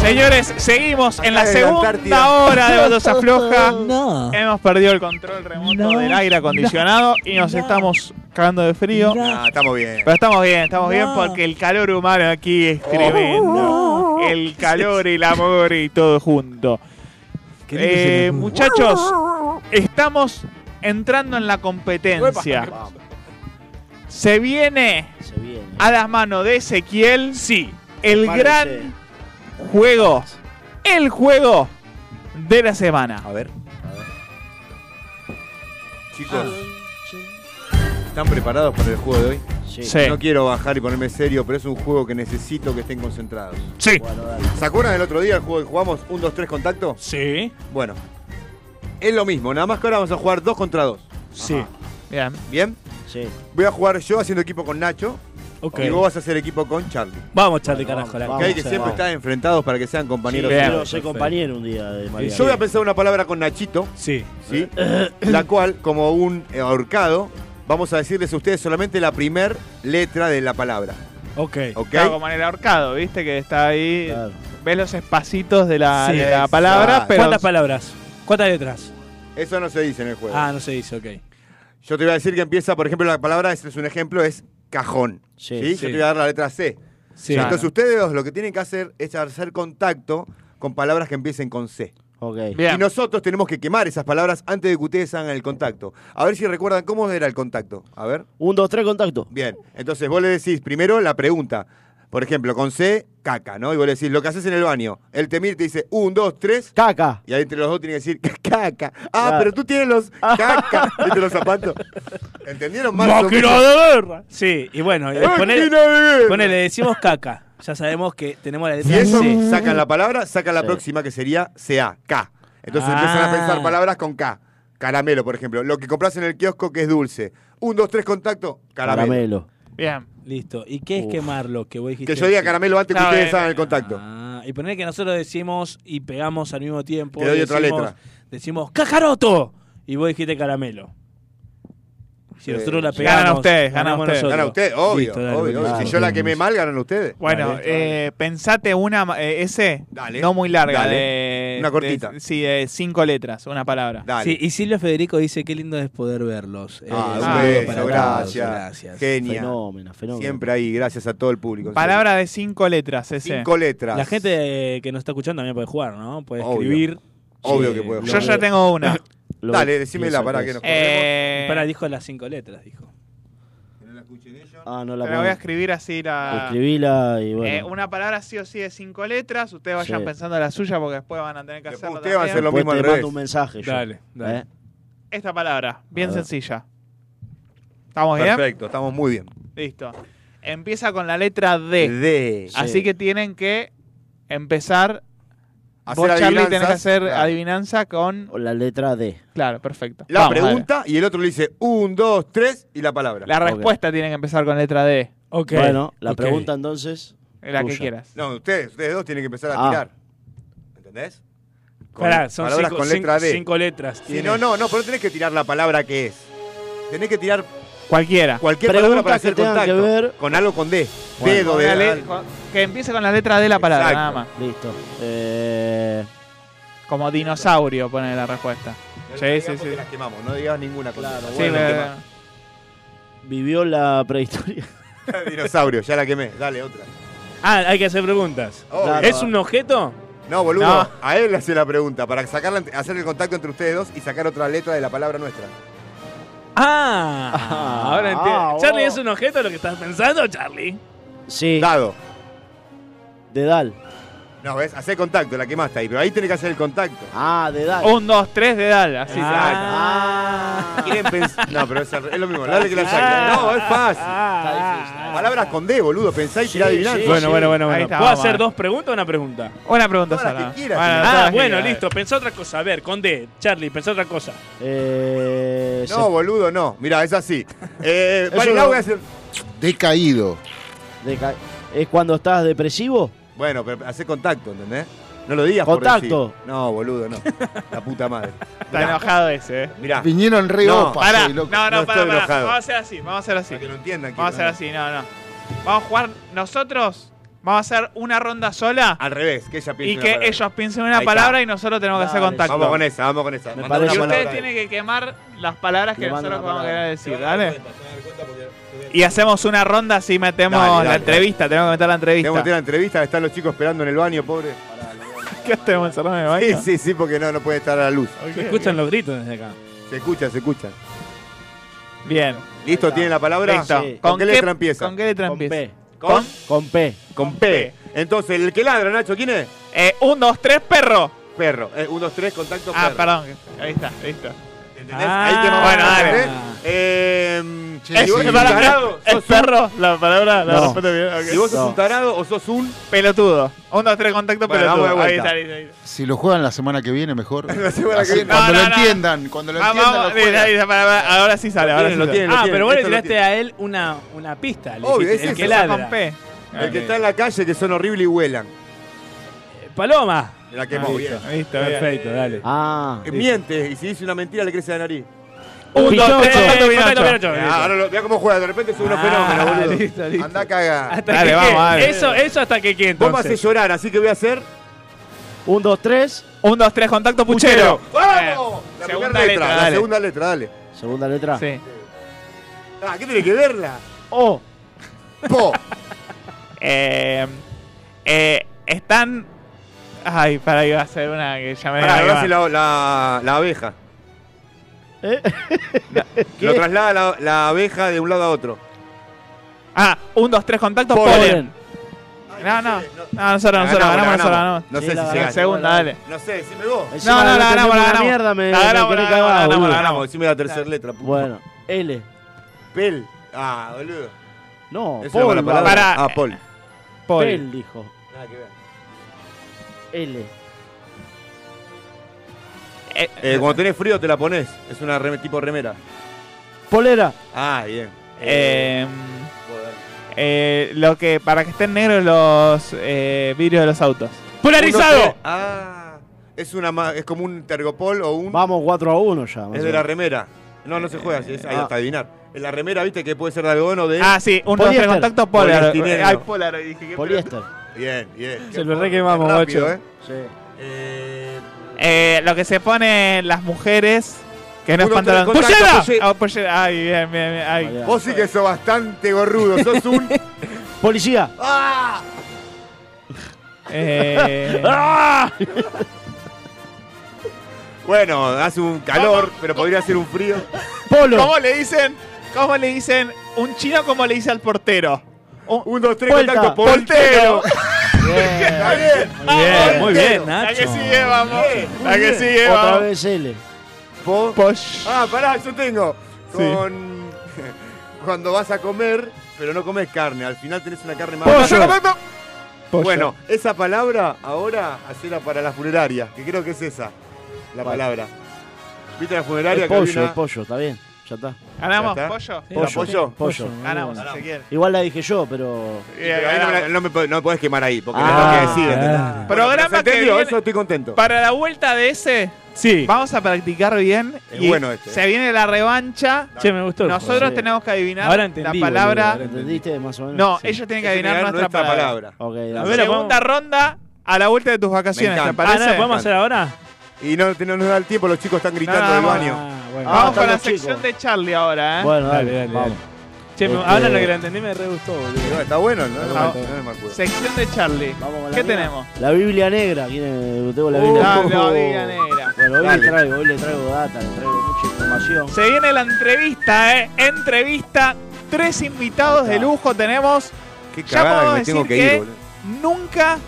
Speaker 2: Señores, seguimos en la
Speaker 11: Acá en la
Speaker 2: segunda
Speaker 11: Antártida.
Speaker 2: hora de Baldosa Floja.
Speaker 11: No.
Speaker 2: Hemos perdido el control remoto
Speaker 11: No,
Speaker 2: del aire acondicionado y nos estamos cagando de frío.
Speaker 3: Ah, estamos bien.
Speaker 2: Pero estamos bien, estamos bien porque el calor humano aquí es
Speaker 11: Oh.
Speaker 2: tremendo. El calor, el amor y todo junto.
Speaker 11: lindo
Speaker 2: Eh,
Speaker 11: ese-
Speaker 2: muchachos, estamos entrando en la competencia. Se viene a las manos de Ezequiel. Sí. El
Speaker 5: Prepárense.
Speaker 2: gran juego. El juego de la semana. A ver.
Speaker 3: Chicos, ¿están preparados para el juego de hoy?
Speaker 5: Sí.
Speaker 2: Sí.
Speaker 3: No quiero bajar y ponerme serio, pero es un juego que necesito que estén concentrados.
Speaker 2: Sí.
Speaker 3: ¿Se acuerdan del otro día el juego que jugamos 1, 2, 3 contacto?
Speaker 2: Sí.
Speaker 3: Bueno, es lo mismo, nada más que ahora vamos a jugar 2 contra 2.
Speaker 2: Sí. Bien.
Speaker 3: ¿Bien?
Speaker 5: Sí.
Speaker 3: Voy a jugar yo haciendo equipo con Nacho.
Speaker 11: Ok.
Speaker 3: Y vos vas a hacer equipo con Charlie.
Speaker 11: Vamos, Charlie, carajo. la
Speaker 3: que hay que
Speaker 11: concha.
Speaker 3: siempre estar enfrentados para que sean compañeros.
Speaker 5: Sí, quiero ser compañero un día de María.
Speaker 3: Eh, Yo voy a pensar una palabra con Nachito.
Speaker 11: Sí.
Speaker 3: ¿sí? la cual, como un ahorcado, vamos a decirles a ustedes solamente la primer letra de la palabra.
Speaker 11: Ok.
Speaker 3: ¿Ok?
Speaker 2: Claro, como en el ahorcado, ¿viste? Que está ahí. Ves los espacitos de la, de la palabra, pero.
Speaker 11: ¿Cuántas palabras? ¿Cuántas letras?
Speaker 3: Eso no se dice en el juego.
Speaker 11: Ah, no se dice, ok.
Speaker 3: Yo te voy a decir que empieza, por ejemplo, la palabra, este es un ejemplo, es cajón.
Speaker 11: Sí,
Speaker 3: Sí,
Speaker 11: sí.
Speaker 3: Yo te voy a dar la letra C.
Speaker 11: Sí.
Speaker 3: Entonces
Speaker 11: Claro.
Speaker 3: ustedes dos lo que tienen que hacer es hacer contacto con palabras que empiecen con C. Y nosotros tenemos que quemar esas palabras antes de que ustedes hagan el contacto. A ver si recuerdan cómo era el contacto. A ver.
Speaker 5: Un, dos, tres, contacto.
Speaker 3: Bien. Entonces vos le decís primero la pregunta. Por ejemplo, con C, caca, ¿no? Y vos le decís lo que haces en el baño. Él te mira y te dice, un, dos, tres.
Speaker 5: Caca.
Speaker 3: Y ahí entre los dos tienen que decir, caca. Ah,
Speaker 5: Claro.
Speaker 3: pero tú tienes los caca. ¿Viste los zapatos? ¿Entendieron más? o
Speaker 11: ¡Máquina
Speaker 3: menos?
Speaker 11: de guerra! Sí, y bueno, eh,
Speaker 3: Máquina
Speaker 11: ponele,
Speaker 3: de guerra.
Speaker 11: ponele, decimos caca. Ya sabemos que tenemos la
Speaker 3: Si
Speaker 11: letra
Speaker 3: eso
Speaker 11: C.
Speaker 3: sacan la palabra, sacan Ah, la
Speaker 11: Sí.
Speaker 3: próxima que sería CA, K. Entonces
Speaker 11: Ah.
Speaker 3: empiezan a pensar palabras con K. Caramelo, por ejemplo. Lo que compras en el kiosco que es dulce. Un, dos, tres, contacto, caramelo.
Speaker 5: Caramelo.
Speaker 2: Bien.
Speaker 11: Listo. ¿Y qué es
Speaker 3: Uf.
Speaker 11: quemarlo? Que vos dijiste.
Speaker 3: Que yo diga caramelo antes que
Speaker 11: Ah,
Speaker 3: ustedes
Speaker 11: bien.
Speaker 3: hagan el contacto.
Speaker 11: Ah, y poner que nosotros decimos y pegamos al mismo tiempo.
Speaker 3: Te doy
Speaker 11: y
Speaker 3: otra
Speaker 11: decimos-
Speaker 3: letra.
Speaker 11: Decimos cajaroto. Y vos dijiste caramelo. Ah, Si
Speaker 3: Eh,
Speaker 11: nosotros la
Speaker 3: sí.
Speaker 11: pegamos.
Speaker 2: Ganan ustedes, ganan
Speaker 11: ganamos
Speaker 2: ustedes.
Speaker 11: nosotros.
Speaker 3: Ganan ustedes, obvio,
Speaker 11: Listo, dale,
Speaker 3: obvio, obvio.
Speaker 11: buenísimo.
Speaker 3: Si yo la quemé mal, ganan ustedes.
Speaker 2: Bueno, eh, pensate una eh, S
Speaker 3: Dale.
Speaker 2: no muy larga.
Speaker 3: Dale.
Speaker 2: de-
Speaker 3: Una cortita.
Speaker 2: de- sí, de cinco letras, una palabra.
Speaker 11: Sí, y Silvio Federico dice, qué lindo es poder verlos. Eh,
Speaker 3: Ah,
Speaker 11: saludo
Speaker 3: un beso,
Speaker 11: para todos,
Speaker 3: gracias. Genia.
Speaker 5: Fenómeno, fenómeno.
Speaker 3: Siempre ahí, gracias a todo el público. en
Speaker 2: Palabra de cinco letras, ese.
Speaker 3: Cinco letras.
Speaker 11: La gente eh, que nos está escuchando también puede jugar, ¿no? Puede
Speaker 3: Obvio.
Speaker 11: escribir.
Speaker 3: Obvio
Speaker 11: Sí,
Speaker 3: que puede
Speaker 11: lo-
Speaker 2: Yo ya tengo una.
Speaker 3: serio. Dale, decímela para que nos
Speaker 2: Eh,
Speaker 11: Para, dijo las cinco letras, dijo.
Speaker 5: Ah, no
Speaker 2: Te la voy a escribir así la.
Speaker 5: Escribíla y bueno.
Speaker 2: Eh, una palabra sí o sí de cinco letras. Ustedes vayan
Speaker 5: Sí.
Speaker 2: pensando la suya porque después van a tener que hacerlo.
Speaker 3: ustedes van a
Speaker 2: también.
Speaker 3: hacer lo
Speaker 5: Después
Speaker 3: mismo al
Speaker 5: te
Speaker 3: revés.
Speaker 5: mando un mensaje. yo.
Speaker 11: Dale, dale.
Speaker 5: ¿Eh?
Speaker 2: Esta palabra, bien
Speaker 5: A ver.
Speaker 2: sencilla. ¿Estamos bien?
Speaker 3: Perfecto, estamos muy bien.
Speaker 2: Listo. Empieza con la letra D.
Speaker 3: D.
Speaker 2: Así que tienen que empezar Vos, Charlie, tenés que
Speaker 3: adivinanzas.
Speaker 2: hacer adivinanza con.
Speaker 5: O la letra D.
Speaker 2: Claro, perfecto.
Speaker 3: La
Speaker 2: Vamos,
Speaker 3: pregunta y el otro le dice un, dos, tres y la palabra.
Speaker 2: La respuesta tiene que empezar con letra D.
Speaker 5: Bueno, la pregunta entonces.
Speaker 2: La que
Speaker 5: tuya.
Speaker 2: quieras.
Speaker 3: No, ustedes, ustedes dos tienen que empezar a
Speaker 5: Ah.
Speaker 3: tirar. ¿Entendés? Con
Speaker 6: Pará, son
Speaker 3: palabras
Speaker 6: cinco-
Speaker 3: con letra
Speaker 6: cinco-
Speaker 3: D.
Speaker 6: cinco letras
Speaker 3: Sí,
Speaker 6: tiene.
Speaker 3: no, no, no, pero no tenés que tirar la palabra que es. Tenés que tirar
Speaker 2: Cualquiera.
Speaker 3: cualquier palabra para hacer contacto. Con algo con D. Dedo
Speaker 2: Con
Speaker 3: de
Speaker 2: la le- con- Que empiece con la letra D la palabra,
Speaker 3: Exacto.
Speaker 2: nada más. Eh,
Speaker 5: Listo.
Speaker 2: Como dinosaurio, pone la respuesta. Sí, sí, sí.
Speaker 3: las quemamos, no digas ninguna cosa.
Speaker 2: Sí,
Speaker 5: bueno,
Speaker 2: me-
Speaker 5: ¿qué más? Vivió la prehistoria.
Speaker 3: Dinosaurio, ya la quemé. Dale, otra.
Speaker 6: Ah, hay que hacer preguntas.
Speaker 3: Oh, Claro.
Speaker 6: ¿Es un objeto?
Speaker 3: No, boludo,
Speaker 6: No.
Speaker 3: a él le hace la pregunta para sacarla, hacer el contacto entre ustedes dos y sacar otra letra de la palabra nuestra.
Speaker 6: Ah, ahora entiendo.
Speaker 5: ah,
Speaker 6: Charlie,
Speaker 5: oh.
Speaker 6: ¿es un objeto lo que estás pensando, Charlie?
Speaker 5: Sí.
Speaker 3: Dado.
Speaker 5: Dedal.
Speaker 3: No, ¿ves? Hacé contacto, la quemaste ahí, pero ahí tenés que hacer el contacto.
Speaker 5: Ah, dedal.
Speaker 2: Un, dos, tres de Ah, Dal. Así
Speaker 6: Ah.
Speaker 3: Quieren pens- No, pero es, al- es lo mismo, dale que la
Speaker 2: Ah.
Speaker 3: saque. No, es fácil. Palabras con D, boludo, pensá y tirá adivinanza.
Speaker 6: bueno, bueno, bueno, bueno. ¿Puedo hacer
Speaker 2: vamos
Speaker 6: dos preguntas o una pregunta?
Speaker 2: Una pregunta
Speaker 6: Todas
Speaker 2: sola.
Speaker 6: las que quieras.
Speaker 2: Bueno, todas
Speaker 6: ah,
Speaker 2: las que
Speaker 6: bueno,
Speaker 2: quieras.
Speaker 6: listo. Pensá otra cosa. A ver, con D. Charlie, pensá otra cosa.
Speaker 5: Eh,
Speaker 3: No, boludo, no. Mirá, es así. Eh, vale, la voy a hacer-
Speaker 7: Decaído.
Speaker 5: Deca- ¿Es cuando estás depresivo?
Speaker 3: Bueno, pero hacé contacto, ¿entendés? No lo digas por
Speaker 5: Contacto.
Speaker 3: decir. No, boludo, no. La puta madre.
Speaker 2: Está enojado ese, eh.
Speaker 3: Mirá.
Speaker 7: Vinieron re
Speaker 3: No,
Speaker 7: opas,
Speaker 2: Pará,
Speaker 7: soy
Speaker 2: no, no,
Speaker 7: loco.
Speaker 2: pará,
Speaker 3: No estoy
Speaker 2: pará.
Speaker 3: enojado.
Speaker 2: Vamos a hacer así, vamos a hacer así.
Speaker 3: Para que lo entiendan.
Speaker 2: Vamos a hacer
Speaker 3: quiero,
Speaker 2: así, no, no. Vamos a jugar nosotros, vamos a hacer una ronda sola
Speaker 3: Al revés, que ella piense
Speaker 2: y
Speaker 3: una
Speaker 2: que
Speaker 3: palabra.
Speaker 2: ellos piensen una
Speaker 3: Ahí
Speaker 2: palabra
Speaker 3: está.
Speaker 2: y nosotros tenemos que hacer
Speaker 3: Dale.
Speaker 2: contacto.
Speaker 3: Vamos con esa, vamos con esa.
Speaker 5: Me
Speaker 3: Mandá
Speaker 5: parece
Speaker 2: Y
Speaker 3: una
Speaker 2: ustedes
Speaker 3: palabra.
Speaker 2: tienen que quemar las palabras que
Speaker 5: Le mando
Speaker 2: nosotros
Speaker 5: una
Speaker 2: vamos a
Speaker 5: palabra.
Speaker 2: querer decir, ¿dale? Y hacemos una ronda así metemos
Speaker 3: Dale, dale,
Speaker 2: la
Speaker 3: dale.
Speaker 2: entrevista, tenemos que meter la entrevista.
Speaker 3: Tenemos que tener la entrevista, están los chicos esperando en el baño, pobre.
Speaker 2: ¿Qué tenemos encerrados en el
Speaker 3: Sí,
Speaker 2: baño?
Speaker 3: sí, sí, porque no, no puede estar a la luz.
Speaker 2: Ok,
Speaker 6: Se escuchan los gritos desde acá.
Speaker 3: Se escuchan, se escuchan.
Speaker 2: Bien.
Speaker 3: ¿Listo? ¿Tienen la palabra?
Speaker 2: Listo.
Speaker 3: Sí. ¿Con, qué letra empieza?
Speaker 2: ¿Con qué letra empieza?
Speaker 3: ¿Con?
Speaker 5: Con P.
Speaker 3: Con P. Entonces, el que ladra, Nacho, ¿quién es?
Speaker 2: Eh, un, dos, tres, perro.
Speaker 3: Perro. Eh, un, dos, tres, contacto
Speaker 2: Ah,
Speaker 3: perro.
Speaker 2: perdón. Ahí está, listo.
Speaker 3: ¿Entendés?
Speaker 2: Ah.
Speaker 3: Ahí te mamás,
Speaker 2: Bueno, dale.
Speaker 3: ¿entendés?
Speaker 7: Ah.
Speaker 3: Eh,
Speaker 2: Es-
Speaker 3: si vos
Speaker 2: es
Speaker 3: sos un
Speaker 2: para-
Speaker 3: tarado,
Speaker 2: ¿Es
Speaker 3: sos
Speaker 2: perro la palabra? La
Speaker 5: No.
Speaker 2: respuesta bien, ok.
Speaker 3: un- Si vos sos
Speaker 5: No.
Speaker 3: un tarado o sos un...
Speaker 2: Pelotudo. Un, dos, tres, contacto
Speaker 3: Bueno,
Speaker 2: pelotudo.
Speaker 3: vamos de
Speaker 2: Ahí
Speaker 3: vuelta.
Speaker 2: está, ahí está, ahí está.
Speaker 7: Si lo juegan la semana que viene, mejor.
Speaker 3: La semana que
Speaker 7: Así,
Speaker 3: viene.
Speaker 7: Cuando
Speaker 2: No,
Speaker 7: lo
Speaker 2: no, no.
Speaker 7: entiendan, cuando lo
Speaker 2: Ah,
Speaker 7: entiendan,
Speaker 2: vamos,
Speaker 7: lo
Speaker 2: ahí está,
Speaker 7: juegan.
Speaker 2: ahí está, para- para- ahora sí sale, ahora sí
Speaker 3: tienen, lo
Speaker 2: sale.
Speaker 3: tienen, lo
Speaker 6: Ah,
Speaker 3: tienen.
Speaker 6: pero vos le
Speaker 3: Esto lo
Speaker 6: tiraste a él una, una pista. Le
Speaker 3: Obvio,
Speaker 6: dijiste,
Speaker 3: es
Speaker 6: el
Speaker 3: eso,
Speaker 6: que
Speaker 3: esa
Speaker 2: Con
Speaker 6: ladra.
Speaker 2: P.
Speaker 3: El que está en la calle, que son horribles y huelan.
Speaker 6: Paloma.
Speaker 3: La quemó,
Speaker 6: Ah,
Speaker 3: bien.
Speaker 6: listo.
Speaker 2: Listo, bien.
Speaker 6: Perfecto, dale.
Speaker 5: Ah.
Speaker 3: Eh, Miente, y si dice una mentira le crece la nariz.
Speaker 6: Un, dos, tres, contacto,
Speaker 2: Pinocho.
Speaker 6: contacto, Pinocho.
Speaker 3: Mirá,
Speaker 6: Listo.
Speaker 3: ahora lo, mirá cómo juega, de repente es unos
Speaker 6: Ah,
Speaker 3: fenómenos, boludo.
Speaker 6: listo, listo.
Speaker 3: Andá a cagar.
Speaker 6: Hasta
Speaker 2: Dale,
Speaker 6: que
Speaker 2: vamos,
Speaker 6: quede.
Speaker 2: dale.
Speaker 6: Eso, eso hasta que quede,
Speaker 3: Vos me haces
Speaker 6: entonces.
Speaker 3: llorar, así que voy a hacer.
Speaker 5: Un, dos, tres.
Speaker 2: Un, dos, tres, contacto puchero.
Speaker 3: ¡Vamos!
Speaker 2: Eh,
Speaker 3: La
Speaker 2: segunda
Speaker 3: primera letra,
Speaker 2: letra,
Speaker 3: la
Speaker 2: dale.
Speaker 3: segunda letra, dale.
Speaker 5: Segunda letra.
Speaker 2: Sí.
Speaker 3: Ah, ¿qué tiene que verla?
Speaker 5: O.
Speaker 3: Po.
Speaker 2: Oh. Eh, eh, están. Ay, para iba a hacer una que ya me
Speaker 3: Pará,
Speaker 2: ahí
Speaker 3: lo
Speaker 2: va.
Speaker 3: hace la, la- la abeja.
Speaker 5: ¿Eh?
Speaker 3: Lo traslada la, la abeja de un lado a otro.
Speaker 2: Ah, un, dos, tres, contacto,
Speaker 5: Polen.
Speaker 2: polen. No, no, no, nosotros,
Speaker 3: La
Speaker 2: nosotros,
Speaker 3: ganamos,
Speaker 2: ganamos,
Speaker 3: la
Speaker 2: nosotros,
Speaker 3: ganamos.
Speaker 2: ganamos.
Speaker 3: No
Speaker 5: Sí, la
Speaker 3: sé si
Speaker 5: ganamos.
Speaker 2: La
Speaker 3: llegás.
Speaker 2: segunda,
Speaker 5: la-
Speaker 2: dale.
Speaker 3: No sé, decime vos.
Speaker 5: Encima
Speaker 2: no, la
Speaker 5: tenés
Speaker 2: ganamos, la
Speaker 5: una
Speaker 2: ganamos.
Speaker 5: mierda, me,
Speaker 2: La
Speaker 5: me
Speaker 2: ganamos,
Speaker 5: querés
Speaker 2: la
Speaker 5: cagar,
Speaker 2: ganamos, la
Speaker 5: boludo.
Speaker 2: ganamos.
Speaker 3: Vamos, decime la tercera letra. puto.
Speaker 5: Bueno, L.
Speaker 3: Ah, Pel. Ah, boludo.
Speaker 5: No,
Speaker 3: Esa
Speaker 5: Paul,
Speaker 3: era la palabra.
Speaker 2: Pará.
Speaker 3: Ah, Paul.
Speaker 2: Polen.
Speaker 5: Pel, dijo.
Speaker 3: Nada que ver.
Speaker 5: L.
Speaker 2: Eh,
Speaker 3: Eh, cuando tenés frío te la pones. Es una reme- tipo remera.
Speaker 5: Polera.
Speaker 3: Ah, bien.
Speaker 2: eh,
Speaker 3: Vos, dale.
Speaker 2: eh, lo que, para que estén negros los eh, vidrios de los autos.
Speaker 3: Uno,
Speaker 2: ¡Polarizado!
Speaker 3: tres. Ah, es, una, ma- es como un tergopol o un...
Speaker 5: Vamos 4 a 1 ya. más
Speaker 3: Es
Speaker 5: o
Speaker 3: de la
Speaker 5: menos.
Speaker 3: remera. No, no se juega así. Es ahí
Speaker 5: ah.
Speaker 3: hasta adivinar. En la remera, viste, que puede ser de algodón o de...
Speaker 2: Eh, Ah, sí, un, dos, tres,
Speaker 5: Poliéster.
Speaker 2: contacto, polar.
Speaker 3: Poliestireno.
Speaker 2: Ay, polar, dije que
Speaker 5: Poliéster.
Speaker 3: Bien, bien.
Speaker 6: Se lo re quemamos,
Speaker 3: Rápido,
Speaker 6: guacho.
Speaker 3: ¿eh?
Speaker 5: Sí.
Speaker 3: Eh,
Speaker 2: Eh, lo que se ponen las mujeres que no es
Speaker 3: Uno, tres,
Speaker 2: pantalón.
Speaker 3: contacto,
Speaker 2: ¡Pollera!
Speaker 3: pollera.
Speaker 2: Ah, pollera. Ay, bien, bien, bien. ay.
Speaker 5: Vale.
Speaker 3: Vos sí que sos bastante gorrudo. Sos un...
Speaker 5: Policía.
Speaker 3: ¡Ah!
Speaker 2: Eh,
Speaker 3: Bueno, hace un calor, pero podría ser un frío.
Speaker 5: Polo.
Speaker 2: ¿Cómo le dicen? ¿Cómo le dicen? Un chino, ¿cómo le dice al portero? Un
Speaker 3: Un, dos, tres,
Speaker 5: Vuelta.
Speaker 3: contacto.
Speaker 2: portero.
Speaker 3: Está bien.
Speaker 6: Bien, muy bien,
Speaker 2: La que
Speaker 6: Nacho.
Speaker 2: sigue, vamos.
Speaker 3: Bien,
Speaker 2: La que sigue,
Speaker 5: Otra
Speaker 2: vamos.
Speaker 5: vez L.
Speaker 3: Po-
Speaker 2: Posh.
Speaker 3: Ah, pará, yo tengo.
Speaker 2: Sí.
Speaker 3: Con... Cuando vas a comer, pero no comes carne. Al final tenés una carne más...
Speaker 5: Pollo.
Speaker 3: ¡Yo no meto! Pollo. Bueno, esa palabra ahora hacela para la funeraria, que creo que es esa, la
Speaker 5: Vale.
Speaker 3: palabra. ¿Viste la funeraria
Speaker 5: El
Speaker 3: que
Speaker 5: pollo,
Speaker 3: había
Speaker 5: el pollo, está bien, ya está.
Speaker 2: ¿Ganamos,
Speaker 3: ¿Ya está?
Speaker 2: pollo?
Speaker 5: ¿Pollo?
Speaker 3: ¿Era pollo?
Speaker 5: Pollo.
Speaker 2: Ganamos, Eh, Ezequiel.
Speaker 5: Igual la dije yo, pero.
Speaker 3: Pero ahí no, me la- no me, po- no me podés quemar ahí, porque
Speaker 5: Ah,
Speaker 3: no es lo que decís. ¿entendés?
Speaker 5: claro.
Speaker 3: Bueno, pero
Speaker 2: Programa
Speaker 3: se
Speaker 2: que
Speaker 3: entendió,
Speaker 2: viene-
Speaker 3: eso estoy contento.
Speaker 2: Para la vuelta de ese, vamos a practicar bien.
Speaker 3: Es
Speaker 2: y
Speaker 3: bueno este.
Speaker 2: Se viene la revancha.
Speaker 6: Che, me gustó.
Speaker 2: Nosotros
Speaker 5: Sí.
Speaker 2: tenemos que adivinar
Speaker 6: Ahora entendí,
Speaker 2: la palabra.
Speaker 5: boludo, ¿Entendiste más o menos?
Speaker 2: No, ellos tienen que
Speaker 3: Ellos
Speaker 2: adivinar
Speaker 3: tienen que
Speaker 2: nuestra,
Speaker 3: adivinar nuestra
Speaker 2: palabra.
Speaker 5: Ok,
Speaker 2: La
Speaker 5: dale.
Speaker 2: segunda ronda a la vuelta de tus vacaciones,
Speaker 3: Me
Speaker 2: ¿te
Speaker 3: encanta.
Speaker 2: parece?
Speaker 3: Ah, ¿la podemos hacer
Speaker 6: ahora?
Speaker 3: Y no, no nos da el tiempo, los chicos están gritando
Speaker 2: No,
Speaker 3: del
Speaker 2: vamos-
Speaker 3: baño.
Speaker 6: bueno.
Speaker 2: Vamos
Speaker 6: Ah,
Speaker 2: con la
Speaker 6: están los
Speaker 2: sección de Charlie ahora, ¿eh?
Speaker 5: Bueno, dale, vamos.
Speaker 6: Che, me-
Speaker 5: Este-
Speaker 6: ahora lo que la entendí me re gustó, boludo.
Speaker 3: No, está bueno, no,
Speaker 6: Ah,
Speaker 3: no, me- no me acuerdo.
Speaker 2: Sección de Charlie. ¿Qué tenemos?
Speaker 5: La Biblia negra, ¿quién es? Tengo la Biblia
Speaker 2: Ah,
Speaker 5: negra.
Speaker 2: la Biblia negra.
Speaker 5: Bueno, hoy
Speaker 2: Dale.
Speaker 5: le traigo, hoy le traigo data, le traigo mucha información.
Speaker 2: Se viene la entrevista, ¿eh? Entrevista. Tres invitados de lujo tenemos.
Speaker 3: Qué
Speaker 2: Ya
Speaker 3: cagada que
Speaker 2: podemos
Speaker 3: me tengo
Speaker 2: decir
Speaker 3: que
Speaker 2: que
Speaker 3: ir, boludo.
Speaker 2: nunca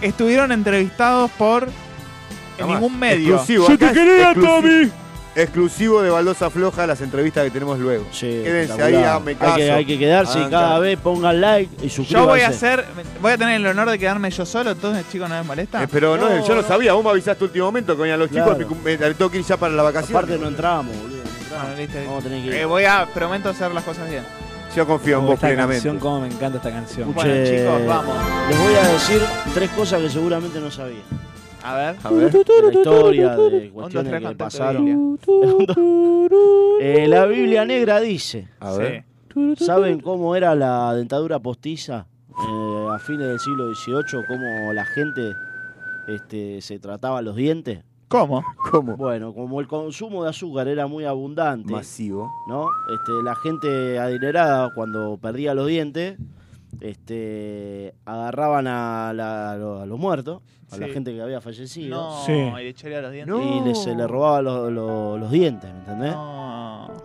Speaker 2: estuvieron entrevistados por en
Speaker 3: Nada más.
Speaker 2: ningún medio.
Speaker 3: Exclusivo, acá es exclusivo. Exclusivo de Baldosa Floja, las entrevistas que tenemos luego. Quédense ahí,
Speaker 5: espectacular.
Speaker 3: ah, me caso.
Speaker 5: Hay que, hay que quedarse y
Speaker 3: Hagan
Speaker 5: cada
Speaker 3: caso.
Speaker 5: vez pongan like y suscríbanse.
Speaker 2: Yo voy a hacer, voy a tener el honor de quedarme yo solo, entonces chicos, ¿no les molesta?
Speaker 3: Eh, pero no, yo no sabía, vos me avisaste último momento, coña, los
Speaker 2: Claro.
Speaker 3: chicos, me, me- me tengo que ir ya para la vacación.
Speaker 5: Aparte no entramos, boludo. no entramos.
Speaker 2: Bueno, listo, listo.
Speaker 5: Ah, Vamos a tener que ir.
Speaker 2: Eh, voy a, prometo hacer las cosas bien.
Speaker 3: Yo confío en
Speaker 6: Oh,
Speaker 3: vos
Speaker 6: esta
Speaker 3: plenamente.
Speaker 6: canción, cómo me encanta esta canción.
Speaker 2: Bueno,
Speaker 5: Che,
Speaker 2: chicos, vamos.
Speaker 5: Les voy a decir tres cosas que seguramente no sabían.
Speaker 2: A ver.
Speaker 3: A
Speaker 5: De
Speaker 3: ver.
Speaker 5: la historia, de
Speaker 2: Un, dos,
Speaker 5: cuestiones
Speaker 2: tres,
Speaker 5: que
Speaker 2: contento,
Speaker 5: pasaron.
Speaker 2: Biblia.
Speaker 5: Eh, la Biblia negra dice.
Speaker 3: A ver.
Speaker 5: ¿Saben cómo era la dentadura postiza eh, a fines del siglo XVIII? ¿Cómo la gente este, se trataba los dientes?
Speaker 2: ¿Cómo?
Speaker 3: ¿Cómo?
Speaker 5: Bueno, como el consumo de azúcar era muy abundante,
Speaker 3: Masivo.
Speaker 5: ¿no? Este, la gente adinerada, cuando perdía los dientes, este, agarraban a, la- a lo- a los muertos, a la
Speaker 2: Sí.
Speaker 5: gente que había fallecido,
Speaker 2: No,
Speaker 5: Sí.
Speaker 2: y le choreo los dientes.
Speaker 5: y les- se le robaban los, los- los dientes, ¿me entendés?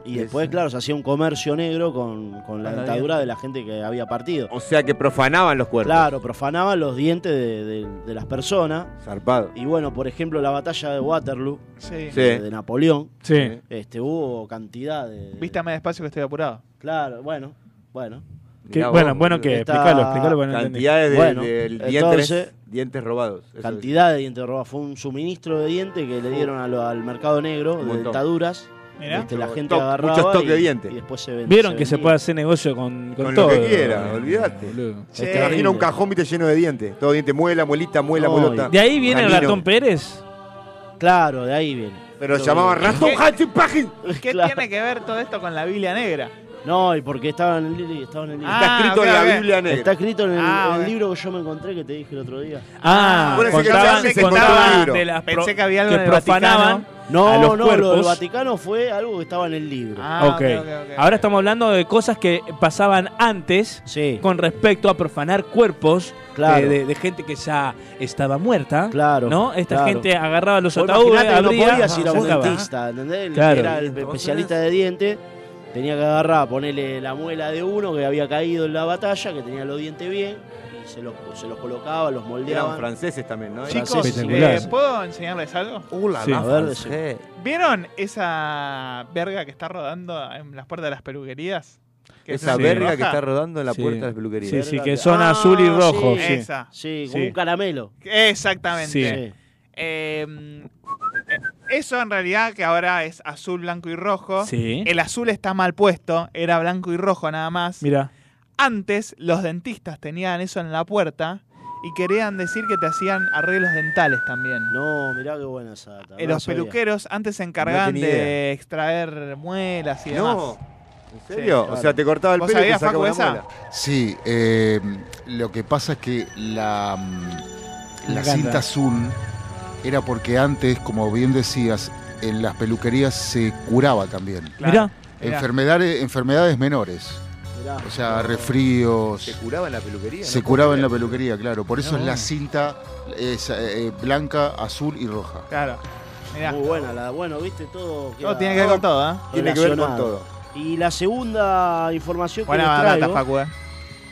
Speaker 5: Y después, claro, se hacía un comercio negro con, con la
Speaker 3: Con la
Speaker 5: dentadura de la gente que había partido.
Speaker 3: O sea que profanaban los cuerpos.
Speaker 5: Claro, profanaban los dientes de, de- de las personas.
Speaker 3: Zarpado.
Speaker 5: Y bueno, por ejemplo, la batalla de Waterloo,
Speaker 2: Sí.
Speaker 3: Sí.
Speaker 5: de, de Napoleón,
Speaker 6: Sí.
Speaker 5: este, hubo cantidad de...
Speaker 2: Vístame despacio que estoy apurado.
Speaker 5: Claro, bueno, bueno.
Speaker 6: Que-
Speaker 3: Mirá vos,
Speaker 6: bueno, bueno
Speaker 3: boludo.
Speaker 6: que
Speaker 5: Esta-
Speaker 6: explícalo, explícalo porque no entendí.
Speaker 3: Cantidades de,
Speaker 5: Bueno,
Speaker 3: de- dientes,
Speaker 5: entonces-
Speaker 3: dientes robados. eso es.
Speaker 5: Cantidad de dientes robados. Fue un suministro de dientes que le dieron a lo- al mercado negro,
Speaker 3: Un
Speaker 5: de
Speaker 3: montón.
Speaker 5: dentaduras.
Speaker 2: Mirá.
Speaker 5: Este, la
Speaker 3: Mucho
Speaker 5: gente
Speaker 3: stock-
Speaker 5: agarraba
Speaker 3: mucho stock
Speaker 5: y,
Speaker 3: de dientes.
Speaker 5: y después se ven-
Speaker 6: Vieron
Speaker 5: se
Speaker 6: que se
Speaker 5: vendía.
Speaker 6: puede hacer negocio con, con
Speaker 3: Con
Speaker 6: todo.
Speaker 3: lo que quiera, olvidate.
Speaker 6: boludo.
Speaker 2: Che,
Speaker 3: Te imagino un cajón viste, lleno de dientes. Todo diente, muela, muelita, muela,
Speaker 5: No,
Speaker 3: muelota.
Speaker 6: De ahí viene el
Speaker 3: Canino.
Speaker 6: ratón Pérez.
Speaker 5: Claro, de ahí viene.
Speaker 3: Pero
Speaker 5: Lo
Speaker 3: llamaban
Speaker 5: mismo.
Speaker 3: ratón,
Speaker 2: ¿Qué?
Speaker 3: Hachi, Paji.
Speaker 2: ¿Qué
Speaker 5: Claro.
Speaker 2: tiene que ver todo esto con la Biblia Negra?
Speaker 5: No, y porque estaba en el libro. Estaba en el libro.
Speaker 2: Ah,
Speaker 3: Está escrito
Speaker 2: ok,
Speaker 3: en la
Speaker 2: ok.
Speaker 3: Biblia negra.
Speaker 5: Está escrito en el,
Speaker 2: Ah,
Speaker 5: el
Speaker 2: ok.
Speaker 5: libro que yo me encontré que te dije el otro día.
Speaker 6: Ah,
Speaker 3: Parece que
Speaker 6: contaban,
Speaker 3: se hace
Speaker 6: contaban
Speaker 3: con libro.
Speaker 6: de las pro-
Speaker 2: Pensé que había algo en el
Speaker 6: profanaban
Speaker 5: No,
Speaker 6: a los
Speaker 5: no, lo del
Speaker 6: cuerpos.
Speaker 5: Vaticano fue algo que estaba en el libro.
Speaker 2: Ah, ok,
Speaker 6: Ok.
Speaker 2: ok, ok.
Speaker 6: Ahora estamos hablando de cosas que pasaban antes
Speaker 5: Sí,
Speaker 6: con respecto a profanar cuerpos
Speaker 5: Claro.
Speaker 6: eh, de, de gente que ya estaba muerta.
Speaker 5: claro.
Speaker 6: ¿no? Esta
Speaker 5: claro.
Speaker 6: gente agarraba los
Speaker 5: Vos
Speaker 6: ataúdes,
Speaker 5: imaginate que
Speaker 6: abría,
Speaker 5: no podías ir a un
Speaker 6: sacaba.
Speaker 5: dentista, ¿entendés? El que
Speaker 6: Claro.
Speaker 5: Era el especialista de dientes. Tenía que agarrar, ponerle la muela de uno que había caído en la batalla, que tenía los dientes bien, y se los, se los colocaba, los
Speaker 3: Eran
Speaker 5: moldeaban.
Speaker 3: franceses también, ¿no?
Speaker 2: Chicos,
Speaker 6: Espectacular.
Speaker 2: eh, ¿puedo enseñarles algo?
Speaker 3: Hola,
Speaker 6: Sí.
Speaker 3: la
Speaker 5: A ver,
Speaker 3: francés.
Speaker 2: ¿Vieron esa verga que está rodando en las puertas de las peluquerías? Que es
Speaker 3: Esa
Speaker 2: una
Speaker 3: verga que
Speaker 2: roja.
Speaker 3: está rodando en la
Speaker 6: Sí.
Speaker 3: puerta de las peluquerías.
Speaker 6: Sí, sí, que son azul y
Speaker 5: Ah,
Speaker 6: rojo.
Speaker 5: sí.
Speaker 6: sí.
Speaker 2: Esa.
Speaker 5: Sí, como
Speaker 6: Sí.
Speaker 5: un caramelo.
Speaker 2: Exactamente.
Speaker 6: Sí.
Speaker 5: Sí.
Speaker 2: Eh, eh, eso en realidad que ahora es azul, blanco y rojo.
Speaker 6: Sí.
Speaker 2: El azul está mal puesto, era blanco y rojo nada más.
Speaker 6: Mira,
Speaker 2: Antes los dentistas tenían eso en la puerta y querían decir que te hacían arreglos dentales también.
Speaker 5: No, mirá qué buena esa data.
Speaker 2: Eh,
Speaker 5: no
Speaker 2: los
Speaker 5: sabía.
Speaker 2: peluqueros antes se encargaban
Speaker 3: No tenía
Speaker 2: de
Speaker 3: idea.
Speaker 2: extraer muelas y demás.
Speaker 3: No. ¿En serio?
Speaker 5: claro.
Speaker 3: O sea, te cortaba el
Speaker 2: ¿Vos
Speaker 3: pelo y te
Speaker 2: sabías,
Speaker 3: sacaba
Speaker 2: Facu,
Speaker 3: una
Speaker 2: esa?
Speaker 3: muela.
Speaker 7: Sí, eh, lo que pasa es que la, mm,
Speaker 6: Me
Speaker 7: la
Speaker 6: encanta.
Speaker 7: cinta azul era porque antes, como bien decías, en las peluquerías se curaba también.
Speaker 2: Claro.
Speaker 6: mira.
Speaker 2: Mirá.
Speaker 7: Enfermedades, enfermedades menores,
Speaker 5: Mirá.
Speaker 7: o sea, resfríos.
Speaker 3: ¿Se curaba en la peluquería?
Speaker 7: Se
Speaker 3: No
Speaker 7: curaba en la
Speaker 3: puedo creer.
Speaker 7: peluquería, claro. Por eso es la cinta es, eh, eh, blanca, azul y roja.
Speaker 2: Claro. Mirá.
Speaker 5: Muy buena, la, bueno, viste todo.
Speaker 2: No,
Speaker 5: queda
Speaker 2: tiene que ver con todo, ¿eh?
Speaker 3: Tiene que ver con
Speaker 5: relacionado.
Speaker 3: todo.
Speaker 5: Y la segunda información que
Speaker 2: Buena
Speaker 5: les
Speaker 2: data,
Speaker 5: traigo
Speaker 2: Facu, eh.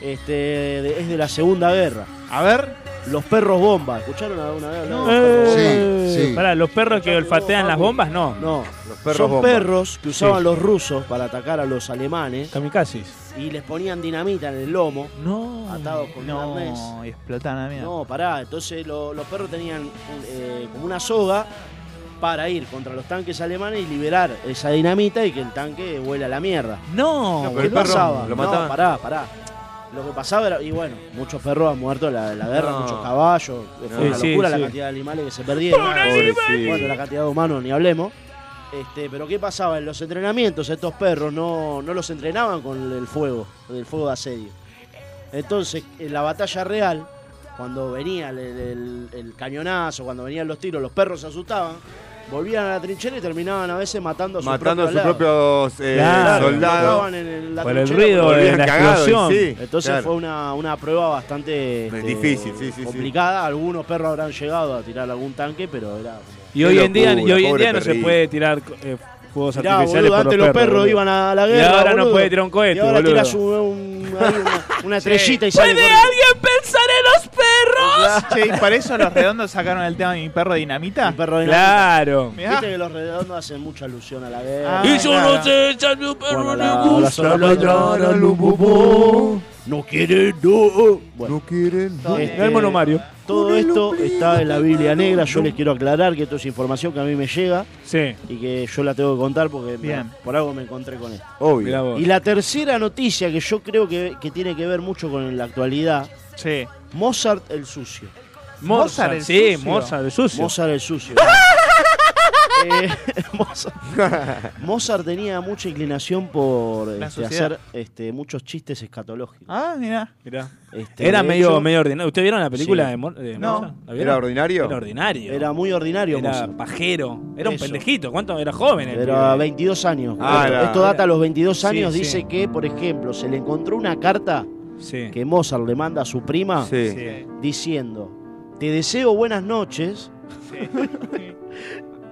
Speaker 5: este, de- es de la Segunda Guerra.
Speaker 2: A ver.
Speaker 5: Los perros bomba. ¿Escucharon alguna vez? hablar de los perros bomba?
Speaker 6: Sí, sí. Eh, Pará, los perros que olfatean las bombas, no.
Speaker 5: No,
Speaker 6: los
Speaker 5: perros Son perros que usaban los rusos para atacar a los alemanes.
Speaker 6: Kamikazes.
Speaker 5: Y les ponían dinamita en el lomo. No. Atados con un arnés.
Speaker 2: No, y explotan a mí.
Speaker 5: No, pará. Entonces lo- los perros tenían eh, como una soga para ir contra los tanques alemanes y liberar esa dinamita y que el tanque vuela a la mierda.
Speaker 6: No,
Speaker 5: no
Speaker 6: pero el perro
Speaker 5: pasaba. no,
Speaker 6: lo mataban.
Speaker 5: pará, pará. Lo que pasaba era, y bueno, muchos perros han muerto en la, la guerra,
Speaker 6: No.
Speaker 5: muchos caballos.
Speaker 6: Sí,
Speaker 5: Fue una
Speaker 6: sí,
Speaker 5: locura
Speaker 6: sí.
Speaker 5: la cantidad de animales que se perdieron.
Speaker 6: ¡Pobre animal!
Speaker 5: Bueno, la cantidad de humanos ni hablemos. Este, pero ¿qué pasaba? En los entrenamientos estos perros no, no los entrenaban con el fuego, con el fuego de asedio. Entonces, en la batalla real, cuando venía el, el- el cañonazo, cuando venían los tiros, los perros se asustaban, volvían a la trinchera y terminaban a veces matando a sus
Speaker 3: Matando a sus
Speaker 5: propios alados.
Speaker 3: propios eh,
Speaker 5: Claro,
Speaker 3: soldados.
Speaker 5: mataban en el- la
Speaker 3: Por el
Speaker 5: trinchera
Speaker 3: ruido
Speaker 5: porque
Speaker 3: de
Speaker 6: eh,
Speaker 5: volvían
Speaker 3: la
Speaker 5: cagados, y
Speaker 3: explosión.
Speaker 5: sí. Entonces
Speaker 3: Claro.
Speaker 5: fue una, una prueba bastante este,
Speaker 3: Difícil, sí, sí, sí.
Speaker 5: complicada. Algunos perros habrán llegado a tirar algún tanque, pero era...
Speaker 6: Y hoy en día, y hoy en día no se puede tirar eh, fuegos
Speaker 5: Mirá,
Speaker 6: artificiales
Speaker 5: boludo,
Speaker 6: por
Speaker 5: antes los perros
Speaker 6: boludo.
Speaker 5: iban a la
Speaker 6: Y
Speaker 5: guerra,
Speaker 6: ahora no
Speaker 5: boludo.
Speaker 6: puede tirar un cohete,
Speaker 5: Y ahora
Speaker 6: boludo.
Speaker 5: tiras un- un- ahí una, una estrellita y
Speaker 2: Sí.
Speaker 5: sale corriendo.
Speaker 6: alguien pensar en los perros?
Speaker 2: Che, ¿y para eso los redondos sacaron el tema de mi perro dinamita? Mi
Speaker 5: perro
Speaker 6: dinamita. Claro.
Speaker 5: Viste que los redondos hacen mucha alusión a la guerra.
Speaker 2: Ah, Y yo claro. no
Speaker 6: sé, ya mi
Speaker 5: perro
Speaker 6: gusta bailar al
Speaker 5: No quieren, no. no quieren,
Speaker 6: oh. no. este, No hay monomario.
Speaker 5: Todo esto está en la Biblia Negra. Yo les quiero aclarar que esto es información que a mí me llega.
Speaker 6: Sí.
Speaker 5: Y que yo la tengo que contar porque me-
Speaker 6: Bien.
Speaker 5: por algo me encontré con esto.
Speaker 3: Obvio.
Speaker 6: Mirá vos.
Speaker 5: Y la tercera noticia que yo creo que, que tiene que ver mucho con la actualidad.
Speaker 2: Sí.
Speaker 5: Mozart el sucio.
Speaker 6: Mozart, el sí, sucio. Mozart el sucio.
Speaker 5: Mozart el sucio. Eh, Mozart, Mozart tenía mucha inclinación por
Speaker 2: La
Speaker 5: este,
Speaker 2: suciedad.
Speaker 5: hacer este, muchos chistes escatológicos.
Speaker 2: Ah, mira.
Speaker 6: Mirá.
Speaker 5: Este,
Speaker 6: Era
Speaker 5: de
Speaker 6: medio,
Speaker 5: hecho-
Speaker 6: medio ordinario. ¿Ustedes vieron la película
Speaker 5: Sí.
Speaker 6: de, Mo- de
Speaker 5: No.
Speaker 6: Mozart? ¿La
Speaker 5: ¿Era
Speaker 6: vieron?
Speaker 5: ordinario?
Speaker 6: Era ordinario.
Speaker 5: Era muy ordinario
Speaker 6: Era
Speaker 5: Mozart.
Speaker 6: pajero. Era un
Speaker 5: Eso.
Speaker 6: pendejito. ¿Cuánto? Era joven. el
Speaker 5: Era
Speaker 6: pibe. eh.
Speaker 5: 22 años.
Speaker 6: Ah,
Speaker 5: esto,
Speaker 6: era-
Speaker 5: esto data a los 22
Speaker 6: Sí,
Speaker 5: años.
Speaker 6: sí.
Speaker 5: dice que, por ejemplo, se le encontró una carta
Speaker 6: Sí.
Speaker 5: que Mozart le manda a su prima
Speaker 6: Sí. Sí.
Speaker 5: diciendo: Te deseo buenas noches.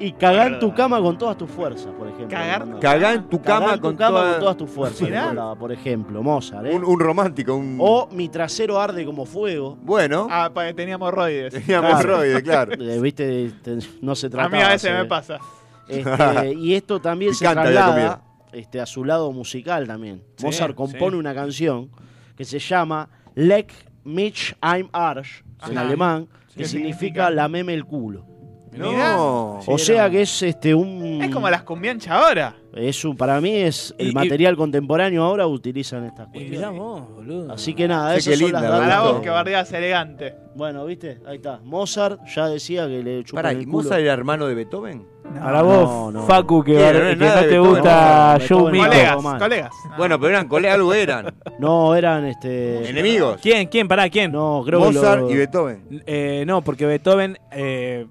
Speaker 5: Y cagar en tu cama con todas tus fuerzas, por ejemplo.
Speaker 2: Cagar-
Speaker 5: Le mandaba.
Speaker 3: Cagá en tu
Speaker 5: Cagá
Speaker 3: cama
Speaker 5: en tu
Speaker 3: con
Speaker 5: cama
Speaker 3: toda-
Speaker 5: con todas tus fuerzas. le
Speaker 3: Mirá.
Speaker 5: mandaba, por ejemplo, Mozart. ¿eh?
Speaker 3: Un, un romántico, un.
Speaker 5: O mi trasero arde como fuego.
Speaker 3: Bueno.
Speaker 2: Ah, porque teníamos roides.
Speaker 5: Eh, Viste, te- no se
Speaker 2: A
Speaker 5: trataba. eh.
Speaker 2: mí a veces
Speaker 5: se
Speaker 2: me
Speaker 5: ve.
Speaker 2: pasa.
Speaker 5: Este, y esto también se
Speaker 2: Picante había
Speaker 5: traslada este, a su lado musical también.
Speaker 2: Sí,
Speaker 5: Mozart compone
Speaker 2: sí.
Speaker 5: una canción que se llama Leck mich im Arsch, en
Speaker 2: Ajá.
Speaker 5: alemán,
Speaker 2: Sí.
Speaker 5: que
Speaker 2: ¿Qué
Speaker 5: significa lameme el culo.
Speaker 2: Mirá.
Speaker 5: No. O sea que es este un...
Speaker 2: Es como las cumbianchas ahora.
Speaker 5: Es un- para mí es el
Speaker 2: Y- y-
Speaker 5: material contemporáneo ahora utilizan estas
Speaker 6: Y
Speaker 5: cosas.
Speaker 6: mirá vos, boludo.
Speaker 5: Así que nada,
Speaker 6: Sí,
Speaker 5: esas
Speaker 6: qué
Speaker 5: son
Speaker 6: linda,
Speaker 5: las
Speaker 6: ¿verdad?
Speaker 5: datas.
Speaker 2: Para vos que bardeas elegante.
Speaker 5: Bueno, ¿viste? Ahí está. Mozart ya decía que le chupan
Speaker 3: Pará,
Speaker 5: el
Speaker 3: ¿y
Speaker 5: culo.
Speaker 3: ¿Mozart era hermano de Beethoven?
Speaker 6: Para vos, Facu, que,
Speaker 3: Quiero,
Speaker 6: que
Speaker 3: es
Speaker 6: no
Speaker 3: nada de
Speaker 6: te
Speaker 3: Beethoven.
Speaker 5: No,
Speaker 6: gusta Joe
Speaker 5: Beethoven
Speaker 6: Mito.
Speaker 5: Colegas, Román.
Speaker 2: colegas.
Speaker 3: Bueno, pero eran colegas, algo eran.
Speaker 5: No, eran este.
Speaker 3: Enemigos.
Speaker 6: ¿Quién? ¿Quién? ¿Para quién?
Speaker 5: No,
Speaker 3: creo que Mozart lo- y Beethoven.
Speaker 6: Eh, no, porque Beethoven, eh,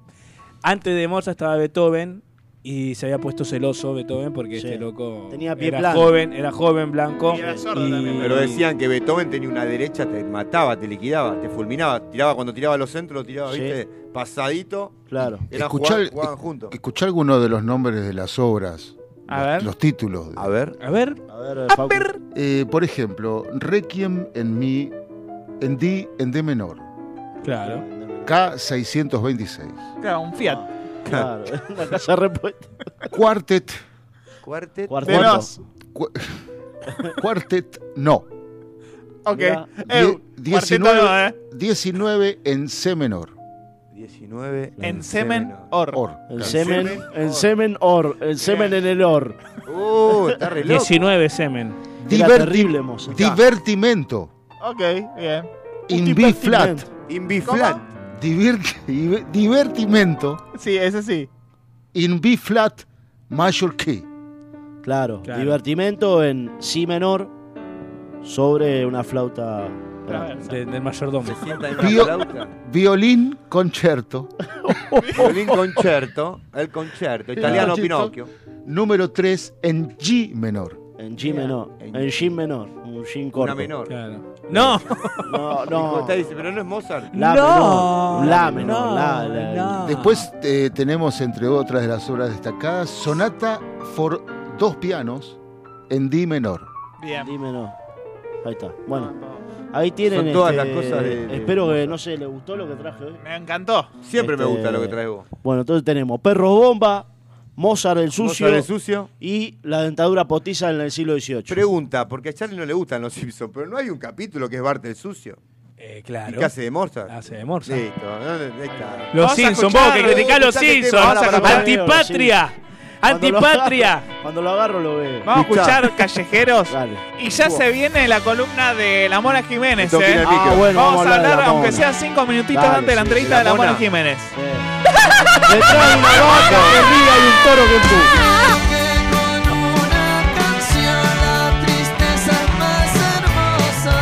Speaker 6: antes de Mozart estaba Beethoven y se había puesto celoso Beethoven porque este loco
Speaker 5: Tenía pie
Speaker 6: era
Speaker 5: plano.
Speaker 6: joven, era joven, blanco.
Speaker 5: Y era
Speaker 6: y-
Speaker 3: Pero decían que Beethoven tenía una derecha, te mataba, te liquidaba, te fulminaba. Tiraba cuando tiraba a los centros, lo tiraba,
Speaker 5: Sí.
Speaker 3: ¿viste? Pasadito.
Speaker 5: Claro.
Speaker 3: Era
Speaker 7: Escuchá
Speaker 3: jugar,
Speaker 7: el-
Speaker 3: jugaban juntos.
Speaker 7: Escuchá alguno de los nombres de las obras.
Speaker 2: A
Speaker 7: los,
Speaker 2: ver.
Speaker 7: Los títulos.
Speaker 3: A ver.
Speaker 6: A ver.
Speaker 5: A ver,
Speaker 7: Eh, por ejemplo, Requiem en mi, en D, en D menor.
Speaker 6: Claro.
Speaker 7: K626.
Speaker 2: Claro, un Fiat.
Speaker 5: Claro, una casa repuesta.
Speaker 7: Cuartet.
Speaker 3: Cuarteto.
Speaker 5: Cuartetos.
Speaker 7: Cu- Cuartet, no.
Speaker 2: Ok.
Speaker 7: Mirá,
Speaker 2: Eh,
Speaker 7: die-
Speaker 2: cuarteto
Speaker 7: 19,
Speaker 2: no, eh.
Speaker 7: 19 en C menor.
Speaker 3: 19
Speaker 2: En semen, or.
Speaker 5: El
Speaker 7: Claro.
Speaker 5: semen,
Speaker 7: Semen,
Speaker 5: el semen or, el semen en el or.
Speaker 3: Uh, está re loco.
Speaker 6: 19 semen.
Speaker 5: Era
Speaker 7: Diverti-
Speaker 5: terrible, mozo.
Speaker 7: Divertimento.
Speaker 2: Ok, bien.
Speaker 7: In B flat.
Speaker 3: In B flat.
Speaker 7: Divir- diver- divertimento.
Speaker 2: Sí, ese sí.
Speaker 7: In B flat major key.
Speaker 5: Claro, divertimento en si menor sobre una flauta.
Speaker 6: De- del mayordomo.
Speaker 7: Vio- violín concerto.
Speaker 3: Violín concerto. El concerto. Italiano Pinocchio.
Speaker 7: Número 3 en G menor.
Speaker 5: En G menor. En G menor. Un G corto.
Speaker 3: Una menor.
Speaker 6: No.
Speaker 5: No,
Speaker 3: Dijo,
Speaker 5: no.
Speaker 3: está, dice, pero no es Mozart.
Speaker 5: La menor. La menor. la, la-
Speaker 7: Después eh, tenemos, entre otras de las obras destacadas, Sonata for dos pianos en D menor.
Speaker 2: Bien.
Speaker 5: Dime no. Ahí está. Bueno. Ahí tienen.
Speaker 3: Son todas
Speaker 5: este,
Speaker 3: las cosas de- de-
Speaker 5: Espero que no se le gustó lo que traje hoy.
Speaker 2: Me encantó.
Speaker 3: Siempre me
Speaker 5: Este,
Speaker 3: gusta lo que traes vos.
Speaker 5: Bueno, entonces tenemos Perros Bomba, Mozart el Sucio.
Speaker 3: Mozart el Sucio.
Speaker 5: Y la dentadura potiza en el siglo XVIII.
Speaker 3: Pregunta, porque a Charlie no le gustan los Simpsons, pero no hay un capítulo que es Bart el sucio.
Speaker 11: Eh, claro.
Speaker 3: ¿Y qué hace de Mozart?
Speaker 11: Hace de Mozart.
Speaker 3: Listo, ¿no? ahí está.
Speaker 11: Los Simpsons, vos que criticás los Simpsons. Antipatria.
Speaker 5: Cuando lo
Speaker 11: Antipatria.
Speaker 5: agarro- Cuando lo agarro lo veo.
Speaker 2: Vamos a escuchar callejeros. Y ya se viene la columna de la Mona Jiménez.
Speaker 5: Entonces,
Speaker 2: ¿eh?
Speaker 5: mira el pique. Ah, bueno,
Speaker 2: vamos,
Speaker 5: vamos
Speaker 2: a hablar,
Speaker 5: de la
Speaker 2: aunque
Speaker 5: Mona.
Speaker 2: sea cinco minutitos
Speaker 5: Dale,
Speaker 2: antes de la
Speaker 5: sí,
Speaker 2: entrevista
Speaker 5: de
Speaker 2: de
Speaker 5: la
Speaker 2: la Mona
Speaker 5: Mona.
Speaker 2: Jiménez.
Speaker 5: Detrás de una vaca que ría y un toro que
Speaker 4: canción la tristeza más hermosa.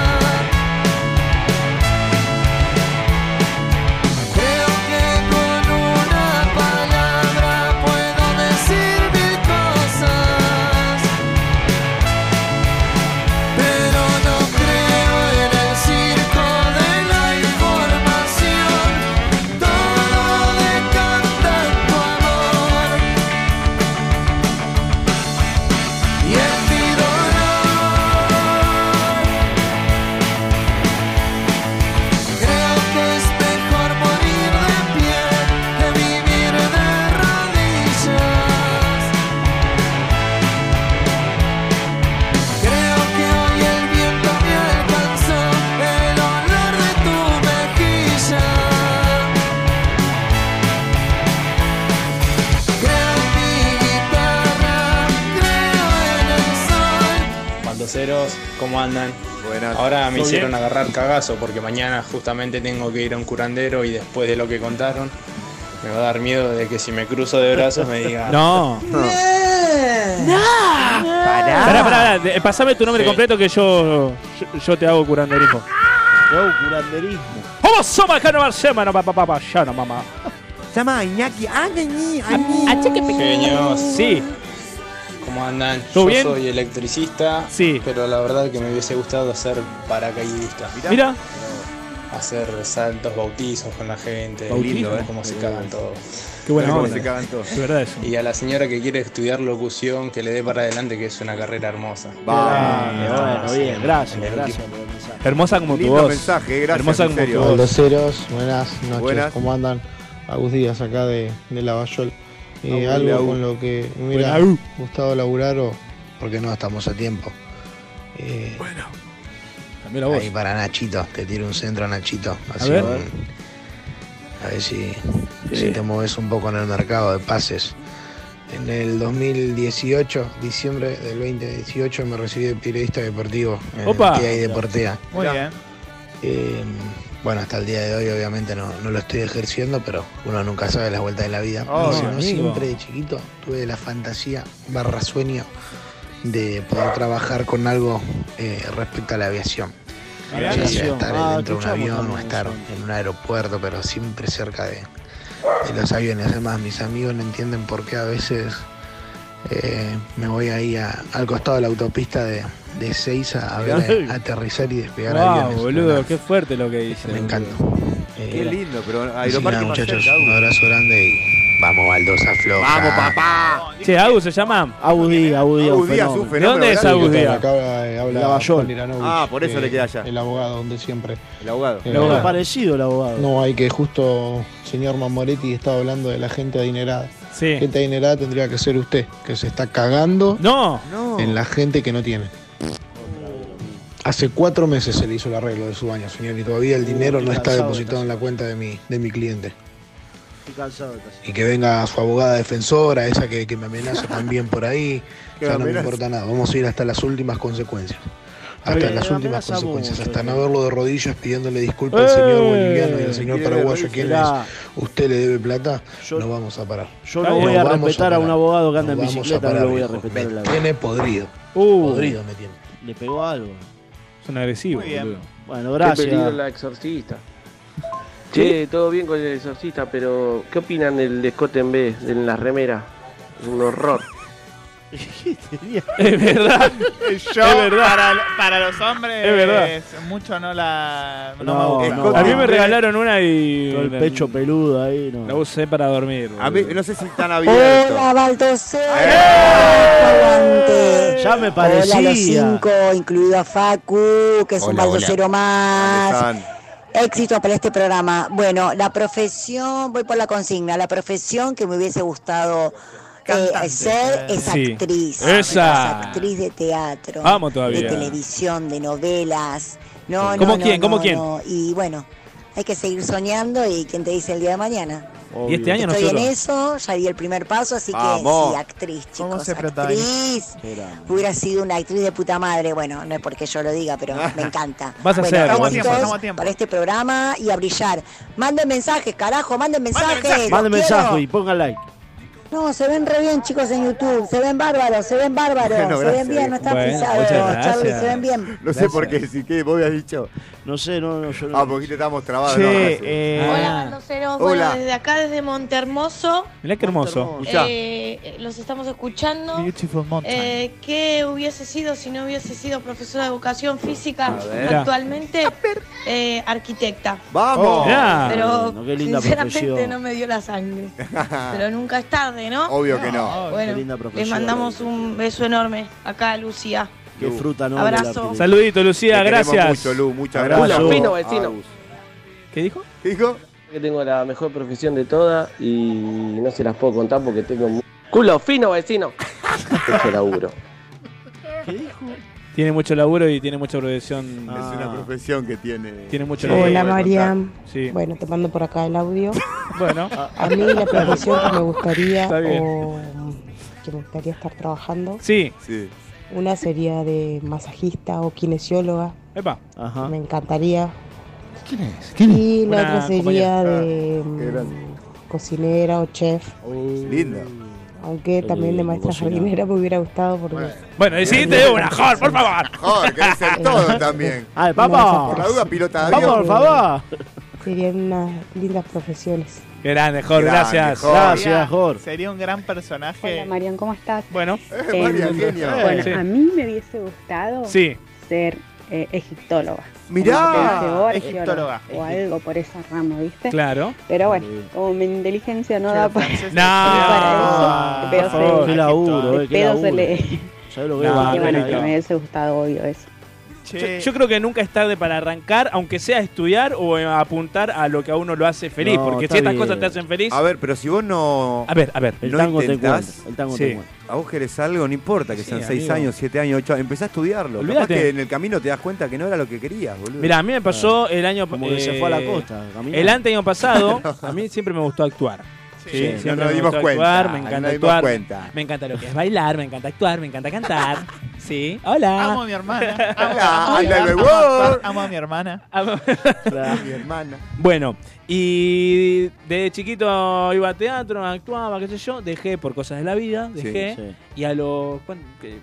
Speaker 4: Creo que con una palabra puedo decir mil cosas, pero no creo en el circo de la información. Todo decanta tu amor. Y en mi dolor Creo que es mejor morir de pie Que vivir de rodillas Creo que hoy el viento me alcanzó El olor de tu mejilla Creo en mi guitarra, creo en el sol.
Speaker 13: Baldoseros, ¿cómo andan? Ahora me
Speaker 19: ¿Todo
Speaker 13: hicieron
Speaker 19: bien?
Speaker 13: agarrar cagazo porque mañana justamente tengo que ir a un curandero y después de lo que contaron me va a dar miedo de que si me cruzo de brazos me digan...
Speaker 6: No.
Speaker 5: Ah.
Speaker 13: Pará.
Speaker 6: Pará, pará, de- eh, pasame tu nombre
Speaker 13: Sí.
Speaker 6: completo que yo, yo, yo te hago curanderismo.
Speaker 5: Te hago curanderismo.
Speaker 6: ¿Cómo somos acá no Barcelona, papá, papá, ya no, mamá?
Speaker 4: Llama a Iñaki, ah, vení,
Speaker 5: Ah,
Speaker 13: Genios.
Speaker 6: Sí.
Speaker 13: ¿Cómo andan?
Speaker 6: ¿Todo
Speaker 13: Yo
Speaker 6: bien?
Speaker 13: soy electricista, pero la verdad que me hubiese gustado ser paracaidista.
Speaker 6: Mirá.
Speaker 13: Hacer saltos, bautizos con la gente,
Speaker 6: Bautizo,
Speaker 13: lindo,
Speaker 6: eh.
Speaker 13: cómo se cagan todos.
Speaker 6: Qué buena
Speaker 13: Cómo
Speaker 6: onda.
Speaker 13: se cagan todos.
Speaker 6: Es verdad eso.
Speaker 13: Y a la señora que quiere estudiar locución, que le dé para adelante, que es una carrera hermosa.
Speaker 5: Va,
Speaker 13: Eh,
Speaker 5: bueno,
Speaker 13: estamos
Speaker 5: bien,
Speaker 13: en-
Speaker 5: gracias,
Speaker 13: en el
Speaker 5: gracias
Speaker 13: último.
Speaker 6: Hermosa como tu
Speaker 13: Lindo
Speaker 6: voz.
Speaker 13: mensaje, gracias,
Speaker 6: Hermosa
Speaker 13: en
Speaker 6: como tu
Speaker 13: serio.
Speaker 6: voz.
Speaker 20: Baldoseros, buenas noches,
Speaker 6: Buenas.
Speaker 20: ¿cómo andan? Agus Díaz acá de, de Lavallol. Eh,
Speaker 19: Agus,
Speaker 20: algo
Speaker 19: Agus.
Speaker 20: con lo que me hubiera
Speaker 19: Buena, Agus.
Speaker 20: gustado laburar o porque no estamos a tiempo. bueno, Ahí para Nachito, te tiro un centro a Nachito. Así
Speaker 6: ver.
Speaker 20: un- a ver si, si te moves un poco en el mercado de pases. En el 2018, diciembre del 2018, me recibí de periodista deportivo en
Speaker 6: Opa.
Speaker 20: el TI Deportea.
Speaker 2: Muy bien.
Speaker 20: Eh, bueno, hasta el día de hoy obviamente no, no lo estoy ejerciendo, pero uno nunca sabe las vueltas de la vida.
Speaker 19: Oh,
Speaker 20: Pero
Speaker 19: amigo.
Speaker 20: siempre de chiquito tuve la fantasía barra sueño de poder trabajar con algo eh, respecto a la aviación. Ya
Speaker 5: Mirá,
Speaker 20: sea
Speaker 5: aviación.
Speaker 20: estar dentro
Speaker 5: Ah,
Speaker 20: de un
Speaker 5: escuchamos
Speaker 20: avión o
Speaker 5: también
Speaker 20: estar en un aeropuerto, pero siempre cerca de, de los aviones. Además, mis amigos no entienden por qué a veces eh, me voy ahí a- al costado de la autopista de, de Seiza a ver
Speaker 6: Mirá.
Speaker 20: a- aterrizar y despegar
Speaker 6: Wow,
Speaker 20: aviones.
Speaker 6: boludo, qué fuerte lo que dice. Me
Speaker 20: encanta.
Speaker 3: Qué lindo, pero
Speaker 20: Así que nada,
Speaker 3: Aeroparque más
Speaker 20: muchachos,
Speaker 3: cerca, Agus.
Speaker 20: un abrazo grande y vamos, baldosa floja.
Speaker 3: Vamos, papá.
Speaker 6: Che, Agus se llama.
Speaker 5: Agus Díaz, Agus
Speaker 20: Díaz,
Speaker 5: Agus
Speaker 20: un Díaz, un
Speaker 5: fenómeno.
Speaker 20: fenómeno. ¿De dónde es Sí,
Speaker 5: Agus
Speaker 20: que
Speaker 5: Díaz?
Speaker 20: Acá habla, habla
Speaker 5: Lavallol.
Speaker 20: Juan Iranovich,
Speaker 5: Ah, por eso le queda
Speaker 20: allá. El abogado, donde siempre.
Speaker 3: El abogado.
Speaker 20: Eh,
Speaker 5: El abogado. Parecido el abogado.
Speaker 20: No, hay que justo, señor Mamoretti estaba hablando de la gente adinerada.
Speaker 6: Sí.
Speaker 20: Gente adinerada tendría que ser usted, que se está cagando
Speaker 6: no.
Speaker 20: en la gente que no tiene. Hace cuatro meses se le hizo el arreglo de su baño, señor, y todavía el dinero no está
Speaker 5: cansado
Speaker 20: depositado en la cuenta de mi, de mi cliente.
Speaker 5: Estoy cansado de
Speaker 20: Y que venga su abogada defensora, esa que, que me amenaza también por ahí.
Speaker 5: Que
Speaker 20: Ya
Speaker 5: me
Speaker 20: no me
Speaker 5: amenaza.
Speaker 20: importa nada. Vamos a ir hasta las últimas consecuencias.
Speaker 5: Pero
Speaker 20: Hasta
Speaker 5: que
Speaker 20: las
Speaker 5: me
Speaker 20: últimas
Speaker 5: amenaza
Speaker 20: consecuencias.
Speaker 5: vos,
Speaker 20: Hasta
Speaker 5: eh.
Speaker 20: no verlo de rodillas pidiéndole disculpas al
Speaker 5: Eh,
Speaker 20: señor boliviano y al
Speaker 5: se
Speaker 20: señor
Speaker 5: quiere
Speaker 20: paraguayo.
Speaker 5: ver,
Speaker 20: ¿Quién es?
Speaker 5: mirá.
Speaker 20: Usted le debe plata. no vamos a parar.
Speaker 5: Yo no voy a
Speaker 20: vamos
Speaker 5: respetar a
Speaker 20: parar.
Speaker 5: un abogado que anda
Speaker 20: No
Speaker 5: en
Speaker 20: vamos
Speaker 5: bicicleta,
Speaker 20: parar,
Speaker 5: no lo voy a
Speaker 20: viejo.
Speaker 5: respetar.
Speaker 20: Me
Speaker 5: el abogado.
Speaker 20: tiene podrido.
Speaker 5: Uh.
Speaker 20: podrido me tiene.
Speaker 5: Le pegó algo.
Speaker 6: Son agresivos,
Speaker 5: Muy bien.
Speaker 6: boludo.
Speaker 5: Bueno, gracias.
Speaker 21: la exorcista.
Speaker 12: Eh,
Speaker 21: Che, todo bien con el exorcista, pero ¿qué opinan del descote en vez de en la remera? Un horror.
Speaker 6: Es verdad.
Speaker 2: Yo,
Speaker 6: Es verdad.
Speaker 2: Para, para los hombres,
Speaker 6: Es verdad.
Speaker 2: mucho no la. No,
Speaker 6: No,
Speaker 2: me gusta.
Speaker 6: no. A mí me regalaron una y.
Speaker 5: Todo el pecho peludo ahí, no.
Speaker 6: La usé para dormir.
Speaker 3: A mí, no sé si están abiertos.
Speaker 22: Hola, Baldoseros.
Speaker 3: Aguante.
Speaker 5: Ya Ya me parecía.
Speaker 10: Hola, los cinco, incluido a Facu, que es un
Speaker 5: Hola, hola.
Speaker 10: baldocero más.
Speaker 5: ¿Dónde
Speaker 10: Éxito para este programa. Bueno, la profesión, voy por la consigna, la profesión que me hubiese gustado eh, ser es
Speaker 6: Sí.
Speaker 10: actriz.
Speaker 6: Esa.
Speaker 10: Es actriz de teatro.
Speaker 6: Vamos todavía.
Speaker 10: De televisión, de novelas. No, no,
Speaker 6: ¿Cómo
Speaker 10: no,
Speaker 6: quién? ¿Cómo
Speaker 10: no,
Speaker 6: quién?
Speaker 10: no. Y bueno, hay que seguir soñando y quien te dice el día de mañana.
Speaker 6: Y este año
Speaker 10: Estoy
Speaker 6: nosotros-
Speaker 10: en eso, ya di el primer paso, así
Speaker 6: Vamos.
Speaker 10: que sí, actriz, chicos.
Speaker 2: protagoniza?
Speaker 10: actriz. Hubiera sido una actriz de puta madre. Bueno, no es porque yo lo diga, pero me encanta.
Speaker 2: Vas a
Speaker 10: Bueno,
Speaker 2: hacerlo, vas
Speaker 10: chicos,
Speaker 2: a hacerlo. Estamos a tiempo.
Speaker 10: Para este programa y a brillar. Manden mensajes, carajo, manden mensajes. los
Speaker 5: Mande
Speaker 10: quiero.
Speaker 5: mensaje y pongan like.
Speaker 10: No, se ven re bien, chicos, en YouTube. Se ven bárbaros, se ven bárbaros.
Speaker 5: Bueno,
Speaker 10: se
Speaker 5: gracias.
Speaker 10: ven bien, no están
Speaker 5: Bueno,
Speaker 10: pisados,
Speaker 5: muchas gracias.
Speaker 10: Charlie, se ven bien.
Speaker 3: No sé por qué, si que vos habías dicho.
Speaker 5: No sé, no, no, yo
Speaker 3: no. Ah, porque estamos trabados.
Speaker 6: Che,
Speaker 3: no, gracias.
Speaker 6: eh, Hola,
Speaker 8: Baldoseros,
Speaker 3: Hola.
Speaker 8: bueno, desde acá, desde Montehermoso,
Speaker 6: Mirá qué hermoso.
Speaker 8: eh, los estamos escuchando.
Speaker 2: Beautiful mountain.
Speaker 8: Eh, ¿Qué hubiese sido si no hubiese sido profesora de educación física?
Speaker 2: A ver.
Speaker 8: Actualmente, eh, arquitecta.
Speaker 3: ¡Vamos!
Speaker 8: Oh,
Speaker 3: Mirá.
Speaker 8: Pero,
Speaker 3: Bueno, qué linda
Speaker 8: sinceramente,
Speaker 3: profesión.
Speaker 8: no me dio la sangre. Pero nunca es tarde, ¿no?
Speaker 3: Obvio que no.
Speaker 8: Bueno,
Speaker 3: Qué linda
Speaker 8: les
Speaker 3: profesión.
Speaker 8: mandamos un beso enorme acá a Lucía.
Speaker 5: Qué fruta, ¿no?
Speaker 8: Abrazo.
Speaker 6: Saludito, Lucía,
Speaker 3: Te queremos
Speaker 6: gracias.
Speaker 3: mucho, Lu, muchas
Speaker 6: Abrazo.
Speaker 3: gracias.
Speaker 8: Vecino, vecino.
Speaker 6: ¿Qué dijo?
Speaker 3: ¿Dijo?
Speaker 21: Que tengo la mejor profesión de todas y no se las puedo contar porque tengo mu- culo fino, vecino. Mucho laburo.
Speaker 6: Tiene mucho laburo y tiene mucha profesión.
Speaker 3: Ah. Es una profesión que tiene.
Speaker 6: Tiene mucho laburo.
Speaker 23: Hola Mariam.
Speaker 6: Sí.
Speaker 23: Bueno, te mando por acá el audio.
Speaker 6: Bueno.
Speaker 23: A mí la profesión que me gustaría
Speaker 6: Está bien.
Speaker 23: o que me gustaría estar trabajando.
Speaker 6: Sí.
Speaker 23: Una sería de masajista o kinesióloga.
Speaker 6: Epa.
Speaker 23: Me encantaría.
Speaker 7: ¿Quién es?
Speaker 23: Y la
Speaker 7: Una
Speaker 23: otra sería
Speaker 7: compañera.
Speaker 23: de
Speaker 7: Ah, qué grande.
Speaker 23: mm, cocinera o chef.
Speaker 6: Oh.
Speaker 3: Linda.
Speaker 23: Aunque también de maestra
Speaker 3: cocinar.
Speaker 23: jardinera me hubiera gustado porque
Speaker 6: Bueno, decidiste de una, Jorge, por favor.
Speaker 3: Jorge, querés ser todo también.
Speaker 5: Ay,
Speaker 23: vamos.
Speaker 3: Por la duda, pilota de
Speaker 23: Vamos,
Speaker 3: avión.
Speaker 23: por favor. serían unas lindas profesiones.
Speaker 6: Qué grande, Jorge,
Speaker 5: Grande,
Speaker 6: gracias.
Speaker 5: Jorge. Gracias,
Speaker 6: Jorge.
Speaker 2: Sería un gran personaje.
Speaker 9: Hola Marian, ¿cómo estás?
Speaker 6: Bueno,
Speaker 9: Eh,
Speaker 2: Marian, genio.
Speaker 9: bueno,
Speaker 2: Sí.
Speaker 9: a mí me hubiese gustado
Speaker 6: Sí.
Speaker 9: ser eh, egiptóloga.
Speaker 2: Mirá,
Speaker 9: Como se dice, o arqueóloga,
Speaker 2: egiptóloga.
Speaker 9: O algo por esa rama, ¿viste?
Speaker 6: Claro.
Speaker 9: Pero bueno, como mi inteligencia no da para,
Speaker 6: No,
Speaker 9: para eso, de
Speaker 5: por
Speaker 9: pedo se
Speaker 5: favor,
Speaker 9: le-
Speaker 5: qué laburo, eh,
Speaker 9: de
Speaker 5: qué
Speaker 9: pedo se
Speaker 5: laburo.
Speaker 9: le...
Speaker 5: ¿Sabés lo que
Speaker 9: Así que
Speaker 5: es?
Speaker 9: bueno,
Speaker 5: Ahí
Speaker 9: que
Speaker 5: está.
Speaker 9: me hubiese gustado, obvio, eso.
Speaker 6: Yo, yo creo que nunca es tarde para arrancar, aunque sea estudiar o eh, apuntar a lo que a uno lo hace feliz.
Speaker 3: No,
Speaker 6: porque
Speaker 3: está
Speaker 6: si estas
Speaker 3: bien.
Speaker 6: cosas te hacen feliz.
Speaker 3: A ver, pero si vos no.
Speaker 6: A ver, a ver.
Speaker 3: no
Speaker 6: El tango te
Speaker 3: intentás,
Speaker 6: encuentra, el tango te encuentra.
Speaker 3: A vos querés algo, no importa que
Speaker 6: Sí,
Speaker 3: sean 6
Speaker 6: amigo.
Speaker 3: años, 7 años, 8 años. Empezá a estudiarlo. Capaz
Speaker 6: Olvídate.
Speaker 3: que en el camino te das cuenta que no era lo que querías, boludo.
Speaker 6: Mira, a mí me pasó el año
Speaker 5: Ah.
Speaker 6: eh,
Speaker 5: Como que se fue a la costa, a caminar.
Speaker 6: El ante año pasado, a mí siempre me gustó actuar.
Speaker 5: Sí.
Speaker 6: Sí,
Speaker 5: Sí,
Speaker 6: siempre
Speaker 5: no nos
Speaker 6: me
Speaker 5: dimos
Speaker 6: gustó
Speaker 5: cuenta,
Speaker 6: actuar, me
Speaker 5: no
Speaker 6: encanta
Speaker 5: nos dimos
Speaker 6: actuar.
Speaker 5: cuenta.
Speaker 6: Me encanta lo que es bailar, me encanta actuar, me encanta cantar. Sí, hola.
Speaker 2: Amo a mi hermana. Amo,
Speaker 6: Ah,
Speaker 2: amo,
Speaker 6: I love
Speaker 2: amo,
Speaker 6: you,
Speaker 2: amo
Speaker 6: wow.
Speaker 2: actuar, amo a mi hermana.
Speaker 3: mi hermana.
Speaker 6: Bueno, y de chiquito iba a teatro, actuaba, qué sé yo, dejé por cosas de la vida,
Speaker 5: Sí,
Speaker 6: dejé.
Speaker 5: sí.
Speaker 6: Y a los. ¿cuán- qué-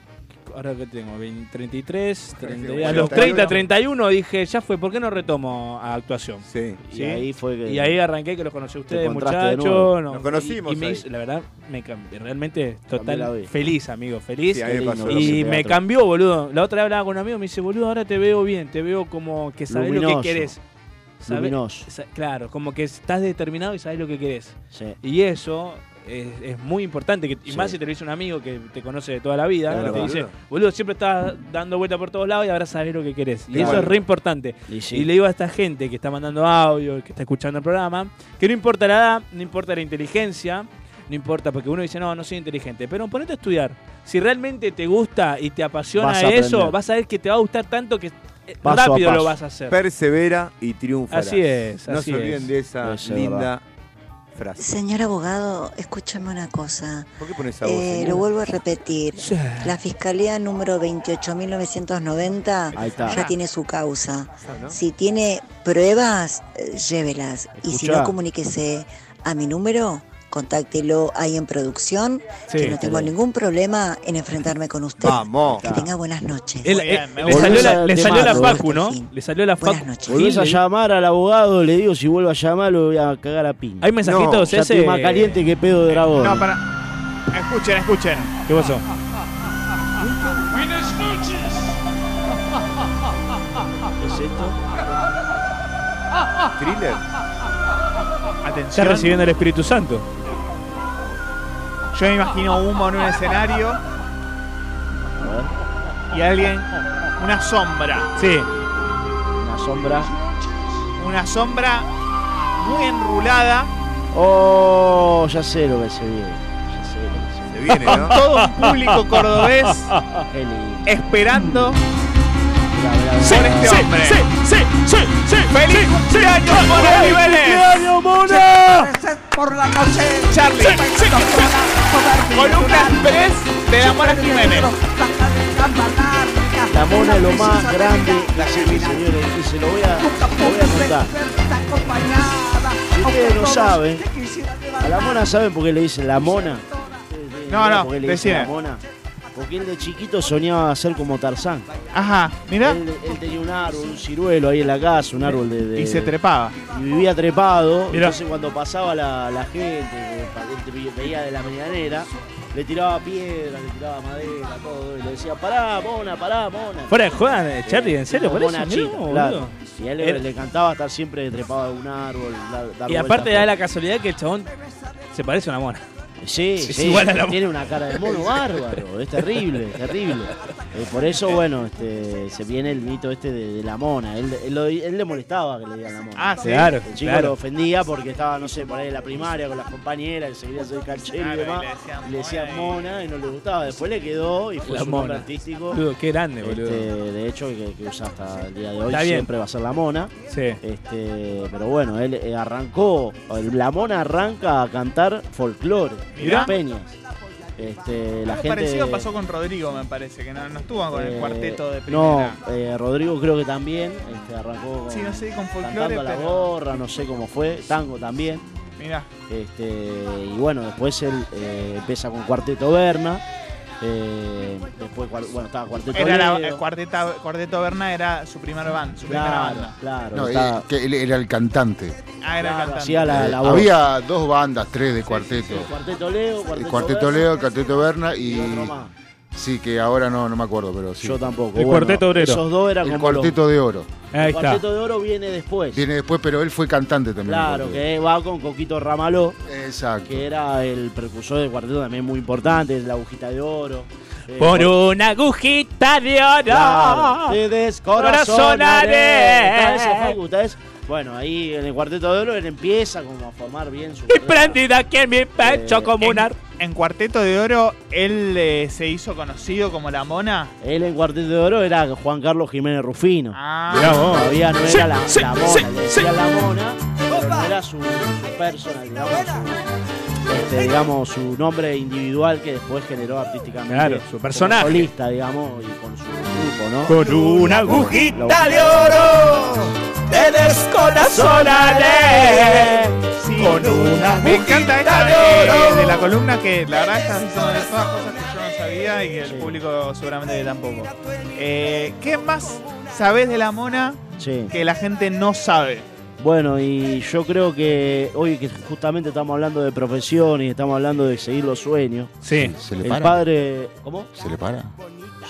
Speaker 6: Ahora que tengo, 20, 33, 30, a
Speaker 5: Este, bueno,
Speaker 6: los 30,
Speaker 5: 31.
Speaker 6: 31 dije, ya fue, ¿por qué no retomo a actuación?
Speaker 3: Sí.
Speaker 5: Y ahí fue que-
Speaker 6: Y ahí arranqué que los conocí a ustedes,
Speaker 5: encontraste de
Speaker 6: muchachos.
Speaker 5: nuevo.
Speaker 6: no,
Speaker 5: Nos conocimos
Speaker 6: Y, y me
Speaker 5: ahí.
Speaker 6: hizo- la verdad, me cambié, realmente
Speaker 5: la
Speaker 6: total
Speaker 5: vida.
Speaker 6: feliz, amigo, feliz.
Speaker 5: Sí, a mí me pasó lo mismo
Speaker 6: y
Speaker 5: en
Speaker 6: me
Speaker 5: teatro.
Speaker 6: cambió, boludo. La otra vez hablaba con un amigo, me dice, boludo, ahora te veo bien, te veo como que sabes lo
Speaker 5: Luminoso.
Speaker 6: que querés. Sabés-
Speaker 5: Luminoso.
Speaker 6: sa- Claro, como que estás determinado y sabes lo que querés. Y eso es, es muy importante. que- y
Speaker 5: Sí.
Speaker 6: más si te lo dice un amigo que te conoce de toda la vida.
Speaker 5: Es
Speaker 6: que te
Speaker 5: verdad.
Speaker 6: dice, boludo, siempre estás dando vuelta por todos lados y ahora sabes lo que querés. Y
Speaker 5: Claro.
Speaker 6: eso es re importante.
Speaker 5: Y
Speaker 6: Y,
Speaker 5: sí.
Speaker 6: le digo a esta gente que está mandando audio, que está escuchando el programa, que no importa la edad, no importa la inteligencia. No importa, porque uno dice, no, no soy inteligente. Pero ponete a estudiar. Si realmente te gusta y te apasiona
Speaker 3: Vas a
Speaker 6: eso,
Speaker 3: aprender.
Speaker 6: vas a ver que te va a gustar tanto que eh,
Speaker 3: Paso a
Speaker 6: rápido lo
Speaker 3: paso.
Speaker 6: vas a hacer.
Speaker 3: Persevera y triunfa.
Speaker 6: Así es,
Speaker 3: No
Speaker 6: así
Speaker 3: se olviden
Speaker 6: es.
Speaker 3: de esa
Speaker 6: Eso es
Speaker 3: linda frase.
Speaker 10: Señor abogado, escúchame una cosa.
Speaker 3: ¿Por qué pones esa voz,
Speaker 10: Eh,
Speaker 3: señora?
Speaker 10: lo vuelvo a repetir. La Fiscalía número 28.990
Speaker 5: Ahí está.
Speaker 10: ya tiene su causa.
Speaker 5: ¿no?
Speaker 10: Si tiene pruebas, eh, llévelas. Y si no,
Speaker 5: Escuchá.
Speaker 10: comuníquese a mi número, contáctelo ahí en producción,
Speaker 6: Sí.
Speaker 10: que no tengo ningún problema en enfrentarme con usted.
Speaker 3: Vamos.
Speaker 10: Que tenga buenas noches.
Speaker 6: Él- eh, le salió la, le salió la Facu, ¿no? Le salió la Facu.
Speaker 5: Volvés a
Speaker 6: Sí,
Speaker 5: llamar al abogado, le digo, si vuelvo a llamar, lo voy a cagar a piña.
Speaker 6: Hay mensajitos,
Speaker 5: No, ya
Speaker 6: ese-
Speaker 5: estoy más caliente que pedo de dragón.
Speaker 2: No, para. Escuchen, escuchen.
Speaker 6: ¿Qué pasó?
Speaker 5: Ah,
Speaker 2: Buenas noches.
Speaker 5: ¿Es
Speaker 3: Thriller.
Speaker 6: Está
Speaker 2: Atención.
Speaker 6: recibiendo el Espíritu Santo.
Speaker 2: Yo me imagino humo en un escenario. y alguien, una sombra.
Speaker 6: Sí.
Speaker 5: Una sombra.
Speaker 2: Una sombra muy enrulada,
Speaker 5: Oh, ya sé lo que se viene. Ya sé lo que se viene.
Speaker 2: viene, ¿no? Todo un público cordobés.
Speaker 5: Qué lindo.
Speaker 2: esperando por este hombre.
Speaker 6: sí, sí, sí.
Speaker 2: ¡Feliz cumpleaños, Mona
Speaker 4: ¡Feliz
Speaker 2: Niveles!
Speaker 4: cumpleaños,
Speaker 6: Mona!
Speaker 4: Por la noche,
Speaker 2: Charlie. Columna 3 de la Mona Jiménez.
Speaker 5: La mona es lo más grande que existe, señores, y se lo voy a, lo voy a contar. Si ustedes no saben, a la mona saben por qué le dicen la mona.
Speaker 2: No, no,
Speaker 5: ¿Por qué le dicen
Speaker 2: decime.
Speaker 5: la mona? Porque él de chiquito soñaba ser como Tarzán.
Speaker 2: Ajá, mirá.
Speaker 5: Él, él tenía un árbol, un ciruelo ahí en la casa, un árbol de... de-
Speaker 2: Y se trepaba.
Speaker 5: y vivía trepado.
Speaker 2: Mirá.
Speaker 5: Entonces cuando pasaba la, la gente, que pa- él te ve- veía de la medianera, le tiraba piedras, le tiraba madera, todo. Y le decía, pará, mona, pará, mona.
Speaker 6: Fuera de joda, eh, Charlie, ¿en serio?
Speaker 5: Como
Speaker 6: ¿Por eso?
Speaker 5: mona
Speaker 6: Mirá,
Speaker 5: chita,
Speaker 6: boludo.
Speaker 5: claro. Y a él le,
Speaker 6: Él-
Speaker 5: le encantaba estar siempre trepado de un árbol. dar- dar
Speaker 6: Y
Speaker 5: vueltas
Speaker 6: aparte
Speaker 5: por-
Speaker 6: da la casualidad que el chabón se parece a una mona.
Speaker 5: Sí,
Speaker 6: Es
Speaker 5: sí,
Speaker 6: igual a la
Speaker 5: tiene
Speaker 6: mona.
Speaker 5: una cara de mono bárbaro, es terrible, es terrible. Eh, por eso, bueno, este, se viene el mito este de, de la mona. Él, él lo- él le molestaba que le digan la mona.
Speaker 6: Ah, sí. Claro,
Speaker 5: El chico
Speaker 6: claro.
Speaker 5: lo ofendía porque estaba, no sé, por ahí en la primaria con las compañeras, que se quería hacer canchero y demás. y le decían mona y no le gustaba. Después le quedó y fue
Speaker 6: La
Speaker 5: su nombre
Speaker 6: mona.
Speaker 5: artístico.
Speaker 6: Boludo, qué grande, boludo.
Speaker 5: Este, de hecho, que, que usa hasta el día de hoy
Speaker 6: Está bien.
Speaker 5: siempre va a ser la mona.
Speaker 6: Sí.
Speaker 5: Este, pero bueno, él eh, arrancó, el- la mona arranca a cantar folclore,
Speaker 2: Mirá.
Speaker 5: las peñas. Este, la
Speaker 2: Algo
Speaker 5: gente
Speaker 2: parecido pasó con Rodrigo, me parece, que no, no estuvo con el
Speaker 5: eh,
Speaker 2: cuarteto de
Speaker 5: No,
Speaker 2: primera.
Speaker 5: eh, Rodrigo creo que también este, arrancó
Speaker 2: Sí, no sé, con folclore,
Speaker 5: cantando a la
Speaker 2: pero-
Speaker 5: gorra, no sé cómo fue, tango también.
Speaker 2: Mirá.
Speaker 5: Este, y bueno, después él eh, empieza con Cuarteto Berna. eh, después, cuar- bueno, estaba Cuarteto
Speaker 2: Era la,
Speaker 5: Leo.
Speaker 2: el cuarteta- Cuarteto Berna era su primer band, su primera
Speaker 5: Claro,
Speaker 2: banda.
Speaker 5: claro.
Speaker 7: No,
Speaker 5: estaba-
Speaker 7: eh, que él era el cantante.
Speaker 2: Ah, era el cantante.
Speaker 5: hacía la-
Speaker 7: Eh,
Speaker 5: la voz.
Speaker 7: había dos bandas, tres de cuarteto.
Speaker 5: Cuarteto Leo,
Speaker 7: El
Speaker 5: Cuarteto,
Speaker 7: cuarteto
Speaker 5: Berna.
Speaker 7: Leo, el cuarteto Berna y.
Speaker 5: otro más.
Speaker 7: Sí, que ahora no, no me acuerdo, pero sí.
Speaker 5: Yo tampoco, El bueno, Cuarteto Obrero. esos dos eran
Speaker 7: El
Speaker 5: como
Speaker 7: cuarteto
Speaker 5: los-
Speaker 7: de oro.
Speaker 5: el Cuarteto de Oro viene después.
Speaker 7: Viene después, pero él fue cantante también.
Speaker 5: Claro,
Speaker 7: el Cuarteto.
Speaker 5: que va con Coquito Ramaló,
Speaker 7: Exacto.
Speaker 5: que era el precursor del cuarteto también muy importante, la agujita de oro. eh,
Speaker 6: Por una agujita de oro.
Speaker 5: Claro, te ¿eh? descorazonaré.
Speaker 6: Corazonaré.
Speaker 5: Esa fue agujita, es- Bueno, ahí en el cuarteto de oro él empieza como a formar bien su...
Speaker 6: Y prendida aquí en mi pecho como un ar-
Speaker 2: Eh, En, en Cuarteto de Oro, él eh, se hizo conocido como la mona.
Speaker 5: Él en Cuarteto de Oro era Juan Carlos Jiménez Rufino.
Speaker 2: Mirá vos.
Speaker 5: Todavía no
Speaker 2: Sí,
Speaker 5: era la,
Speaker 2: sí,
Speaker 5: la mona,
Speaker 2: sí,
Speaker 5: le decía
Speaker 2: sí.
Speaker 5: la mona, pero no era su, su personal, digamos, su, este, digamos, su nombre individual que después generó artísticamente.
Speaker 6: Claro, su
Speaker 5: como
Speaker 6: personaje.
Speaker 5: solista, digamos, y con su grupo, ¿no?
Speaker 6: Con una
Speaker 4: agujita de oro te descorazonaré.
Speaker 2: Con una Me encanta esta de, de- de la columna que la verdad estás diciendo de todas cosas que yo no sabía y que el público seguramente tampoco. Eh, ¿Qué más sabés de la mona
Speaker 5: Sí.
Speaker 2: que la gente no sabe?
Speaker 5: Bueno, y yo creo que hoy que justamente estamos hablando de profesión y estamos hablando de seguir los sueños.
Speaker 6: Sí.
Speaker 7: ¿Se le
Speaker 5: el
Speaker 7: para?
Speaker 5: padre... ¿Cómo?
Speaker 7: ¿Se le para?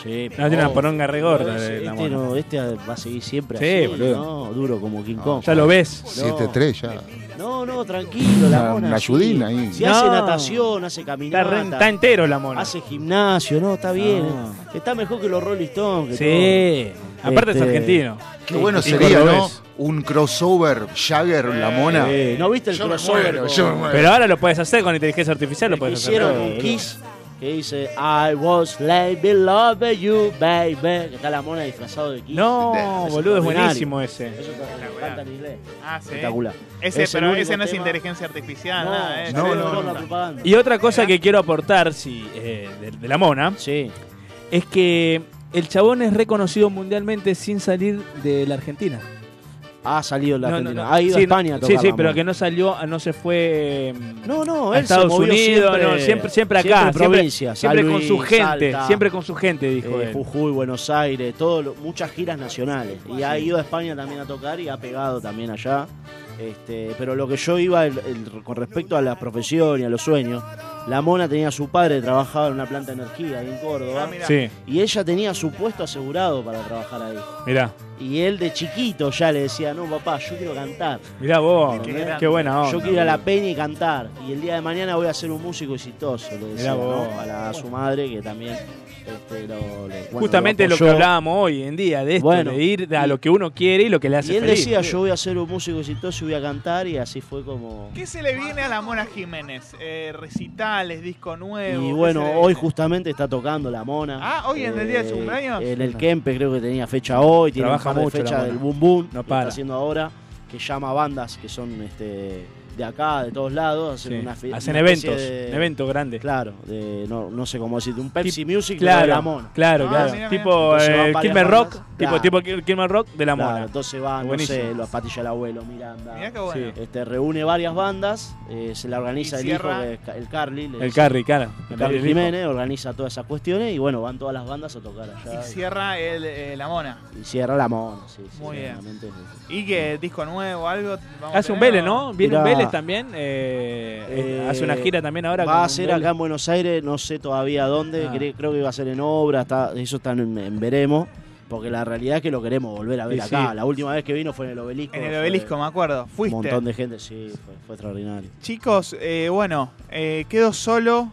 Speaker 5: Sí,
Speaker 6: No, tiene una poronga re gorda
Speaker 5: Este,
Speaker 6: de la
Speaker 5: este,
Speaker 6: mona.
Speaker 5: no, este va a seguir siempre
Speaker 6: Sí,
Speaker 5: así,
Speaker 6: boludo.
Speaker 5: ¿no? Duro como King
Speaker 7: No,
Speaker 5: Kong.
Speaker 6: ya lo ves.
Speaker 5: No.
Speaker 7: 7-3 ya.
Speaker 5: No, no, tranquilo, la
Speaker 7: Una-
Speaker 5: mona.
Speaker 7: una
Speaker 5: sí.
Speaker 7: ayudina ahí.
Speaker 5: Si hace
Speaker 6: No.
Speaker 5: natación, hace
Speaker 6: Está,
Speaker 5: caminata.
Speaker 6: re- está entero la mona.
Speaker 5: Hace gimnasio, no, está bien. ¿eh?
Speaker 6: No.
Speaker 5: Está mejor que los Rolling Stones. que
Speaker 6: Sí.
Speaker 5: todo.
Speaker 6: Aparte es
Speaker 5: Este,
Speaker 6: argentino.
Speaker 7: Qué bueno
Speaker 6: Y
Speaker 7: sería, ¿no?
Speaker 6: cordobés.
Speaker 7: Un crossover Jagger, la mona.
Speaker 5: eh, ¿No viste el
Speaker 7: Yo me
Speaker 5: crossover?
Speaker 7: muero,
Speaker 5: con-
Speaker 7: yo me muero.
Speaker 6: Pero ahora lo puedes hacer con inteligencia artificial, lo puedes hacer.
Speaker 5: Hicieron
Speaker 6: todo,
Speaker 5: un
Speaker 6: boludo.
Speaker 5: kiss que dice I was like beloved you, baby. Que está la mona disfrazado de kiss.
Speaker 6: No,
Speaker 5: Es
Speaker 6: boludo, es
Speaker 5: extraordinario.
Speaker 6: buenísimo eh. ese.
Speaker 5: Eso está- me encanta en inglés.
Speaker 2: Ah, sí.
Speaker 5: Espectacular.
Speaker 2: Ese,
Speaker 5: Es el
Speaker 2: pero
Speaker 5: único
Speaker 2: ese no es
Speaker 5: tema-
Speaker 2: inteligencia artificial,
Speaker 5: No,
Speaker 2: nada, ¿eh?
Speaker 5: no,
Speaker 2: Sí,
Speaker 5: no,
Speaker 2: con
Speaker 5: no,
Speaker 2: la-
Speaker 5: no.
Speaker 6: Y otra cosa que quiero aportar, sí, eh, de, de la mona, es que el chabón es reconocido mundialmente sin salir de la Argentina.
Speaker 5: Ha salido Ah, la
Speaker 6: No, no,
Speaker 5: Argentina.
Speaker 6: no.
Speaker 5: Ha ido a
Speaker 6: Sí, no,
Speaker 5: España a
Speaker 6: Sí,
Speaker 5: tocar
Speaker 6: sí,
Speaker 5: la
Speaker 6: pero
Speaker 5: mona.
Speaker 6: que no salió, no se fue mm,
Speaker 5: No, no,
Speaker 6: a
Speaker 5: él se
Speaker 6: Estados
Speaker 5: movió
Speaker 6: Unidos,
Speaker 5: siempre,
Speaker 6: no, siempre, siempre acá,
Speaker 5: siempre en
Speaker 6: siempre-
Speaker 5: provincias,
Speaker 6: siempre
Speaker 5: San
Speaker 6: con su
Speaker 5: Luis,
Speaker 6: gente,
Speaker 5: Salta,
Speaker 6: siempre con su gente, dijo
Speaker 5: eh,
Speaker 6: él.
Speaker 5: Jujuy, Buenos Aires, todo lo- muchas giras nacionales. Y ha ido a España también a tocar y ha pegado también allá. Este, pero lo que yo iba el- el- con respecto a la profesión y a los sueños, la mona tenía a su padre, trabajaba en una planta de energía ahí en Córdoba.
Speaker 6: Sí.
Speaker 5: Y ella tenía su puesto asegurado para trabajar ahí.
Speaker 6: Mirá.
Speaker 5: Y él de chiquito ya le decía, no papá, yo quiero cantar.
Speaker 6: Mirá vos,
Speaker 5: ¿Entendés?
Speaker 6: qué, buena onda.
Speaker 5: Yo quiero ir a la peña y cantar. Y el día de mañana voy a ser un músico exitoso, le decía,
Speaker 6: vos.
Speaker 5: ¿no? A, la- a su madre que también este, lo- lo- bueno,
Speaker 6: Justamente lo, que
Speaker 5: apoyó.
Speaker 6: hablábamos hoy en día, de esto,
Speaker 5: Bueno,
Speaker 6: de ir a lo que uno quiere y lo que le hace
Speaker 5: Y él
Speaker 6: feliz.
Speaker 5: decía, yo voy a ser un músico exitoso y voy a cantar, y así fue como...
Speaker 2: ¿Qué se le viene a la Mona Jiménez? Eh, recitales, disco nuevo.
Speaker 5: Y
Speaker 2: ¿qué
Speaker 5: bueno,
Speaker 2: se le-
Speaker 5: hoy justamente está tocando la mona. Eh,
Speaker 2: Ah, hoy en el día de su cumpleaños.
Speaker 5: En el Kempe creo que tenía fecha hoy, tiene
Speaker 6: Trabaja
Speaker 5: un par de
Speaker 6: mucho la
Speaker 5: fecha
Speaker 6: Mona.
Speaker 5: del Boom Boom,
Speaker 6: No
Speaker 5: que
Speaker 6: para.
Speaker 5: está haciendo ahora, que llama a bandas que son este, de acá, de todos lados, hacen,
Speaker 6: Sí,
Speaker 5: una fe-
Speaker 6: hacen
Speaker 5: una especie
Speaker 6: eventos, un evento grande.
Speaker 5: Claro, de, no, no sé cómo decirte, un Pepsi
Speaker 6: Tip-
Speaker 5: Music
Speaker 6: claro,
Speaker 5: pero de la mona.
Speaker 2: Ah,
Speaker 6: Claro, claro. Tipo
Speaker 5: Entonces van
Speaker 6: eh,
Speaker 5: varias
Speaker 6: Kilmer Rock,
Speaker 5: bandas.
Speaker 6: tipo,
Speaker 5: Claro.
Speaker 6: tipo Kil- Kilmer Rock de la
Speaker 5: Claro,
Speaker 6: mona.
Speaker 5: entonces van,
Speaker 6: Buenísimo.
Speaker 5: no sé, los Patillas del Abuelo, Miranda.
Speaker 2: Mirá qué bueno.
Speaker 5: Este, reúne varias bandas, eh, se la organiza
Speaker 2: Y
Speaker 5: el hijo,
Speaker 2: cierra-
Speaker 5: que es Ca- el Carly. le
Speaker 6: El
Speaker 5: dice.
Speaker 6: Carly, cara.
Speaker 5: El
Speaker 6: El
Speaker 5: Carly
Speaker 6: hijo.
Speaker 5: Jiménez organiza todas esas cuestiones y bueno, van todas las bandas a tocar allá.
Speaker 2: Y cierra el, eh, la Mona.
Speaker 5: Y cierra la mona, sí. sí,
Speaker 2: Muy
Speaker 5: sí,
Speaker 2: bien.
Speaker 5: realmente es eso.
Speaker 2: ¿Y qué? ¿Disco nuevo? ¿Algo? vamos a
Speaker 6: Hace un
Speaker 2: tener,
Speaker 6: Vélez, ¿no? Viene un
Speaker 5: Mirá.
Speaker 6: Vélez también. eh, eh,
Speaker 5: Eh,
Speaker 6: hace una gira también ahora.
Speaker 5: Va
Speaker 6: con
Speaker 5: a ser
Speaker 6: Vélez.
Speaker 5: acá en Buenos Aires, no sé todavía dónde.
Speaker 6: Ah.
Speaker 5: cre- Creo que va a ser en obra, está, eso está en, en veremos. Porque la realidad es que lo queremos volver a ver
Speaker 2: Y
Speaker 5: acá.
Speaker 2: sí.
Speaker 5: Eh, La última vez que vino fue en el obelisco.
Speaker 2: En el
Speaker 5: fue
Speaker 2: obelisco, me acuerdo.
Speaker 5: Un
Speaker 2: Fuiste.
Speaker 5: montón de gente, sí, fue, fue extraordinario.
Speaker 2: Chicos, eh, bueno, eh, quedo solo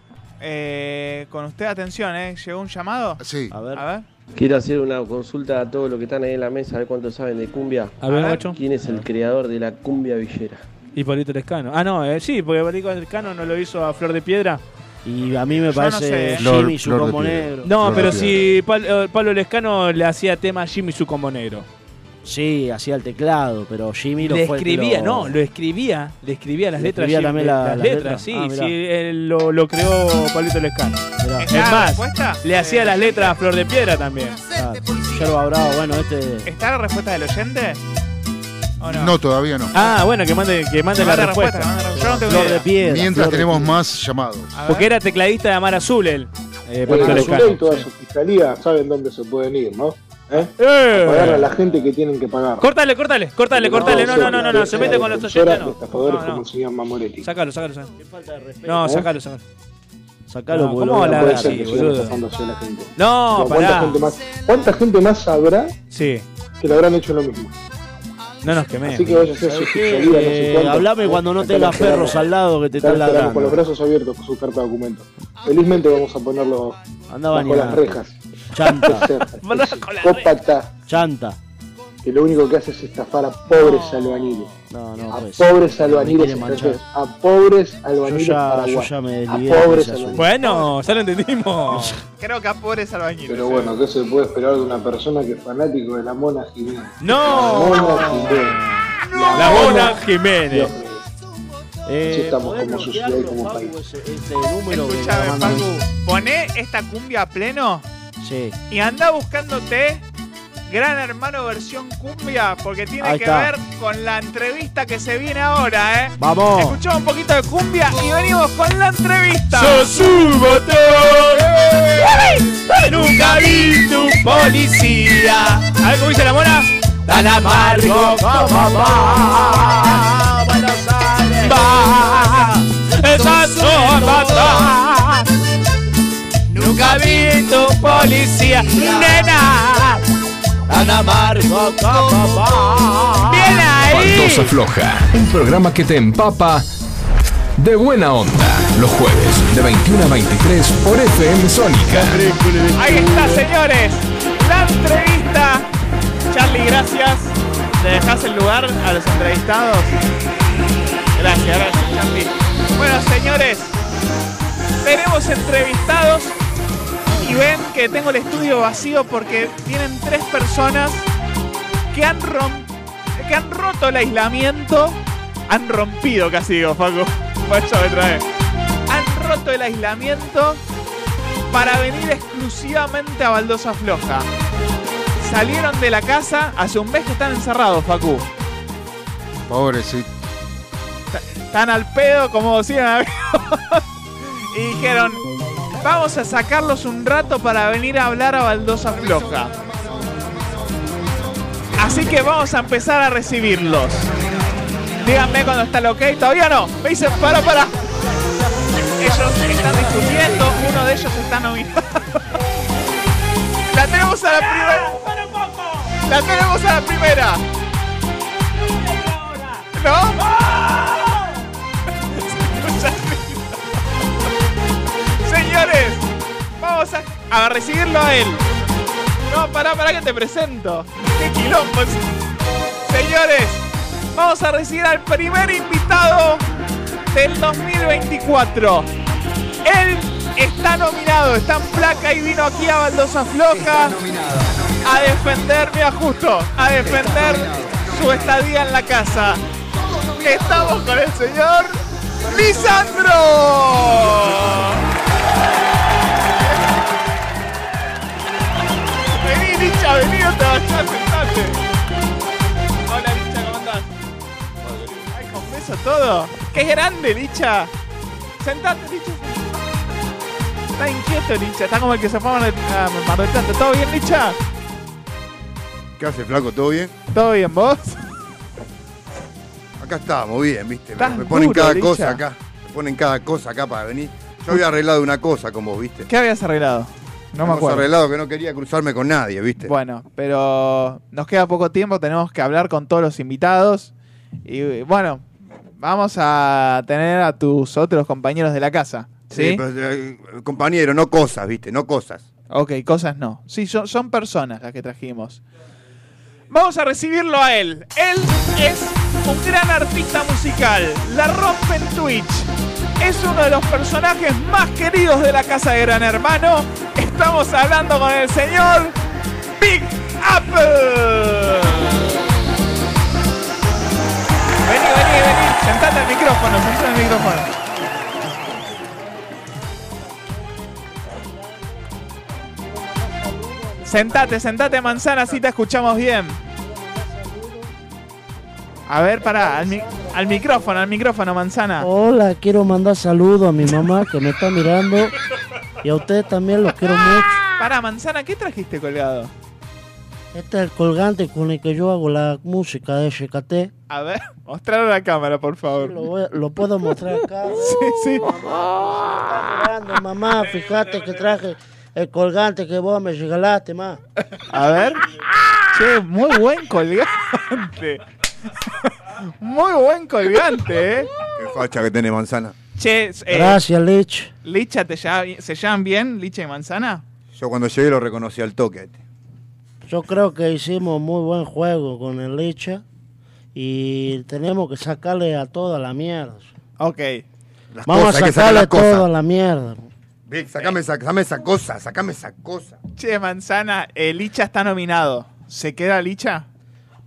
Speaker 2: eh, con usted. Atención, ¿eh? ¿Llegó un llamado?
Speaker 7: Sí.
Speaker 5: A ver.
Speaker 2: A ver.
Speaker 21: Quiero hacer una consulta a todos los que están ahí en la mesa, a ver cuánto saben de cumbia. Ah,
Speaker 6: A ver, Nacho.
Speaker 21: ¿Quién es el creador de la cumbia villera?
Speaker 6: Hipólito Lescano. Ah, no, eh, sí, porque Hipólito Lescano no lo hizo a Flor de Piedra.
Speaker 5: Y a mí me
Speaker 6: Yo no sé,
Speaker 5: parece
Speaker 6: eh.
Speaker 5: Jimmy y su
Speaker 7: Flor de
Speaker 5: combo
Speaker 7: Piedra.
Speaker 5: negro.
Speaker 6: No,
Speaker 7: Flor de
Speaker 6: pero
Speaker 7: Piedra.
Speaker 6: si Pal- eh, Pablo Lescano le hacía tema a Jimmy su combo negro.
Speaker 5: Sí, hacía el teclado, pero Jimmy lo
Speaker 6: le
Speaker 5: fue el que
Speaker 6: escribía,
Speaker 5: lo-
Speaker 6: no, lo escribía, le escribía las
Speaker 5: Le
Speaker 6: letras.
Speaker 5: escribía
Speaker 6: sí,
Speaker 5: también la-
Speaker 6: las
Speaker 5: las
Speaker 6: letras,
Speaker 5: letras.
Speaker 6: sí,
Speaker 5: Ah, mirá.
Speaker 6: sí, él lo, lo creó Pablito Lescano.
Speaker 5: Mirá.
Speaker 6: Es
Speaker 5: ¿Está la
Speaker 6: más,
Speaker 2: Ah, respuesta?
Speaker 6: le hacía
Speaker 2: Eh,
Speaker 6: las letras a Flor de Piedra también.
Speaker 5: Ah, Yerba Brava, bueno, este.
Speaker 2: ¿Está la respuesta del oyente? ¿O no?
Speaker 7: No, todavía no.
Speaker 6: Ah, bueno, que mande, que mande la,
Speaker 2: Manda
Speaker 6: respuesta.
Speaker 2: respuesta, manda respuesta. Yo no tengo
Speaker 6: Flor de
Speaker 2: idea.
Speaker 6: Piedra,
Speaker 7: Mientras
Speaker 6: Flor de
Speaker 7: tenemos más llamados.
Speaker 6: Porque era tecladista de Amar Azul él. Eh, Pablito
Speaker 12: Bueno,
Speaker 6: Lescano.
Speaker 12: Azulay y pues, toda su fiscalía saben dónde se pueden ir, ¿no? ¿Eh?
Speaker 6: Eh.
Speaker 12: A pagar a la gente que tienen que pagar.
Speaker 6: Córtale, córtale, córtale, córtale. No, no, no, no, no, se mete con los oyentes,
Speaker 12: sociedades.
Speaker 6: no.
Speaker 12: Estafadores
Speaker 6: No, no.
Speaker 12: como el señor Mamoretti.
Speaker 6: Sácalo, sácalo, sácalo. No,
Speaker 12: ¿eh?
Speaker 6: sácalo, sácalo.
Speaker 5: Sacalo,
Speaker 6: No,
Speaker 5: porque
Speaker 6: ¿cómo
Speaker 5: lo voy a
Speaker 6: hablar
Speaker 5: poner
Speaker 6: así,
Speaker 5: que sigan
Speaker 6: boludo?
Speaker 12: Estafándose a la gente.
Speaker 6: No,
Speaker 12: Digo, ¿cuánta
Speaker 6: pará.
Speaker 12: gente, más, ¿Cuánta gente más sabrá
Speaker 6: Sí.
Speaker 12: que le habrán hecho lo mismo?
Speaker 6: No nos quememos.
Speaker 12: Así que vaya a hacer su fiscalía, no sé
Speaker 5: Eh,
Speaker 12: cuánto.
Speaker 5: hablame cuando no
Speaker 12: Acá
Speaker 5: tengas
Speaker 12: la quedamos.
Speaker 5: perros al lado que te están
Speaker 12: Acá la quedamos Con los
Speaker 5: ladrando.
Speaker 12: brazos abiertos con su carta de documento. Felizmente vamos a ponerlo
Speaker 5: Anda
Speaker 12: bajo las
Speaker 5: bañado.
Speaker 12: rejas.
Speaker 5: Chanta.
Speaker 12: Cópata,
Speaker 5: Chanta.
Speaker 12: que lo único que hace es estafar a pobres albañiles.
Speaker 5: No, no,
Speaker 12: A
Speaker 5: pues.
Speaker 12: pobres
Speaker 5: Me
Speaker 12: albañiles
Speaker 5: quiere manchar.
Speaker 12: extranjeros, a pobres albañiles
Speaker 5: Yo ya-
Speaker 12: paraguayos,
Speaker 5: yo ya me
Speaker 12: a
Speaker 5: desligué de
Speaker 12: pobres
Speaker 5: ese
Speaker 12: albañiles.
Speaker 6: Bueno, ya lo entendimos.
Speaker 2: Creo que a pobres albañiles.
Speaker 12: Pero bueno, ¿qué se puede esperar de una persona que es fanático de la Mona Jiménez?
Speaker 6: ¡No!
Speaker 12: La Mona Jiménez.
Speaker 6: La Mona Jiménez. Eh,
Speaker 12: Así estamos
Speaker 5: ¿podés
Speaker 12: como sociedad y como país.
Speaker 5: Este número que
Speaker 2: Escuchame,
Speaker 5: mandan-
Speaker 2: Facu, Poné esta cumbia a pleno
Speaker 5: Sí.
Speaker 2: y anda buscándote Gran Hermano versión cumbia porque tiene
Speaker 5: Ahí
Speaker 2: que
Speaker 5: está.
Speaker 2: ver con la entrevista que se viene ahora, ¿eh?
Speaker 5: Vamos.
Speaker 2: Escuchamos un poquito de cumbia y venimos con la entrevista.
Speaker 4: Sos un
Speaker 2: botón!
Speaker 4: Nunca vi tu policía.
Speaker 6: A ver cómo dice la mona.
Speaker 4: Tan amargo como va. Buenos Aires. Va. Esas son matar. Nunca vi tu policía, nena. Tan amargo como va. Bien
Speaker 1: Baldosa Floja, un programa que te empapa de buena onda. Los jueves de 21 a 23 por FM Sónica.
Speaker 2: Ahí está, señores. La entrevista. Charlie, gracias. ¿Le dejás el lugar a los entrevistados? Gracias, gracias, Charlie. Bueno, señores, tenemos entrevistados y ven que tengo el estudio vacío porque tienen tres personas que han, rom- que han roto el aislamiento. Han rompido, casi digo, Paco. Por eso me trae. Han roto el aislamiento para venir exclusivamente a Baldosa Floja. Salieron de la casa, hace un mes que están encerrados, Facu.
Speaker 7: Pobrecito.
Speaker 2: Están al pedo, como decían amigos. Y dijeron, vamos a sacarlos un rato para venir a hablar a Baldosa Floja. Así que vamos a empezar a recibirlos. Díganme cuando está el ok, todavía no. Me dicen, para, para. Ellos están discutiendo, uno de ellos está nominado. La tenemos a la primera. La tenemos a la primera. ¿No? Señores, vamos a, a recibirlo a él. No, pará, pará que te presento. ¡Qué quilombo! Señores, vamos a recibir al primer invitado del 2024. Él está nominado, está en placa y vino aquí a Baldosa Floja a defender, mira justo, a defender su estadía en la casa. Estamos con el señor Lisandro. Vení, Licha, vení, no te vayas, sentate. Hola, Licha, ¿cómo andás? Ay, confieso todo. ¡Qué grande, Licha! Sentate, Licha. Está inquieto, Licha. Está como el que se fue a Mar del- a Mar del Plata. ¿Todo bien, Licha?
Speaker 3: ¿Qué hace, flaco? ¿Todo bien?
Speaker 2: ¿Todo bien, vos?
Speaker 3: Acá estamos, bien, viste. Me,
Speaker 2: Estás
Speaker 3: me ponen
Speaker 2: duro,
Speaker 3: cada
Speaker 2: Licha.
Speaker 3: cosa acá. Me ponen cada cosa acá para venir. Yo había arreglado una cosa como viste.
Speaker 2: ¿Qué habías arreglado? No me
Speaker 3: Hemos
Speaker 2: acuerdo.
Speaker 3: arreglado que no quería cruzarme con nadie, viste.
Speaker 2: Bueno, pero nos queda poco tiempo, tenemos que hablar con todos los invitados. Y bueno, vamos a tener a tus otros compañeros de la casa. ¿Sí?
Speaker 3: pero, eh, compañero, no cosas, viste, no cosas.
Speaker 2: Ok, cosas no. Sí, son, son personas las que trajimos. Vamos a recibirlo a él. Él es un gran artista musical. La rompe en Twitch. Es uno de los personajes más queridos de la casa de Gran Hermano. Estamos hablando con el señor Big Apple. Vení, vení, vení. Sentate al micrófono, sentate al micrófono. Sentate, sentate, manzana, así te escuchamos bien. A ver, pará, al, mi- al micrófono, al micrófono, manzana.
Speaker 5: Hola, quiero mandar saludos a mi mamá que me está mirando y a ustedes también los quiero mucho.
Speaker 2: Pará, manzana, ¿qué trajiste colgado?
Speaker 5: Este es el colgante con el que yo hago la música de SKT.
Speaker 2: A ver, mostralo a la cámara, por favor.
Speaker 5: Lo, voy- lo puedo mostrar acá.
Speaker 2: Sí, sí.
Speaker 5: Mirando, mamá, fíjate que traje el colgante que vos me regalaste, ma.
Speaker 2: A ver. Che, muy buen colgante. Muy buen colgante, eh.
Speaker 3: Qué facha que tiene manzana.
Speaker 2: Che, eh,
Speaker 5: Gracias, Lich.
Speaker 2: Licha, te lla- ¿se llaman bien, Licha y manzana?
Speaker 3: Yo cuando llegué lo reconocí al toque.
Speaker 5: Yo creo que hicimos muy buen juego con el Licha y tenemos que sacarle a toda la mierda.
Speaker 2: Ok.
Speaker 5: Vamos
Speaker 3: cosas, hay
Speaker 5: a
Speaker 3: que sacar
Speaker 5: sacarle
Speaker 3: las cosas.
Speaker 5: toda la mierda.
Speaker 3: Vic, sacame esa, sacame esa cosa, sacame esa cosa.
Speaker 2: Che, manzana, eh, Licha está nominado. ¿Se queda Licha?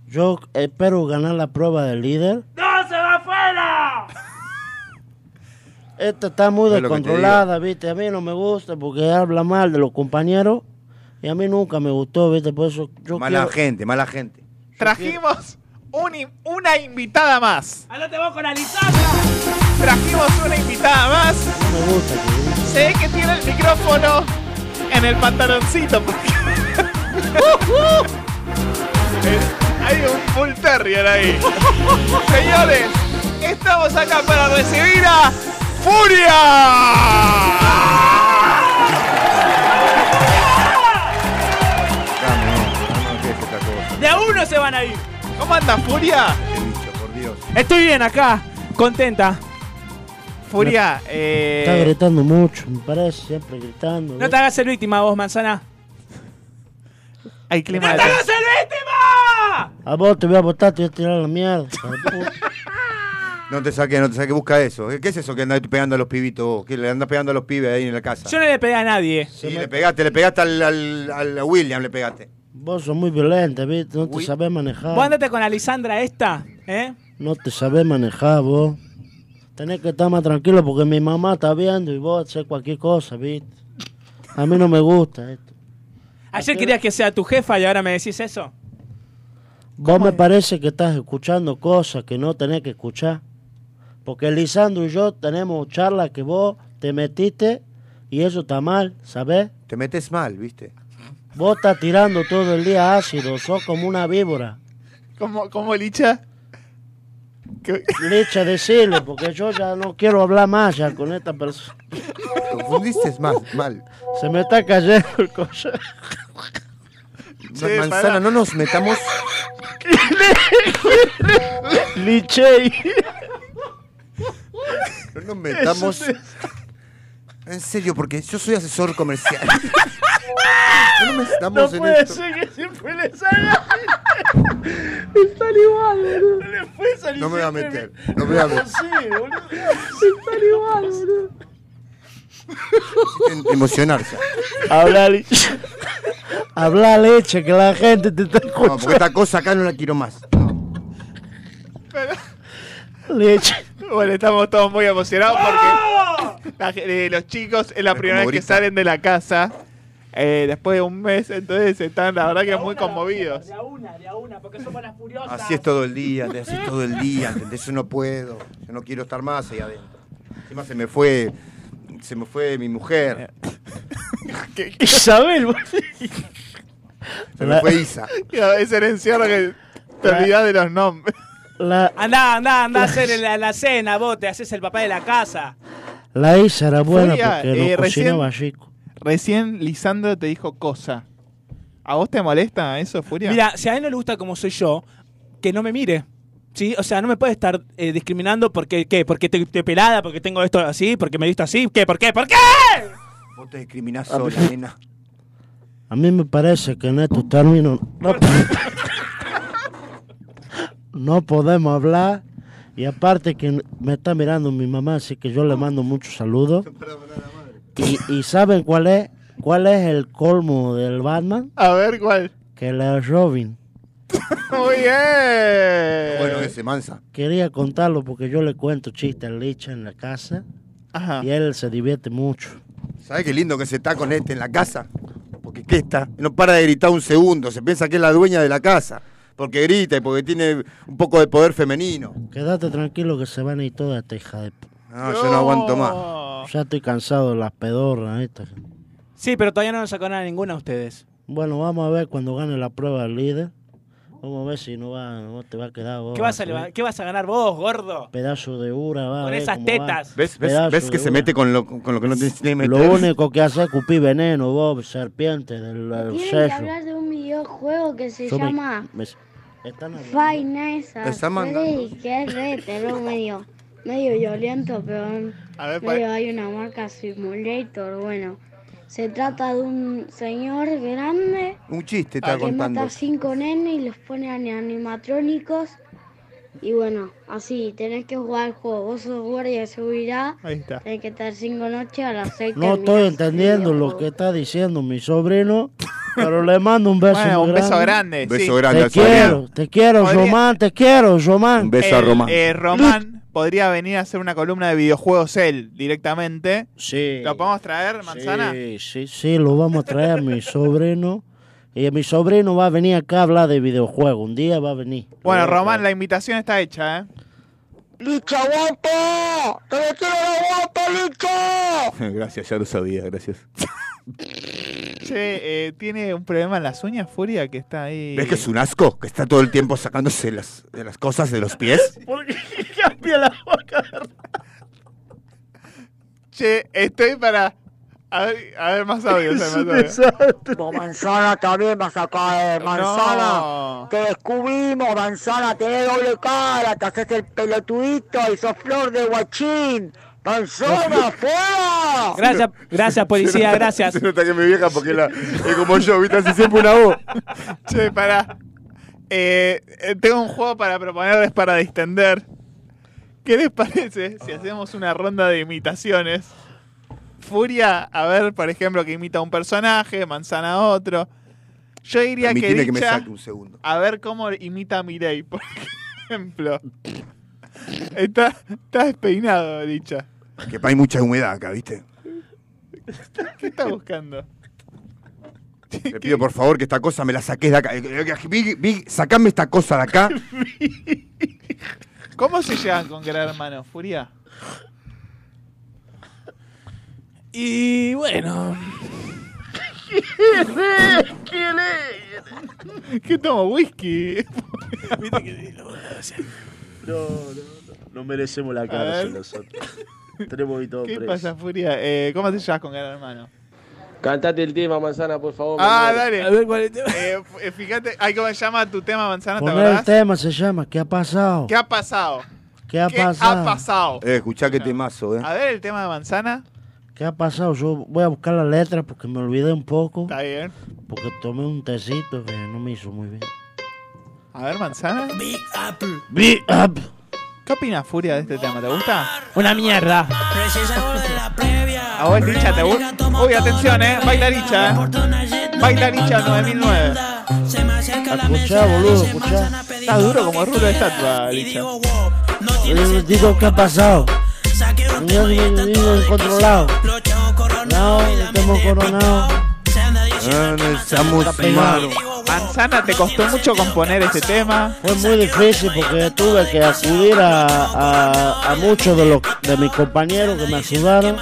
Speaker 5: Yo espero ganar la prueba del líder.
Speaker 2: ¡No se va afuera!
Speaker 5: Esta Este está muy
Speaker 2: Es lo que te
Speaker 5: descontrolada, viste. A mí no me gusta porque habla mal de los compañeros. Y a mí nunca me gustó, viste. Por eso yo
Speaker 3: Mala
Speaker 5: quiero-
Speaker 3: gente, mala gente.
Speaker 2: Trajimos un in- una invitada más. Andate vos con Alisandra. Trajimos una invitada más.
Speaker 5: me gusta.
Speaker 2: Se ve que tiene el micrófono en el pantaloncito. porque- Eh, Hay un full terrier ahí. Señores, estamos acá para recibir a Furia.
Speaker 6: De a uno se van a ir.
Speaker 2: ¿Cómo anda Furia?
Speaker 6: Estoy bien acá, contenta.
Speaker 2: Furia,
Speaker 5: Está gritando mucho, me parece, siempre gritando.
Speaker 6: eh, No te hagas el víctima vos, manzana.
Speaker 2: Hay clima
Speaker 6: ¡No
Speaker 5: de-
Speaker 6: te hagas el víctima!
Speaker 5: A vos te voy a botar, te voy a tirar a la mierda. hijo de puta.
Speaker 3: No te saques, no te saques, busca eso. ¿Qué es eso que andas pegando a los pibitos vos? Que le andas pegando a los pibes ahí en la casa.
Speaker 6: Yo no le pegué a nadie.
Speaker 3: Sí, le pegaste, le pegaste al, al- al- a William, le pegaste.
Speaker 5: vos sos muy violenta, viste. No te sabés manejar.
Speaker 6: Vos andate con Alisandra esta, ¿eh?
Speaker 5: No te sabés manejar, vos. Tenés que estar más tranquilo porque mi mamá está viendo y vos haces cualquier cosa, viste. A mí no me gusta esto.
Speaker 6: Ayer querías que sea tu jefa y ahora me decís eso.
Speaker 5: Vos me parece que estás escuchando cosas que no tenés que escuchar. Porque Lisandro y yo tenemos charlas que vos te metiste y eso está mal, ¿sabés?
Speaker 3: Te metes mal, viste.
Speaker 5: Vos estás tirando todo el día ácido, sos como una víbora.
Speaker 2: ¿Cómo, cómo Licha?
Speaker 5: Licha, decirle, porque yo ya no quiero hablar más ya con esta persona.
Speaker 3: Confundiste mal, mal.
Speaker 5: Se me está cayendo el coche.
Speaker 3: Ma- manzana, no nos metamos.
Speaker 24: Lichey.
Speaker 3: No nos metamos.
Speaker 4: Eso
Speaker 3: En serio, porque yo soy asesor comercial. No nos metamos
Speaker 4: No
Speaker 3: en
Speaker 4: puede
Speaker 3: esto.
Speaker 4: ser
Speaker 24: que siempre le salga.
Speaker 4: Están igual, boludo. No le puede salir
Speaker 3: No me voy a
Speaker 4: siempre.
Speaker 3: meter. No me voy a meter.
Speaker 4: Sí, boludo. Están igual, boludo.
Speaker 3: En- Emocionarse.
Speaker 5: Habla, li- Habla leche, que la gente te está
Speaker 3: No, porque
Speaker 5: escuchando.
Speaker 3: esta cosa acá no la quiero más.
Speaker 5: Leche.
Speaker 2: Bueno, estamos todos muy emocionados porque la ge- eh, los chicos es la primera vez que
Speaker 3: grita.
Speaker 2: salen de la casa eh, después de un mes, entonces están la verdad que muy conmovidos.
Speaker 3: Así es todo el día, te haces todo el día, ¿entendés? Yo no puedo, yo no quiero estar más ahí adentro. Encima se me fue, se me fue mi mujer,
Speaker 24: Isabel, boludo.
Speaker 3: se me fue Isa.
Speaker 2: Y a veces el encierro que te olvidás de los nombres.
Speaker 6: Andá, andá, andá a hacer la, la cena, vos te haces el papá de la casa.
Speaker 5: La Isa era buena
Speaker 2: Furia,
Speaker 5: porque no
Speaker 2: eh, recién-
Speaker 5: cocinaba chico.
Speaker 2: Recién Lisandro te dijo cosa. ¿A vos te molesta eso, Furia?
Speaker 6: Mira, si a él no le gusta como soy yo, que no me mire. ¿Sí? O sea, no me puede estar eh, discriminando porque, ¿qué? Porque te, te pelada, porque tengo esto así, porque me he visto así. ¿Qué? ¿Por qué? ¿Por qué?
Speaker 3: Vos te discriminás sola, nena.
Speaker 5: A mí me parece que en estos términos no, no podemos hablar. Y aparte que me está mirando mi mamá, así que yo le mando muchos saludos. Y, y ¿saben cuál es? ¿Cuál es el colmo del Batman?
Speaker 2: A ver cuál.
Speaker 5: Que la Robin.
Speaker 2: Muy
Speaker 6: Eh.
Speaker 2: bien.
Speaker 3: Bueno, ese mansa.
Speaker 5: Quería contarlo porque yo le cuento chistes al Licha en la casa. Y él se divierte mucho.
Speaker 3: ¿Sabés qué lindo que se está con este en la casa? Porque qué está, no para de gritar un segundo, se piensa que es la dueña de la casa. Porque grita y porque tiene un poco de poder femenino.
Speaker 5: Quédate tranquilo que se van a ir toda esta hija de... p-
Speaker 3: No, yo no aguanto más.
Speaker 5: Ya estoy cansado de las pedorras estas.
Speaker 6: Sí, pero todavía no nos sacaron a ninguna de ustedes.
Speaker 5: Bueno, vamos a ver cuando gane la prueba el líder. Vamos a ver si no va, no te va a quedar vos.
Speaker 6: ¿Qué vas a,
Speaker 5: así.
Speaker 6: leva- ¿Qué vas a ganar vos, gordo?
Speaker 5: Pedazo de ura, va. a
Speaker 6: Con
Speaker 5: ver
Speaker 6: esas
Speaker 5: cómo va.
Speaker 6: tetas.
Speaker 3: ¿Ves, ves,
Speaker 5: Pedazo
Speaker 3: ves que
Speaker 5: Ah, de
Speaker 3: se
Speaker 5: ura.
Speaker 3: mete con lo, con lo que no tiene que meter?
Speaker 5: Lo único que hace es cupir veneno, vos, serpiente del del
Speaker 15: Tienen que
Speaker 5: sello.
Speaker 15: hablar de un videojuego que se
Speaker 5: Yo me-
Speaker 15: llama
Speaker 5: me- están hablando.
Speaker 15: Fainesa.
Speaker 5: Esa manga.
Speaker 15: que es de terror medio, medio violento, pero
Speaker 2: A ver,
Speaker 15: medio
Speaker 2: pa-
Speaker 15: hay una marca Simulator. Bueno, se trata de un señor grande
Speaker 3: Un chiste está
Speaker 15: que
Speaker 3: contando.
Speaker 15: mata a cinco nenes y los pone en animatrónicos. Y bueno, así tenés que jugar el juego. Vos sos guardia de seguridad.
Speaker 2: Ahí está.
Speaker 15: Tenés que estar cinco noches a las seis.
Speaker 5: No estoy entendiendo lo que está diciendo mi sobrino, pero le mando un beso
Speaker 15: Bueno,
Speaker 5: muy
Speaker 15: un beso
Speaker 2: grande,
Speaker 5: Te
Speaker 2: Beso sí. grande al
Speaker 5: quiero,
Speaker 2: sobrino.
Speaker 5: te quiero,
Speaker 2: Podría-
Speaker 5: Román, te quiero, Román.
Speaker 2: El, eh, Román podría venir a hacer una columna de videojuegos él directamente.
Speaker 5: Sí.
Speaker 2: ¿Lo podemos traer, manzana? Sí,
Speaker 5: sí. Sí, lo vamos a traer a mi sobrino. Y mi sobrino va a venir acá a hablar de videojuegos. Un día va a venir.
Speaker 2: Bueno, Román, la invitación está hecha, ¿eh?
Speaker 5: ¡Licha guapa! ¡Te lo quiero guapa, Licha!
Speaker 3: gracias, ya lo sabía, gracias.
Speaker 2: Che, eh, tiene un problema en las uñas, Furia, que está ahí.
Speaker 3: ¿Ves que es un asco? Que está todo el tiempo sacándose las, de las cosas de los pies.
Speaker 2: ¿Por qué cambia la boca? che, estoy para. A ver, a ver más audios. a ver, más audios.
Speaker 10: Vos, manzana también vas a caer, manzana. Te descubrimos, manzana, tenés doble cara, te haces el pelotudito y sos flor de guachín. Manzana, fea.
Speaker 6: Gracias, gracias, policía,
Speaker 3: Se nota-
Speaker 6: gracias.
Speaker 3: Se nota que mi vieja porque la, es como yo, ¿viste? Hace siempre una voz.
Speaker 2: Che, para. Eh, eh, tengo un juego para proponerles para distender. ¿Qué les parece si hacemos una ronda de imitaciones? Furia, a ver, por ejemplo, que imita a un personaje, Manzana a otro. Yo diría que,
Speaker 3: Permitime que me
Speaker 2: Licha-
Speaker 3: saque un segundo.
Speaker 2: A ver cómo imita a Mirei, por ejemplo. Está, está despeinado, dicha.
Speaker 3: Que hay mucha humedad acá, ¿viste?
Speaker 2: ¿Qué está buscando?
Speaker 3: Le pido por favor que esta cosa me la saques de acá. Eh, eh, Big, Big, sacame esta cosa de acá.
Speaker 2: ¿Cómo se llevan con Gran Hermano, Furia?
Speaker 6: Y bueno.
Speaker 4: ¿Quién
Speaker 2: ¿Qué tomo? ¿Whisky?
Speaker 24: No, no, no. No merecemos la
Speaker 2: A ver.
Speaker 24: cárcel nosotros. Tenemos y todo
Speaker 2: ¿Qué
Speaker 24: preso.
Speaker 2: pasa, Furia? Eh, ¿Cómo te llevas con Gran Hermano?
Speaker 25: Cantate el tema, manzana, por favor.
Speaker 2: Ah,
Speaker 25: Manuel.
Speaker 2: dale. Eh, f- eh, fíjate, ay, ¿cómo se llama tu tema, Manzana? ¿Te
Speaker 5: Poner el
Speaker 2: acordás?
Speaker 5: tema se llama ¿Qué ha pasado?
Speaker 2: ¿Qué ha pasado?
Speaker 5: ¿Qué ha
Speaker 2: ¿Qué ha
Speaker 5: pasado?
Speaker 2: pasado?
Speaker 3: Eh, escuchá que temazo, eh.
Speaker 2: A ver el tema de Manzana.
Speaker 5: ¿Qué ha pasado? Yo voy a buscar la letra porque me olvidé un poco.
Speaker 2: Está bien.
Speaker 5: Porque tomé un tecito que no me hizo muy bien.
Speaker 2: A ver, Manzana. Big Apple.
Speaker 5: Big Up.
Speaker 2: ¿Qué opinas, Furia, de este tema? ¿Te gusta?
Speaker 6: Una mierda.
Speaker 2: A vos, Licha, ¿te gusta? Uy, atención, eh. Baila Licha, eh. Baila Licha 9009.
Speaker 5: Escuchá, boludo, escuchá.
Speaker 2: Está duro como rulo de estatua, Licha.
Speaker 5: Yo digo ¿qué ha pasado? Yo vivo descontrolado. No, estamos Pues coronados.
Speaker 3: Estamos
Speaker 5: pegado.
Speaker 2: Manzana, ¿te costó mucho componer este tema?
Speaker 5: Fue muy difícil porque tuve que acudir a, a- a muchos de, los, de mis compañeros que me ayudaron.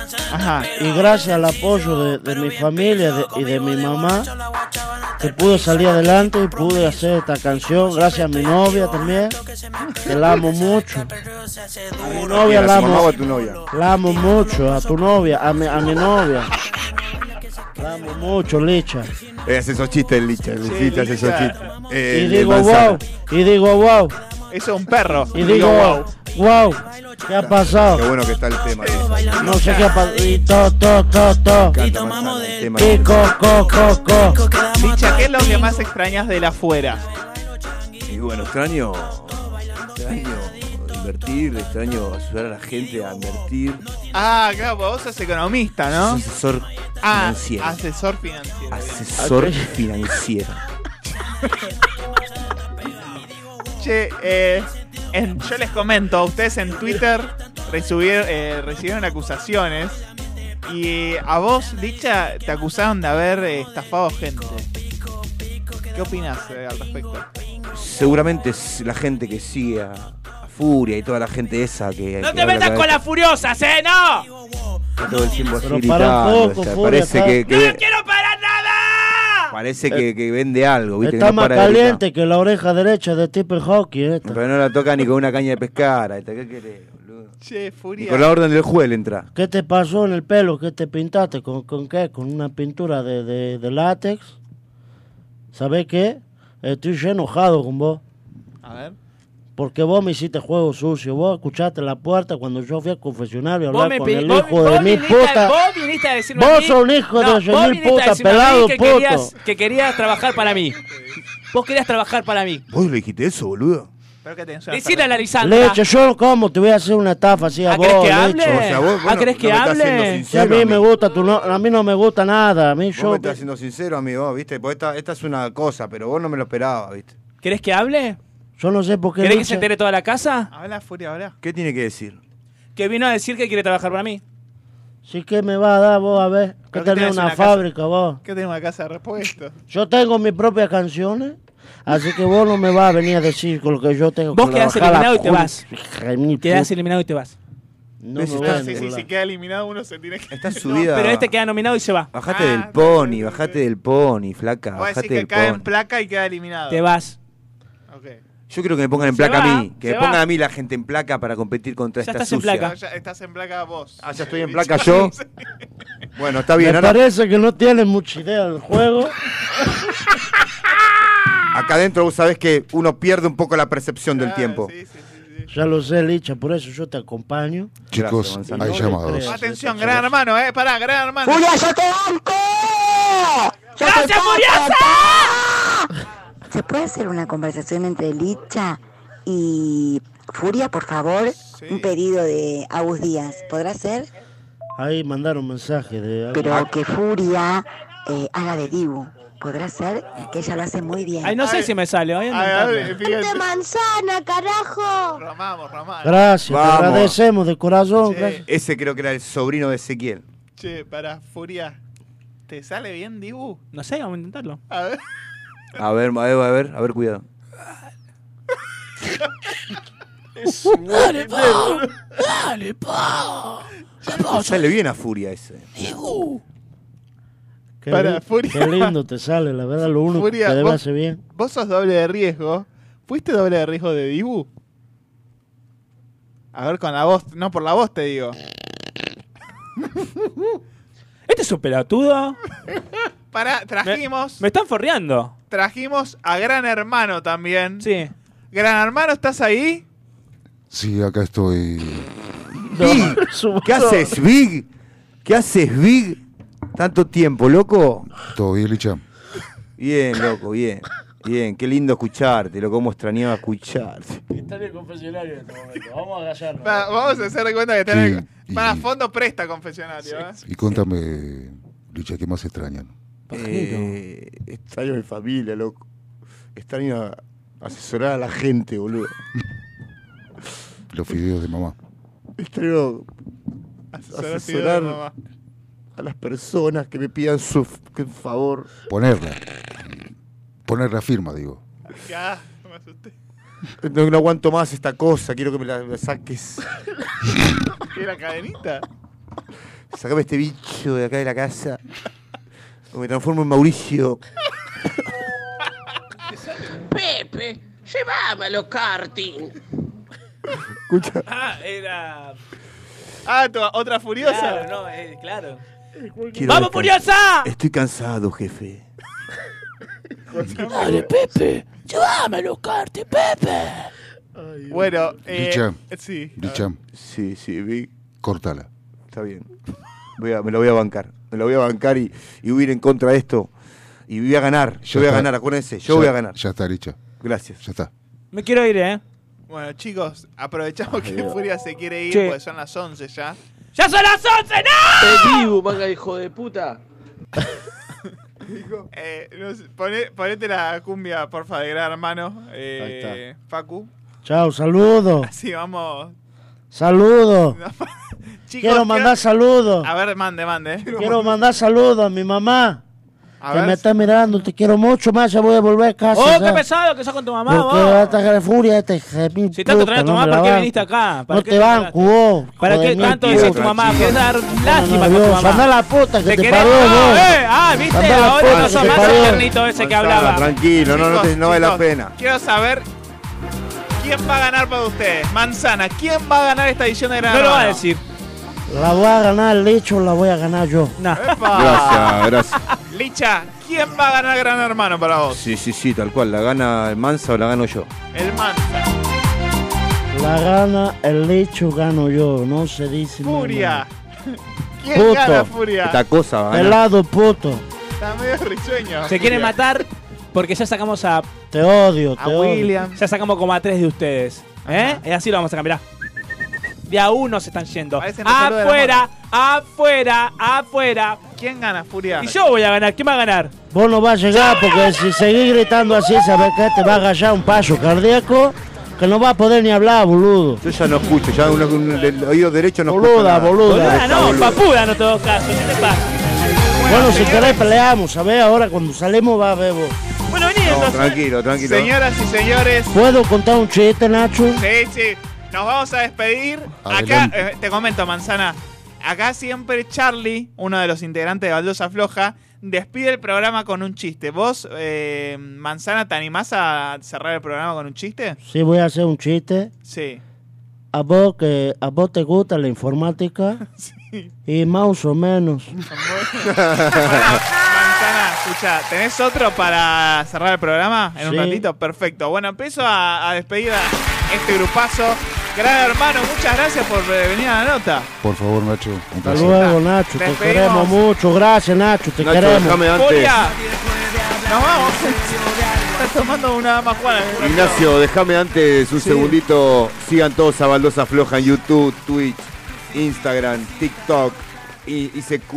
Speaker 5: Y gracias al apoyo de, de mi familia de- y de mi mamá, que pude salir adelante y pude hacer esta canción. Gracias a mi novia también, que la amo mucho. A mi novia
Speaker 3: ¿A su
Speaker 5: la
Speaker 3: mamá
Speaker 5: amo.
Speaker 3: o a tu novia?
Speaker 5: La amo mucho, a tu novia, a mi, a mi novia. La amo mucho, Licha.
Speaker 3: Eh, hace esos chistes, Licha. Licha hace esos
Speaker 5: Licha.
Speaker 3: chistes. Eh,
Speaker 5: y
Speaker 3: el de
Speaker 5: digo
Speaker 3: manzana.
Speaker 5: wow, y digo wow.
Speaker 2: Eso es un perro.
Speaker 5: Y digo wow, wow, ¿qué ha pasado?
Speaker 3: Qué bueno que está el tema.
Speaker 5: No sé qué ha pasado. Y to, to, to, to. Y co, co, co, co.
Speaker 2: Licha, ¿qué es lo que más extrañas de la afuera?
Speaker 3: Y bueno, extraño. Extraño invertir, extraño ayudar a la gente a invertir.
Speaker 2: Ah, claro, pues vos sos economista, ¿no?
Speaker 3: Sos asesor
Speaker 2: Ah,
Speaker 3: financiero.
Speaker 2: asesor financiero.
Speaker 3: Asesor financiero.
Speaker 2: Che, eh, en- yo les comento, ustedes en Twitter recibieron, eh, recibieron acusaciones y a vos, Licha, te acusaron de haber eh, estafado gente. ¿Qué opinas al respecto?
Speaker 3: Seguramente es la gente que sigue a, a Furia y toda la gente esa que.
Speaker 6: No
Speaker 3: que
Speaker 6: te
Speaker 3: habla
Speaker 6: metas con
Speaker 3: cabeza,
Speaker 6: las furiosas, eh, no.
Speaker 3: está todo el tiempo así
Speaker 5: Pero para un
Speaker 3: gritando,
Speaker 5: poco,
Speaker 3: o sea,
Speaker 5: Furia,
Speaker 3: parece
Speaker 5: está-
Speaker 3: que, que
Speaker 5: ¡No
Speaker 3: ve- Parece que, que vende algo, ¿viste? que
Speaker 5: Está
Speaker 3: no
Speaker 5: más
Speaker 3: para de gritar.
Speaker 5: caliente que la oreja derecha de Tipper eh. Hockey. Esta.
Speaker 3: Pero no la toca ni con una caña de pescar. esta, ¿Qué querés?
Speaker 2: Che,
Speaker 3: Ni
Speaker 2: Furia.
Speaker 3: con la orden del juez le entra.
Speaker 5: ¿Qué te pasó en el pelo? ¿Qué te pintaste? ¿Con, con qué? ¿Con una pintura de, de, de látex? ¿Sabes qué? Estoy ya enojado con vos.
Speaker 2: A ver.
Speaker 5: Porque vos me hiciste juego sucio. Vos escuchaste la puerta cuando yo fui a confesionario a
Speaker 6: Vos
Speaker 5: hablar
Speaker 6: me
Speaker 5: con
Speaker 6: pedí-
Speaker 5: el
Speaker 6: vos-
Speaker 5: hijo de
Speaker 6: vos
Speaker 5: mi
Speaker 6: viniste a-
Speaker 5: puta.
Speaker 6: Vos viniste a decirme
Speaker 5: Vos
Speaker 6: a mí-
Speaker 5: sos un hijo de
Speaker 6: No,
Speaker 5: 12.000
Speaker 6: vos viniste a
Speaker 5: puta,
Speaker 6: decirme a mí
Speaker 5: pelado,
Speaker 6: que
Speaker 5: puto.
Speaker 6: Querías, que querías trabajar para mí. Vos querías trabajar para mí.
Speaker 3: ¿Vos le dijiste eso, boludo?
Speaker 6: Decirle a la Lisandra.
Speaker 5: Leche, yo como te voy a hacer una estafa así a
Speaker 6: ¿Ah,
Speaker 5: vos,
Speaker 6: querés que hable?
Speaker 5: Leche.
Speaker 6: O sea, vos- ¿Ah, bueno, querés no que me estás hable? siendo
Speaker 5: Si a
Speaker 3: sincero,
Speaker 5: mí me
Speaker 3: amigo.
Speaker 5: gusta, tu no, a mí no me gusta nada. A mí
Speaker 3: Vos me
Speaker 5: yo.
Speaker 3: estás siendo sincero, amigo, ¿viste? Porque esta, esta es una cosa, pero vos no me lo esperabas, ¿viste?
Speaker 6: ¿Querés que hable?
Speaker 5: Yo no sé por qué.
Speaker 6: ¿Querés que
Speaker 5: Licha-
Speaker 6: se entere toda la casa?
Speaker 2: Habla, Furia, habla.
Speaker 3: ¿Qué tiene que decir?
Speaker 6: Que vino a decir que quiere trabajar para mí.
Speaker 5: Sí, que me va a dar vos, a ver. Que
Speaker 2: Creo que
Speaker 5: tenés
Speaker 2: tenés
Speaker 5: una,
Speaker 2: una casa.
Speaker 5: fábrica vos.
Speaker 2: ¿Qué tenemos acá casa de repuesto?
Speaker 5: Yo tengo mis propias canciones, así que vos no me vas a venir a decir con lo que yo tengo
Speaker 6: Vos
Speaker 5: que
Speaker 6: quedás
Speaker 5: trabajar la
Speaker 6: eliminado y te
Speaker 5: jun-
Speaker 6: vas.
Speaker 5: hija de mi
Speaker 6: Quedás
Speaker 5: puta.
Speaker 6: eliminado y te vas.
Speaker 5: No
Speaker 3: ¿Ves?
Speaker 5: me voy a
Speaker 3: Está-
Speaker 2: Sí, sí,
Speaker 5: ningún
Speaker 2: si
Speaker 5: lado.
Speaker 2: queda eliminado uno se tiene que...
Speaker 3: Está subida.
Speaker 6: Pero este queda nominado y se va.
Speaker 3: Bajate del pony, bajate del pony, flaca.
Speaker 2: Ah, Vos decís
Speaker 3: Bajate
Speaker 2: que
Speaker 3: del
Speaker 2: cae en
Speaker 3: pony.
Speaker 2: placa y queda eliminado.
Speaker 6: Te vas.
Speaker 2: Ok.
Speaker 3: Yo creo que me pongan en
Speaker 2: Se
Speaker 3: placa
Speaker 2: va,
Speaker 3: a mí. Que
Speaker 2: se
Speaker 3: me pongan
Speaker 2: va.
Speaker 3: a mí la gente en placa para competir contra esta sucia.
Speaker 2: No, ya estás en placa vos.
Speaker 3: Ah, ya estoy en placa yo. Bueno, está bien.
Speaker 5: Me
Speaker 3: ahora-
Speaker 5: parece que no tienes mucha idea del juego.
Speaker 3: Acá adentro vos sabés que uno pierde un poco la percepción
Speaker 2: Ah,
Speaker 3: del tiempo.
Speaker 5: Ya lo sé, Licha, por eso yo te acompaño.
Speaker 7: Chicos,
Speaker 3: Manzana.
Speaker 7: hay
Speaker 3: No le
Speaker 7: llamados.
Speaker 3: creas.
Speaker 2: Atención, gran hermano, eh. Pará, gran hermano.
Speaker 26: ¡Julia, yo te banco! ¡Yo te
Speaker 2: ¡Gracias,
Speaker 26: banco,
Speaker 2: Furiosa!
Speaker 10: ¿Se puede hacer una conversación entre Licha y Furia, por favor? Un pedido de Agus Díaz, ¿podrá ser?
Speaker 5: Ahí mandaron mensaje de... Ah,
Speaker 10: Pero que Furia eh, haga de Dibu, ¿podrá ser? Que ella lo hace muy bien.
Speaker 6: Ay, no sé si me sale. Voy a intentarlo.
Speaker 2: fíjate.
Speaker 10: manzana, carajo!
Speaker 2: Ramamos, ramamos.
Speaker 5: Gracias,
Speaker 3: Vamos.
Speaker 5: te agradecemos de corazón.
Speaker 2: Sí.
Speaker 5: gracias.
Speaker 3: Ese creo que era el sobrino de Ezequiel.
Speaker 2: Che, pará, Furia. ¿Te sale bien, Dibu?
Speaker 6: No sé, vamos a intentarlo.
Speaker 2: A ver.
Speaker 3: A ver, a ver, a ver, a ver, cuidado.
Speaker 4: Dale, Pau. Dale, Pau.
Speaker 3: Sale bien a Furia ese.
Speaker 5: Qué,
Speaker 2: Para,
Speaker 5: li-
Speaker 2: Furia.
Speaker 5: qué lindo te sale, la verdad, lo único
Speaker 2: Furia,
Speaker 5: que debe
Speaker 2: vos-
Speaker 5: hacer bien.
Speaker 2: Vos sos doble de riesgo. ¿Fuiste doble de riesgo de Dibu? A ver, con la voz. No, por la voz te digo.
Speaker 6: ¿Este es un pelotudo?
Speaker 2: Para, trajimos.
Speaker 6: Me están forreando.
Speaker 2: Trajimos a Gran Hermano también. Sí. Gran Hermano, ¿estás ahí?
Speaker 7: Sí, acá estoy.
Speaker 3: Big, ¿Qué haces, Big? ¿Qué haces, Big? Tanto tiempo, loco.
Speaker 7: Todo bien, Licha.
Speaker 3: Bien, loco, bien. Bien, qué lindo escucharte, loco. Cómo extrañaba escucharte.
Speaker 27: Está en el confesionario en este momento. Vamos a callarnos.
Speaker 2: Va- vamos a hacer de cuenta que está en el-
Speaker 7: Sí,
Speaker 2: Para fondo presta confesionario. ¿eh?
Speaker 7: Y contame, Licha, ¿qué más extrañan?
Speaker 3: Eh, extraño a mi familia, loco. Extraño a asesorar a la gente, boludo.
Speaker 7: Los fideos de mamá.
Speaker 3: Extraño a-
Speaker 2: Asesorar
Speaker 3: asesorar
Speaker 2: a mi mamá.
Speaker 3: a las personas que me pidan su f- que favor.
Speaker 7: Ponerla. Poner la firma, digo.
Speaker 2: Ya, me asusté.
Speaker 3: No, no aguanto más esta cosa, quiero que me la, la saques.
Speaker 2: ¿Qué la cadenita?
Speaker 3: Sacame este bicho de acá de la casa. O me transformo en Mauricio.
Speaker 12: Pepe, llévame a los karting.
Speaker 3: Escucha.
Speaker 28: Ah, era.
Speaker 2: Ah, tu- otra furiosa.
Speaker 28: Claro, no, eh, claro.
Speaker 3: Quiero
Speaker 28: ¡Vamos,
Speaker 3: descansar.
Speaker 28: Furiosa!
Speaker 3: Estoy cansado, jefe.
Speaker 2: Madre,
Speaker 12: Pepe, llévame a los karting, Pepe.
Speaker 2: Bueno, eh,
Speaker 7: Licha.
Speaker 2: sí.
Speaker 7: Licha.
Speaker 3: Sí, sí, vi.
Speaker 7: Córtala.
Speaker 3: Está bien. Voy a- me lo voy a bancar. Me lo voy a bancar y, y voy a ir en contra de esto. Y voy a ganar. Yo
Speaker 7: Ya
Speaker 3: voy a
Speaker 7: está.
Speaker 3: ganar, acuérdense. Yo
Speaker 7: Ya-
Speaker 3: voy a ganar.
Speaker 7: Ya está, Licha.
Speaker 3: Gracias.
Speaker 7: Ya está.
Speaker 6: Me quiero ir, ¿eh?
Speaker 2: Bueno, chicos, aprovechamos que
Speaker 12: Adiós.
Speaker 2: Furia se quiere ir,
Speaker 12: Che.
Speaker 2: porque son las 11 ya.
Speaker 12: ¡Ya son las 11! ¡No! vivo, manga hijo de puta!
Speaker 2: Eh, no sé, poné- ponete la cumbia, porfa, de gran hermano. Eh, Facu.
Speaker 5: Chao, saludos.
Speaker 2: Así vamos.
Speaker 5: Saludos.
Speaker 2: Chicos, Ah,
Speaker 5: Quiero mandar saludos.
Speaker 2: A ver, mande, mande.
Speaker 5: Quiero mandar saludos a mi mamá.
Speaker 2: A
Speaker 5: que
Speaker 2: ver.
Speaker 5: me está mirando, te quiero mucho más, ya voy a volver a casa.
Speaker 2: ¡Oh,
Speaker 5: ya.
Speaker 2: qué pesado que sos con tu mamá,
Speaker 5: Porque
Speaker 2: vos!
Speaker 5: va a atacar de furia este Si
Speaker 2: tanto traes a tu mamá, ¿para qué viniste
Speaker 6: acá? ¿Para
Speaker 5: no
Speaker 6: qué
Speaker 5: te
Speaker 6: te
Speaker 5: banco, vos.
Speaker 6: ¿Para
Speaker 5: hijo de
Speaker 6: qué
Speaker 5: mil
Speaker 6: tanto
Speaker 5: puta.
Speaker 6: decís tu mamá? Querés dar lástima con tu
Speaker 5: nervioso.
Speaker 6: mamá.
Speaker 5: Andá a la puta que te
Speaker 6: querés-
Speaker 5: parió,
Speaker 6: ¡Ah,
Speaker 5: vos.
Speaker 6: eh! Ah, viste,
Speaker 5: Andá a la
Speaker 6: ahora
Speaker 5: puta
Speaker 6: no
Speaker 5: que
Speaker 6: sos
Speaker 5: te
Speaker 6: más
Speaker 5: parió.
Speaker 6: el tiernito ese que hablaba.
Speaker 3: Tranquilo, no, no, no, te- no vale la pena.
Speaker 2: Quiero saber quién va a ganar para ustedes. Manzana, ¿quién va a ganar esta edición de Gran
Speaker 5: No lo va a
Speaker 2: decir.
Speaker 5: La voy a ganar, el hecho la voy a ganar yo.
Speaker 3: Gracias, gracias.
Speaker 2: Licha, ¿quién va a ganar Gran Hermano para vos?
Speaker 3: Sí, sí, sí, tal cual. ¿La gana el Mansa o la gano yo?
Speaker 2: El Manzana.
Speaker 5: La gana, el hecho gano yo, no se dice nada.
Speaker 2: Furia. ¿Quién
Speaker 5: Puto.
Speaker 2: gana Furia?
Speaker 3: Esta cosa va a ganar.
Speaker 5: Pelado puto,
Speaker 2: Está medio risueño.
Speaker 6: Se quiere
Speaker 2: Furia.
Speaker 6: matar porque ya sacamos a,
Speaker 5: te odio, te
Speaker 6: a
Speaker 5: odio.
Speaker 6: William. Ya sacamos como a tres de ustedes. ¿Eh? Y así lo vamos a cambiar. De a uno se están yendo.
Speaker 2: saludo de la
Speaker 6: Afuera, afuera, afuera.
Speaker 2: ¿Quién gana, Furia?
Speaker 6: Y yo voy a ganar. ¿Quién va a ganar?
Speaker 5: Vos no vas a llegar porque si seguís gritando así, sabes que te va a agarrar un paso cardíaco que no vas a poder ni hablar, boludo.
Speaker 3: Yo ya no escucho, ya un- un- el oído derecho no
Speaker 5: Boluda,
Speaker 3: escucho.
Speaker 5: boluda.
Speaker 6: Ah, no, papuda no te doy caso. ¿Qué te pasa?
Speaker 5: Bueno, si querés peleamos, ¿sabés? Ahora cuando salimos va a ver vos.
Speaker 6: Bueno, vení
Speaker 3: No, tranquilo, tranquilo.
Speaker 2: Señoras y señores.
Speaker 5: ¿Puedo contar un chiste, Nacho?
Speaker 2: Sí, sí. Nos vamos a despedir.
Speaker 5: Adelante.
Speaker 2: Acá, eh, te comento, Manzana. Acá siempre Charlie, uno de los integrantes de Baldosa Floja, despide el programa con un chiste. ¿Vos, eh, Manzana, te animás a cerrar el programa con un chiste?
Speaker 5: Sí, voy a hacer un chiste.
Speaker 2: Sí.
Speaker 5: A vos, que, a vos te gusta la informática y más o menos.
Speaker 2: Manzana, escucha, ¿tenés otro para cerrar el programa en un
Speaker 5: Sí.
Speaker 2: ratito? Perfecto. Bueno, empiezo a, a despedir a este grupazo. Gran hermano, muchas gracias por eh, venir a la nota.
Speaker 7: Por favor, Nacho. Un
Speaker 5: Hasta
Speaker 7: placer.
Speaker 5: luego, Nacho. Te
Speaker 2: Despedimos.
Speaker 5: queremos mucho. Gracias, Nacho. Te
Speaker 7: Nacho,
Speaker 5: queremos.
Speaker 7: déjame antes.
Speaker 2: Furia. Nos vamos. Estás tomando una más Juana.
Speaker 3: Ignacio, déjame antes un segundito. Sigan todos a Baldosa Floja en YouTube, Twitch, Instagram, TikTok, I- ICQ.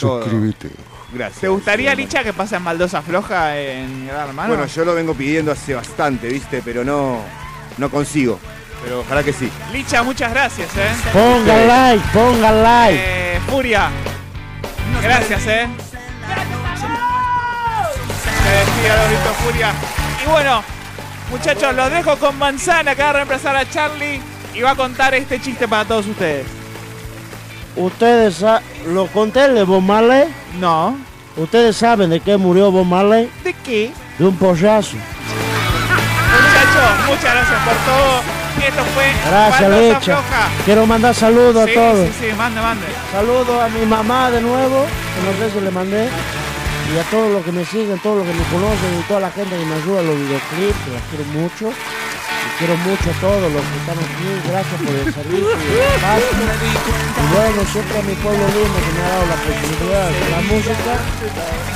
Speaker 3: todo.
Speaker 7: Suscríbete.
Speaker 3: Gracias.
Speaker 2: ¿Te gustaría, Licha, que pasen baldosa floja en Gran Hermano?
Speaker 3: Ah, Bueno, yo lo vengo pidiendo hace bastante, ¿viste? Pero no, no consigo. Pero ojalá que sí.
Speaker 2: Licha, muchas gracias, eh.
Speaker 5: Pongan like, pongan like.
Speaker 2: Eh, Furia. Gracias, eh. Se despide Adorito Furia. Y bueno, muchachos, los dejo con Manzana, que va a reemplazar a Charlie y va a contar este chiste para todos ustedes.
Speaker 5: ¿Ustedes sa- lo conté el de Bob Marley?
Speaker 2: No.
Speaker 5: ¿Ustedes saben de qué murió Bob Marley?
Speaker 2: ¿De qué?
Speaker 5: De un pollazo.
Speaker 2: Muchachos, muchas gracias por todo. Esto fue
Speaker 5: Gracias,
Speaker 2: Baldosa
Speaker 5: Licha.
Speaker 2: Floja.
Speaker 5: Quiero mandar saludos
Speaker 2: Sí,
Speaker 5: a todos.
Speaker 2: sí, sí, mande, mande.
Speaker 5: Saludos a mi mamá de nuevo, que no sé si le mandé. Y a todos los que me siguen, todos los que me conocen y toda la gente que me ayuda en los videoclips, que las quiero mucho. Y quiero mucho a todos los que están aquí. Gracias por el servicio y el espacio. Y bueno, siempre a mi pueblo lindo que me ha dado la posibilidad de la música.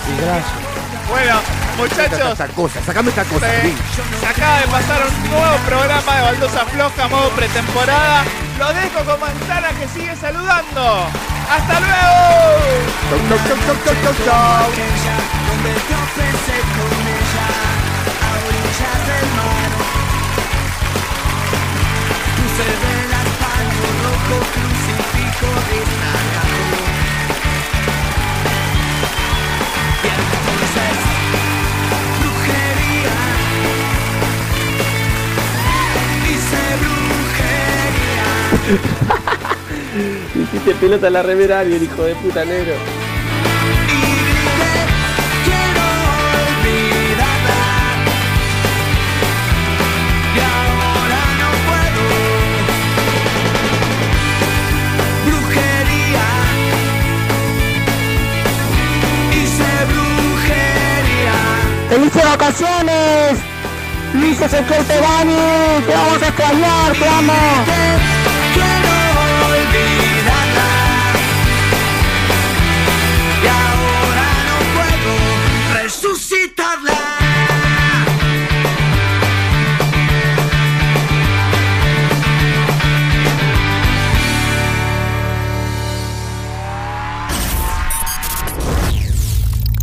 Speaker 5: Y gracias.
Speaker 2: Bueno, muchachos,
Speaker 20: Esta cosa, sacame esta cosa. Luis.
Speaker 2: se acaba de pasar un nuevo programa de Baldosa Floja, modo pretemporada. Lo dejo con Manzana que sigue saludando. ¡Hasta luego!
Speaker 4: Toc, toc, toc, toc, toc, toc, toc. Donde yo pensé con ella, a orillas del mar. Puse velas, paño rojo, crucifijo destacado. Y entonces, brujería. Hice brujería.
Speaker 29: Hiciste pelota la remera a alguien, hijo de puta negro.
Speaker 4: Quiero olvidarla Y ahora no puedo Brujería Hice brujería
Speaker 8: ¡Felices vacaciones! Luis Ezequiel Perani, te vamos a extrañar, te amo.
Speaker 4: Quiero olvidarla Y ahora no puedo resucitarla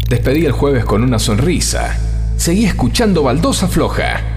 Speaker 1: Despedí el jueves con una sonrisa. Seguí escuchando Baldosa Floja.